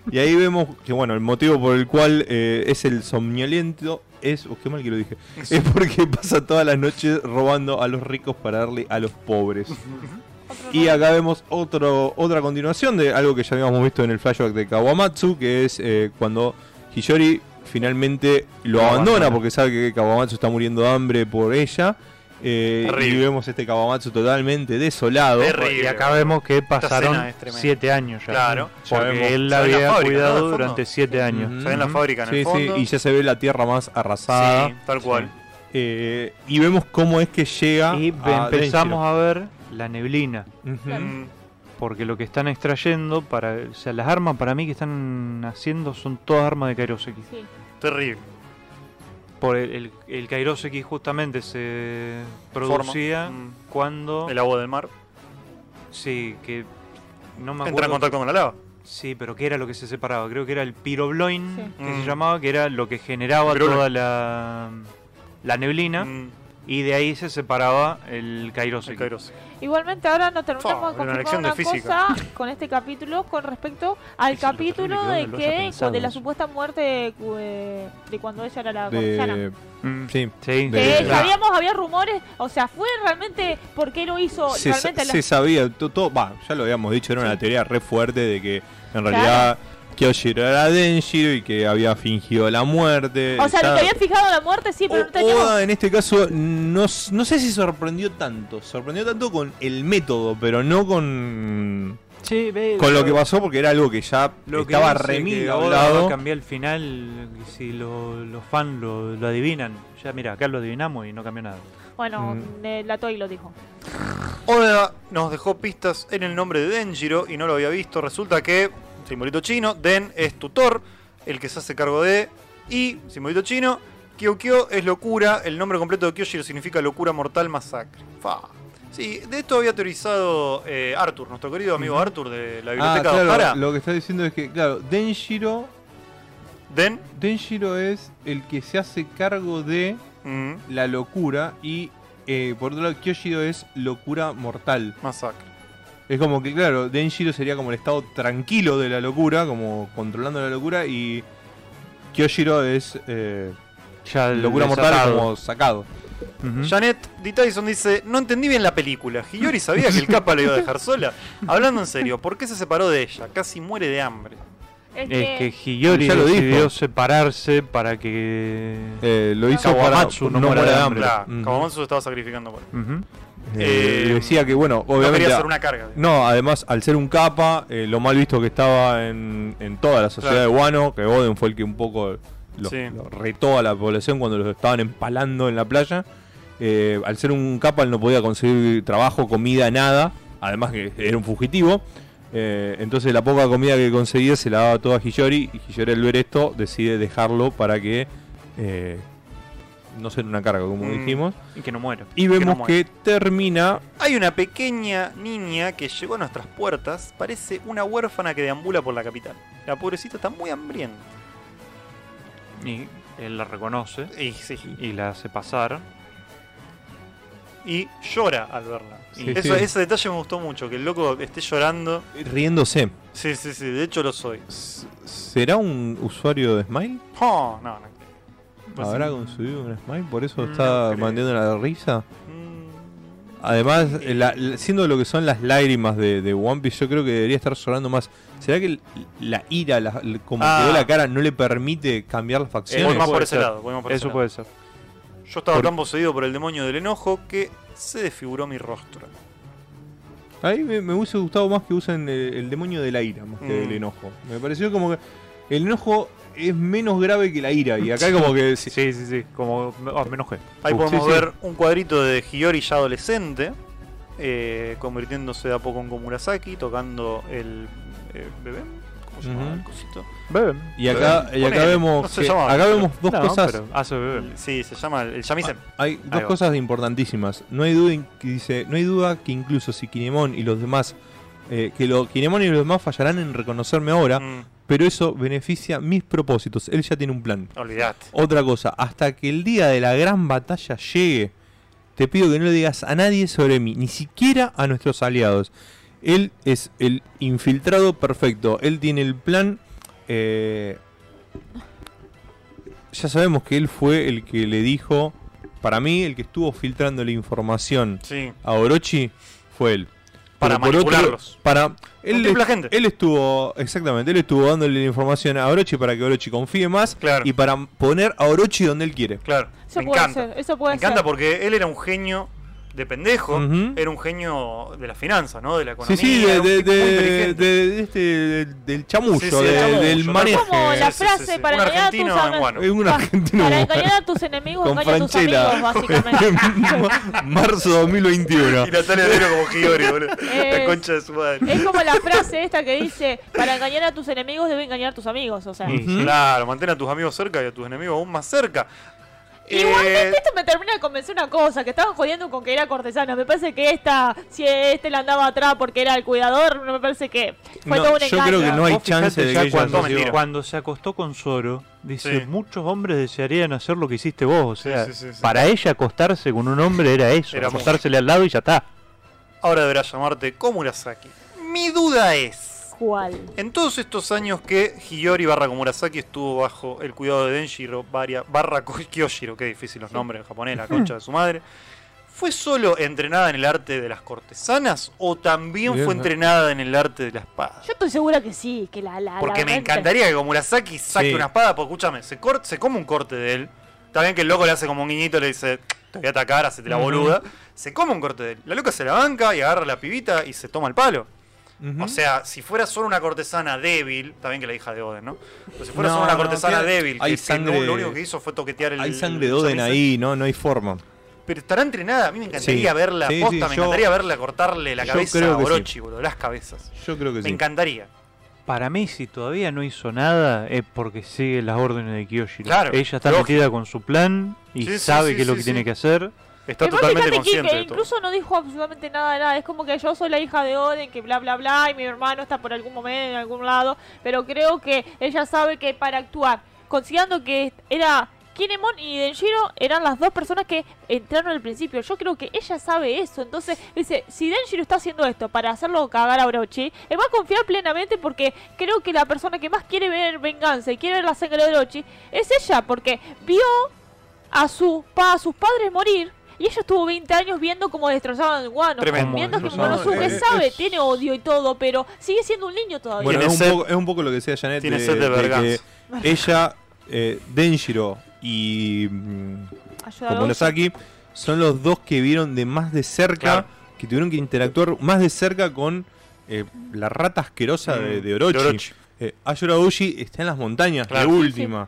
Y ahí vemos que, bueno, el motivo por el cual eh, es el somnoliento es. oh, qué mal que lo dije. Es porque pasa todas las noches robando a los ricos para darle a los pobres. Y acá vemos otro, otra continuación de algo que ya habíamos visto en el flashback de Kawamatsu, que es eh, cuando Hiyori finalmente
Lo
lo abandona
abandona.
porque sabe que Kawamatsu está muriendo de hambre por ella. eh, y
Terrible.
vemos este Kawamatsu totalmente desolado.
Terrible.
Y acá vemos que
escena
pasaron
es tremenda.
siete años ya.
Claro.
Ya vemos.
Porque él
Se
la
ve en la
había
fábrica, ¿no? Al
cuidado
fondo.
durante siete años.
Ujú.
se ve en la fábrica en
Sí,
el fondo.
sí, y ya se ve la tierra más arrasada.
Sí, tal cual.
Eh, y vemos cómo es que llega.
Y
a
empezamos a ver la neblina.
Denjiro. Ujú.
Mm,
Porque lo que están extrayendo, para, o sea, las armas para mí que están haciendo son todas armas de Kairoseki.
Sí.
terrible.
Por el, el, el Kairoseki justamente se producía
Forma. Mm.
cuando...
El agua del mar.
Sí, que... No me
Entra en
acuerdo.
contacto con la lava.
Sí, pero ¿qué era lo que se separaba? Creo que era el pirobloin,
Sí.
que
Mm.
se llamaba, que era lo que generaba
Pirobloin.
toda la, la neblina.
Mm,
Y de ahí se separaba el Kairoseki.
el Kairos.
Igualmente ahora nos
Fua,
terminamos de
una
confirmar
lección
una
de física.
cosa con este capítulo con respecto al
Es lo terrible
capítulo
que
de
uno lo haya
que
pensado
de la
eso.
supuesta muerte de, cu- eh, de cuando ella era la cortesana.
De-
Mm.
sí.
Sí.
De-
Que
la-
sabíamos, había rumores, o sea, fue realmente por qué lo hizo,
Se, sa-
realmente
se
la-
sabía, to- todo, va, ya lo habíamos dicho, era una
Sí.
teoría re fuerte de que en realidad Kyoshiro era Denjiro y que había fingido la muerte.
o sea,
Está-
lo que habían fijado la muerte, sí, pero no
O-
teníamos
Oda en este caso no, s- no sé si sorprendió tanto, sorprendió tanto con el método, pero no con,
Sí, ve-
con lo que pasó porque era algo que ya
Lo que
estaba
dice
remil
que Oda va a
hablado.
cambiar el final, que si lo- los fans lo, lo adivinan. Ya mira, acá lo adivinamos y no cambió nada.
Bueno,
Mm.
eh, la Toy lo dijo.
Oda nos dejó pistas en el nombre de Denjiro y no lo había visto. Resulta que, simbolito chino, Den es tutor, el que se hace cargo de. Y, simbolito chino, Kyokyo es locura. El nombre completo de Kyoshiro significa locura mortal masacre. Fa. Sí, de esto había teorizado eh, Arthur, nuestro querido amigo Arthur de la
Ah,
biblioteca de Ojara.
claro, lo que está diciendo es que, claro, Denjiro
Den.
Denjiro es el que se hace cargo de
mm,
la locura y eh, por otro lado Kyoshiro es locura mortal.
masacre.
Es como que, claro, Denjiro sería como el estado tranquilo de la locura, como controlando la locura y Kyoshiro es eh,
Ya el
locura mortal
desatado.
como sacado.
Ujú.
Janet D. Tyson dice, no entendí bien la película. Hiyori sabía que el capa la iba a dejar sola. Hablando en serio, ¿por qué se separó de ella? Casi muere de hambre.
Es
Es
que,
que Hiyori
Ya lo dijo.
decidió separarse para que...
Eh, lo hizo
Kawamatsu
para
no muera de hambre.
Claro,
Ujú.
Kawamatsu se estaba sacrificando por él.
Ujú.
Eh,
Eh,
decía que, bueno,
No
obviamente... ah,
quería hacer una carga. digamos.
No, además, al ser un capa, eh, lo mal visto que estaba en, en toda la sociedad
Claro.
de Guano, que Oden fue el que un poco lo,
Sí.
lo retó a la población cuando los estaban empalando en la playa. Eh, al ser un capa, él no podía conseguir trabajo, comida, nada. Además que era un fugitivo. Eh, entonces la poca comida que conseguía se la daba toda a Hiyori. Y Hiyori al ver esto decide dejarlo para que eh, no sea una carga, como
Mm.
dijimos.
Y que no muera.
Y
no
vemos
muera.
que termina
Hay una pequeña niña que llegó a nuestras puertas. Parece una huérfana que deambula por la capital. La pobrecita está muy hambrienta.
Y él la reconoce
Y, sí,
y la hace pasar.
y llora al verla.
Sí,
Eso-
sí.
Ese detalle me gustó mucho, que el loco esté llorando.
riéndose.
Sí, sí, sí, de hecho lo soy.
S- ¿Será un usuario de Smile?
Oh, no, no. Pues
¿Habrá
sí. Mm,
consumido un Smile? ¿Por eso
No
está
creo.
manteniendo la risa?
Mm.
Además, eh, la- la- siendo lo que son las lágrimas de, de One Piece, yo creo que debería estar llorando más. ¿Será que l- la ira, la- l- como
Ah.
quedó la cara, no le permite cambiar las
Eh, voy
facciones?
más
puede
por ese
ser.
lado. voy más por ese
Eso
lado.
puede ser.
Yo estaba
Por-
tan poseído por el demonio del enojo que se desfiguró mi rostro.
Ahí me, me hubiese gustado más que usen el, el demonio de la ira, más que
Mm.
del enojo. Me pareció como que el enojo es menos grave que la ira. Y acá como que...
Sí, sí, sí. Como me, oh, me enojé.
Ahí
Uh,
podemos
sí, sí.
ver un cuadrito de Hiyori ya adolescente, eh, convirtiéndose de a poco en Komurasaki, tocando el eh, bebé. ¿Cómo se llama
Ujú.
el cosito?
Beben.
Y acá, y acá
Ponele,
vemos,
no se
que-
llama,
acá
pero-
vemos dos
No,
cosas
pero hace bebé.
Sí, se llama el, el shamisen.
Hay dos
va.
cosas importantísimas. No hay duda in- que dice, no hay duda que incluso si Kinemon y los demás eh, que lo, Kinemon y los demás fallarán en reconocerme ahora,
Mm,
pero eso beneficia mis propósitos. Él ya tiene un plan.
olvidate.
Otra cosa, hasta que el día de la gran batalla llegue Te pido que no le digas a nadie sobre mí, ni siquiera a nuestros aliados. Él es el infiltrado perfecto. Él tiene el plan. eh, ya sabemos que él fue el que le dijo. Para mí, el que estuvo filtrando la información
Sí.
a Orochi fue él.
Para
Pero por otro-
manipularlos.
para él,
triple
es-
agente.
él estuvo, exactamente, él estuvo dándole la información a Orochi para que Orochi confíe más
Claro.
y para poner a Orochi donde él quiere.
Claro,
Eso
me
puede
encanta.
ser, eso puede
me encanta
ser.
porque él era un genio de pendejo,
Ujú.
era un genio de las finanzas, ¿no? De la
Sí,
economía.
sí, de,
era un
de-
tipo muy
de-
inteligente.
de- de este, del- del chamullo,
Sí, sí,
de-
del chamullo,
del
tal
manejo.
cual.
Como la
Sí, sí,
frase
sí, sí.
para
Un
engañar a tus
argentino eh.
am-
bueno.
Es un argentino
Para
bueno,
engañar a tus enemigos,
con
engaña a tus
Franchella.
amigos, básicamente.
Marzo 2021.
Y Natalia Dero como Giori, boludo. La
Es-
concha de su madre.
Es como la frase esta que dice, para engañar a tus enemigos debe engañar a tus amigos, o sea.
Mm.
Y
Ujú.
Claro, mantén a tus amigos cerca y a tus enemigos aún más cerca. Eh,
Igualmente esto me termina de convencer una cosa, que estaban jodiendo con que era cortesana. Me parece que esta, si este la andaba atrás porque era el cuidador, no me parece que fue
No,
todo un
yo
engaño.
creo que no hay
Vos fijate
chance de
ya
que ella
cuando,
no se-
cuando se acostó con Zoro, dice,
Sí.
muchos hombres desearían hacer lo que hiciste vos. O
Sí,
sea,
sí, sí, sí.
para ella acostarse con un hombre era eso,
Era
acostársele al lado y ya está.
ahora deberás llamarte Komurasaki. Mi duda es.
¿Cuál?
En todos estos años que Hiyori barra Komurasaki estuvo bajo el cuidado de Denjiro varia- barra Ko- Kyoshiro, qué difícil los nombres en japonés, la concha de su madre, ¿fue solo entrenada en el arte de las cortesanas o también
Bien,
fue
¿no?
entrenada en el arte de la espada?
Yo estoy segura que sí, que la... la
Porque
la
me
verdad que-
encantaría que Komurasaki saque
Sí.
una espada, porque escúchame, se, cor- se come un corte de él. Está bien que el loco le hace como un guiñito, le dice, te voy a atacar, hacete la boluda. Se come un corte de él. La loca se la banca y agarra a la pibita y se toma el palo.
Ujú.
O sea, si fuera solo una cortesana débil, también que la hija de Oden, ¿no? Pero si fuera
No,
solo una
no,
cortesana
tiene-
débil, que-
hay
que, no-
sangre-
lo único que hizo fue toquetear el.
hay
el-
sangre de
el
Oden
samisel.
ahí, no, no hay forma.
Pero estará entrenada, a mí me encantaría
Sí.
verla
Sí,
posta,
sí,
me
yo-
encantaría verla cortarle la
yo
cabeza
creo
a
que sí.
Orochi, boludo, las cabezas.
Yo creo que
Me
sí.
encantaría.
Para mí, si todavía no hizo nada, es porque sigue las órdenes de Kiyoshiro.
Claro,
Ella está
lógico.
metida con su plan y
Sí, sí,
sabe
sí,
qué es lo
sí,
que
sí.
tiene que hacer.
Está
Pero
totalmente
fíjate que-
consciente
que
de todo.
incluso no dijo absolutamente nada de nada. Es como que yo soy la hija de Oden, que bla, bla, bla, y mi hermano está por algún momento en algún lado. Pero creo que ella sabe que para actuar, considerando que era Kinemon y Denjiro, eran las dos personas que entraron al principio. Yo creo que ella sabe eso. Entonces, dice, si Denjiro está haciendo esto para hacerlo cagar a Orochi, él va a confiar plenamente porque creo que la persona que más quiere ver venganza y quiere ver la sangre de Orochi es ella, porque vio a, su pa- a sus padres morir. Y ella estuvo 20 años viendo cómo destrozaban Guano.
Tremendo.
Viendo que
Destrozaban.
Monosuke
Eh,
sabe,
es-
tiene odio y todo, pero sigue siendo un niño todavía.
Bueno,
Tiene
es un,
sed-
poco, es un poco lo que decía Janet.
tiene sed de
que
verganza.
ella, eh, Denjiro y mm,
Ayúdalo.
Komurasaki son los dos que vieron de más de cerca,
Claro.
que tuvieron que interactuar más de cerca con eh, la rata asquerosa de, de Orochi.
Mm, De Orochi.
Eh, Ayora Uchi está en las montañas,
Claro.
la última.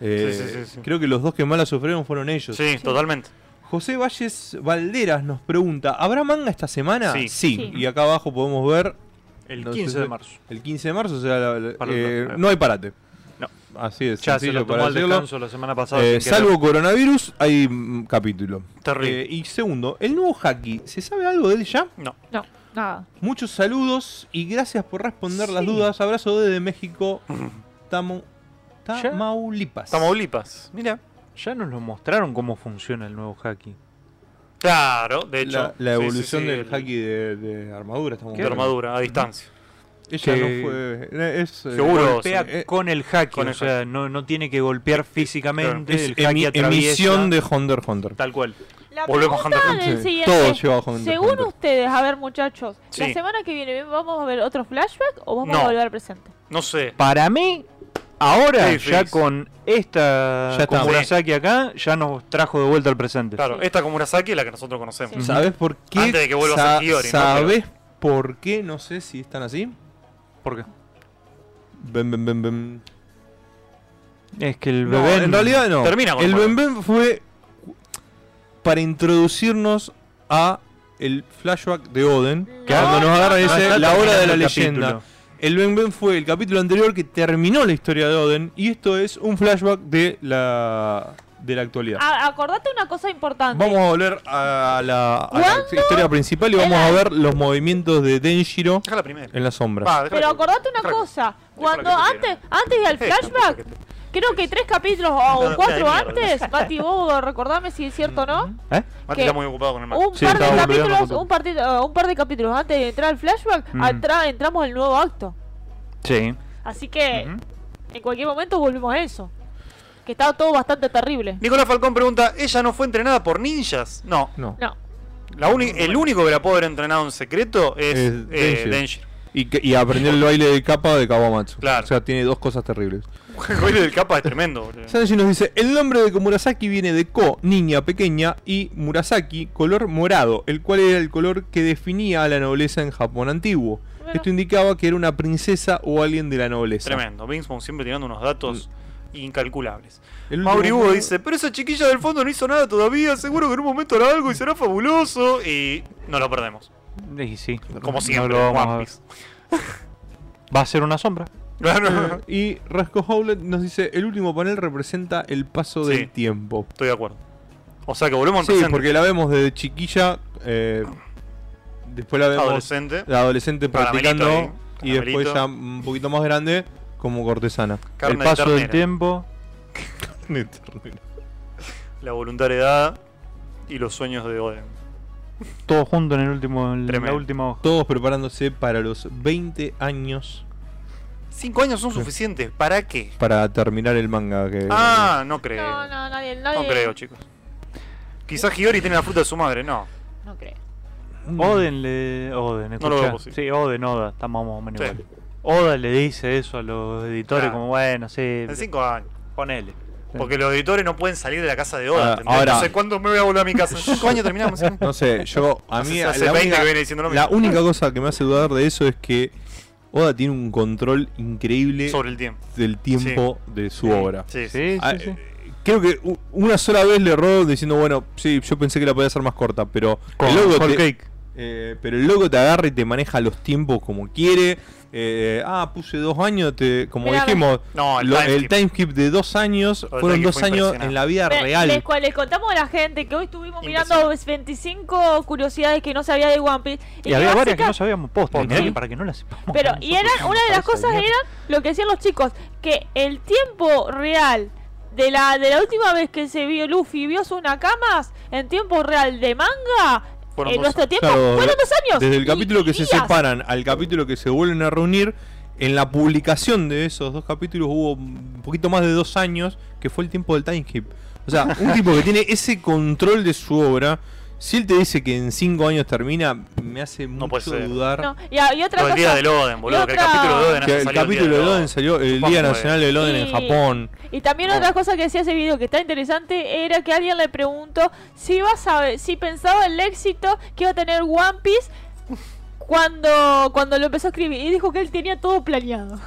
Eh,
Sí, sí, sí, sí.
Creo que los dos que más la sufrieron fueron ellos.
Sí, totalmente.
José Valles Valderas nos pregunta, ¿habrá manga esta semana?
Sí.
Sí.
Y acá abajo podemos ver
El
No
15
sé
de
si-
marzo.
el 15 de marzo, o sea, la- la-
Para
eh,
el-
no hay parate.
No.
Así es,
Ya se
sencillo
lo tomó
para
al
decirlo.
descanso la semana pasada.
Eh,
sin querer.
salvo coronavirus, hay mm, capítulo.
Terrible.
Eh, y segundo, el nuevo Haki, ¿se sabe algo de él ya?
No.
No, nada.
Muchos saludos y gracias por responder las
Sí.
dudas. Abrazo desde México, Tamu- Tamaulipas.
Tamaulipas. Mira.
Ya nos lo mostraron cómo funciona el nuevo hacking.
Claro, de hecho.
La, la
Sí,
evolución
sí, sí,
del
el-
Haki de, de armadura. estamos
De
hablando.
armadura, a distancia.
Ella
Que-
no fue. eh, Es, eh,
Seguro,
Golpea
sí.
con el hacking,
Con el Eh,
o sea, no, no tiene que golpear físicamente.
es
el hacking
emi-
atraviesa-
emisión de Hunter x Hunter.
Tal cual.
La
Volvemos a Hunter
pregunta
x
del
Sí,
siguiente.
todo lleva a Hunter x
Ah, eh, Según
Hunter.
ustedes, a ver muchachos,
Sí.
¿la semana que viene vamos a ver otro flashback o vamos
No.
a volver al presente?
No sé.
Para mí, ahora,
Qué
ya
difícil.
con esta
Ya está.
con Murasaki acá, ya nos trajo de vuelta al presente.
Claro,
Sí.
esta como Murasaki es la que nosotros conocemos.
Sí.
¿Sabes por qué?
Antes de que vuelva a ser Hiyori, ¿no?
¿Sabes por qué? No sé si están así.
¿Por qué?
Bem, bem, bem, bem.
Es que el
No,
bebé.
en realidad no.
Termina con
el
Mario.
bem, bem fue para introducirnos a el flashback de Oden.
No,
Cuando nos agarran
no,
no,
ese
está
la hora
terminando
de la
el
leyenda.
capítulo.
El bem, bem fue el capítulo anterior que terminó la historia de Oden y esto es un flashback de la de la actualidad.
A- acordate una cosa importante.
Vamos a volver a la, a la
¿Cuándo?
historia principal y vamos a ver los movimientos de Denjiro
Deja la primera.
en la sombra.
Va, déjala
Pero
que-
acordate una
déjala que-
cosa,
déjala
cuando
que se
antes, antes del
Eh, la puta
flashback,
que te-
creo que tres capítulos o
Una
cuatro
mierda.
antes, Bati, vos recordame si es cierto o
Mm,
no.
¿Eh?
Mati está muy ocupado con el mate.
Un
Sí,
par de
estaba volviendo
capítulos,
con-
un, partido- un par de capítulos antes de entrar al flashback,
Mm.
atrás entramos al nuevo acto.
Sí.
Así que
Ujú.
en cualquier momento volvemos a eso. Que estaba todo bastante terrible.
Nicolás Falcón pregunta, ¿ella no fue entrenada por ninjas? No.
No.
No.
La uni- el único que la puede haber entrenado en secreto es,
Es
eh,
Danger.
Danger.
Y, que- y aprendió el baile de capa de Kawamatsu.
Claro.
O sea, tiene dos cosas terribles.
El baile del capa es tremendo, boludo.
Sanji nos dice, el nombre de Komurasaki viene de Ko, niña pequeña, y Murasaki, color morado, el cual era el color que definía a la nobleza en Japón antiguo.
Bueno.
Esto indicaba que era una princesa o alguien de la nobleza.
Tremendo. Bingsmon siempre tirando unos datos
Mm.
incalculables.
El último
Mauri Hugo
número-
dice, pero esa chiquilla del fondo no hizo nada todavía, seguro que en un momento hará algo y será fabuloso. Y no lo perdemos.
Y sí.
Como
No
siempre,
lo vamos a
One
ver.
Piece.
Va a ser una sombra.
Claro.
Y Rasco Howlett nos dice, el último panel representa el paso
Sí.
del tiempo.
Estoy de acuerdo. O sea que volvemos al
Sí,
presente.
porque la vemos desde chiquilla, eh, después la vemos
Adolescente.
la adolescente
Caramelito
practicando
ahí,
y después
caramelito.
ya un poquito más grande como cortesana.
Carne
el paso
de
del
ternera.
tiempo.
La voluntariedad y los sueños de Oden.
Todo junto en el último, en la
Tremendo.
última hoja.
Todos preparándose para los 20 años
Cinco años son suficientes. ¿Para qué?
para terminar el manga que
Ah, no creo.
No,
No,
no, nadie, nadie.
creo, chicos. Quizás Hiyori tiene la fruta de su madre, no.
No creo.
Mm.
Oden le. Oden,
Mm. No lo veo
escuchá.
posible.
Sí, Oden, Oda. Estamos más o menos
Sí. Ah.
igual. Oda le dice eso a los editores,
Claro.
como bueno, sí.
En cinco años.
Ponele.
Porque los editores no pueden salir de la casa de Oda.
Ah,
¿entendés?
ahora-
no sé cuándo me voy a volver a mi casa. En cinco años terminamos.
No sé, yo a mí
Hace- hace
la,
20 que viene
única,
diciendo lo
la
mismo.
única cosa que me hace dudar de eso es que Oda tiene un control increíble
Sobre el tiempo.
del tiempo de su obra.
Sí, sí.
Sí,
Ah,
sí, sí.
eh, Creo que u- una sola vez le erró diciendo, bueno, sí, yo pensé que la podía hacer más corta, pero
Con
el logo
Whole
te-
Cake.
Eh, pero el loco te agarra y te maneja los tiempos como quiere. Eh, ah, puse dos años, te, como
Mirá,
dijimos,
No, el
lo-
time skip.
skip de dos años
el
fueron
time
dos
skip fue
años
impresionante.
en la vida
Ve-
real.
Les, cua- les contamos a la gente que hoy estuvimos mirando 25 curiosidades que no sabía de One Piece.
Y había
que
varias que
básica-
no sabíamos posta,
Posta,
mirá
sí.
que para que no las sepamos.
Pero,
nosotros
y eran,
somos
una de las
falsos,
cosas
mirá.
eran lo que decían los chicos, que el tiempo real de la, de la última vez que se vio Luffy vio sus nakamas en tiempo real de manga,
Fueron
en
dos
nuestro tiempo,
Claro,
fueron dos años.
Desde el
y-
capítulo
y
que se
días.
separan al capítulo que se vuelven a reunir, en la publicación de esos dos capítulos hubo un poquito más de dos años, que fue el tiempo del time skip. O sea, un tipo que tiene ese control de su obra, si él te dice que en cinco años termina, me hace
puede
mucho
ser.
dudar.
No, y, a- y otra
Lo del día
cosa,
del Oden, boludo. Que el
otra-
capítulo de Oden haya
Que el
salido el día
capítulo de Loden salió el
Supongo
Día
que-
Nacional de Loden en
Sí.
Japón.
y también
No.
otra cosa que decía ese video que está interesante era que alguien le preguntó si iba a saber, si pensaba el éxito que iba a tener One Piece cuando, cuando lo empezó a escribir y dijo que él tenía todo planeado.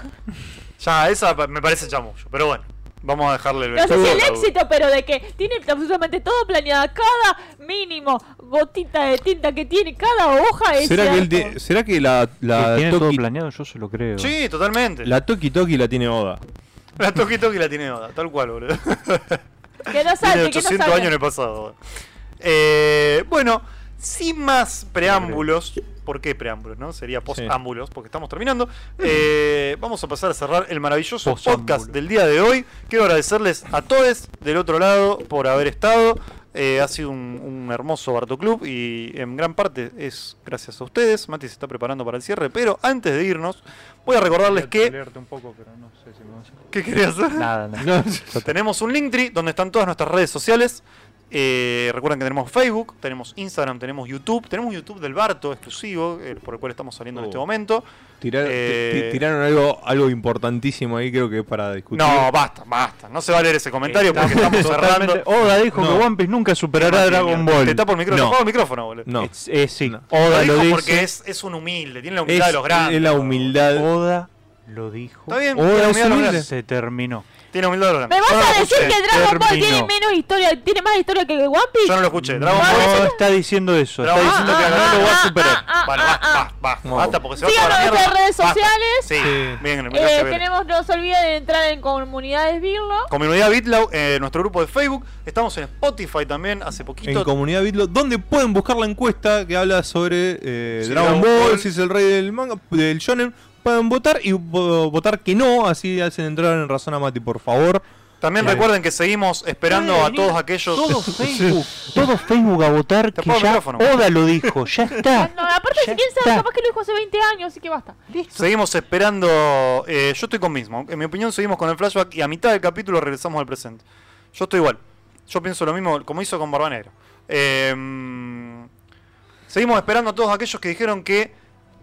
Ya, esa pa- me parece ya mucho. Pero bueno, vamos a dejarle el
No sé si
beneficio
el
de la duda.
éxito, pero de que tiene absolutamente todo planeado. Cada mínimo gotita de tinta que tiene, cada hoja es.
¿Será que, él
cierto.
te- ¿Será que la,
Que
la,
tiene todo
toki,
planeado, yo se lo creo.
Sí, totalmente. La,
la Toki Toki la tiene Oda?
Toki Toki la tiene Oda, tal cual, boludo.
Que
Tiene
no salte, que no
800
salte.
años en el pasado. Eh, bueno, sin más preámbulos, ¿por qué preámbulos? no? Sería postámbulos, porque estamos terminando. Eh, vamos a pasar a cerrar el maravilloso
Posámbulo.
podcast del día de hoy. Quiero agradecerles a todos del otro lado por haber estado. Eh, ha sido un, un hermoso Barto Club y en gran parte es gracias a ustedes. Mati se está preparando para el cierre, pero antes de irnos, voy a recordarles que. ¿Qué querías hacer?
Nada, nada.
Tenemos un Linktree donde están todas nuestras redes sociales. Eh, recuerden que tenemos Facebook, tenemos Instagram, tenemos YouTube, tenemos un YouTube del Barto exclusivo, eh, por el cual estamos saliendo en
Oh.
este momento.
Tiraron,
Eh.
ti- ti- tiraron algo, algo importantísimo ahí, creo que para discutir.
No, basta, basta. No se va a leer ese comentario porque estamos cerrando.
Totalmente. Oda dijo
No.
que One Piece nunca superará a Dragon Ball.
Te tapo el micrófono.
No.
Apaga el micrófono, boludo.
No.
Es- eh, sí,
No.
Oda
lo
lo,
dijo
dice.
porque es, es un humilde, tiene la humildad
es,
de los grandes.
es la humildad.
Oda lo dijo.
Está bien,
Oda
tiene la
es
humildad de los
humilde.
grandes.
Se terminó.
Tiene humildad de los
¿Me
grandes.
vas
Yo Ah, no lo
a decir
escuché.
que Dragon Ball tiene
Termino.
menos historia, tiene más historia que One Piece?
Yo no lo escuché. Dragon
Ah,
Ball.
No está diciendo eso.
Dragon
Está
Ball
diciendo
no
que
te
a Dragon
ganó,
Ball lo
lo
va a
ah,
superar.
ah,
Vale,
ah,
basta,
ah.
basta, basta, basta, porque se va
Síganos
toda la
en
mierda.
nuestras redes
Basta.
sociales.
Sí,
Sí.
bien, me
Eh,
parece bien.
tenemos, no se olviden de entrar en comunidades Birlo.
Comunidad Bitlau, eh, nuestro grupo de Facebook. Estamos en Spotify también, hace poquito.
En Comunidad Bitlo, donde pueden buscar la encuesta que habla sobre eh,
Sí,
Dragon
Dragon
Ball,
Ball.
si es el rey del manga, del shonen. Pueden votar y vo- votar que no, así hacen entrar en razón a Mati, por favor.
También
Claro.
recuerden que seguimos esperando a todos aquellos.
Todo Facebook, todo Facebook a votar
Te
que
pongo el
ya
micrófono.
Oda lo dijo, ya está.
No, aparte,
Ya
si quién sabe,
está.
capaz que lo dijo hace 20 años, así que basta.
Seguimos esperando. eh, yo estoy con mismo. En mi opinión, seguimos con el flashback y a mitad del capítulo regresamos al presente. Yo estoy igual. Yo pienso lo mismo como hizo con Barba Negra. Eh, seguimos esperando a todos aquellos que dijeron que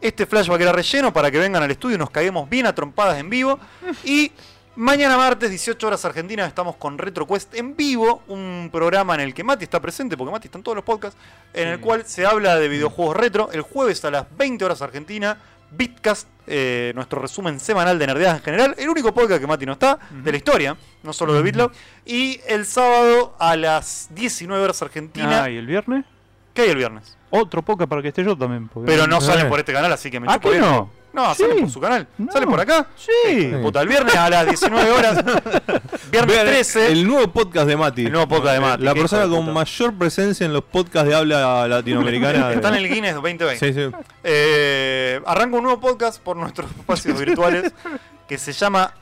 este flashback era relleno para que vengan al estudio y nos caguemos bien a trompadas en vivo. Y mañana martes, 18 horas Argentina, estamos con RetroQuest en vivo. Un programa en el que Mati está presente, porque Mati está en todos los podcasts. En el cual se habla de videojuegos retro. El jueves a las 20 horas Argentina. Bitcast, eh, nuestro resumen semanal de Nerdeadas en general, el único podcast que Mati no está, de la historia, no solo de Bitlock. Y el sábado a las 19 horas Argentina,
Ah, y el viernes,
que hay el viernes.
otro poca para que esté yo también. porque-
Pero no
Ah.
sale por este canal, así que me
¿Ah,
chupo
que
bien.
no?
No,
Sí.
sale por su canal.
No.
Sale por acá.
Sí.
Eh, Puta, el viernes a las 19 horas. Viernes
Vean
13.
El nuevo podcast de Mati.
El nuevo podcast de Mati,
La
qué
persona
hijo de
con
puta.
mayor presencia en los podcasts de habla latinoamericana. de-
Está en el Guinness 2020.
Sí, sí.
Eh, arranca un nuevo podcast por nuestros espacios virtuales que se llama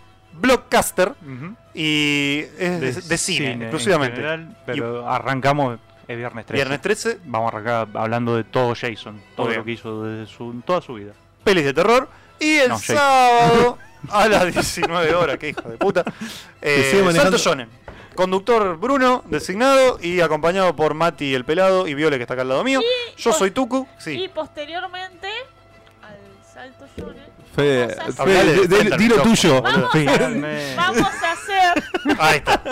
Blockcaster.
Ujú.
y es de, de cine,
en
exclusivamente.
general, pero arrancamos el viernes 13.
Viernes 13,
Vamos a arrancar hablando de todo Jason, todo
Muy bien.
lo que hizo desde su, toda su vida.
pelis de terror. Y el
No, Jake.
sábado a las 19 horas, qué hijo de puta. Eh,
sigue
Santo
manejando-
Shonen. Conductor Bruno, designado y acompañado por Mati el Pelado y Viole que está acá al lado mío. Yo
pos-
soy Tuku. Sí.
Y posteriormente, al salto Shonen,
Eh.
Fede,
Vamos a hacer-
Fede,
Hablale
di- di-
frente al
di lo tuyo.
micrófono, boludo.
Finalmente.
vamos a hacer.
Ahí está.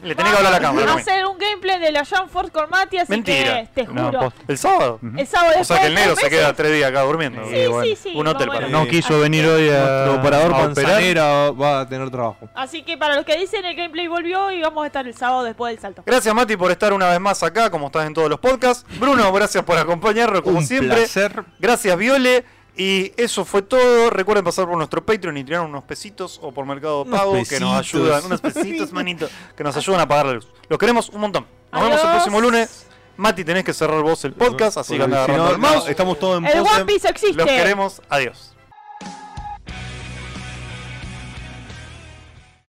Le tenés que hablar a la cámara.
Vamos a
Rami.
hacer un gameplay de la John Ford con Mati, así
Mentira.
que te
No,
juro.
posta.
¿El sábado?
Ujú.
el sábado
O sea que el negro se queda
atrás
tres días acá durmiendo.
Sí,
Sí,
Eh,
sí,
bueno.
sí.
Un
no,
hotel
bueno.
para-
No quiso venir
eh,
hoy a.
Nuestro operador
a operar.
Manzanera va a tener trabajo.
Así que para los que dicen el gameplay volvió y vamos a estar el sábado después del salto.
Gracias Mati por estar una vez más acá, como estás en todos los podcasts. Bruno, gracias por acompañarnos como
Un
siempre.
placer.
Gracias Viole. Y eso fue todo. Recuerden pasar por nuestro Patreon y tirar unos pesitos o por Mercado
Unos
Pago que nos
pesitos.
ayudan. Unos pesitos, manito. Que nos ayudan a pagar la luz. Los queremos un montón. Nos vemos el
Adiós.
próximo lunes. Mati, tenés que cerrar vos el podcast, así que
Porque
anda
si no,
agarrando el
no,
mouse.
estamos todos en
El
pose.
One Piece existe.
Los queremos. Adiós.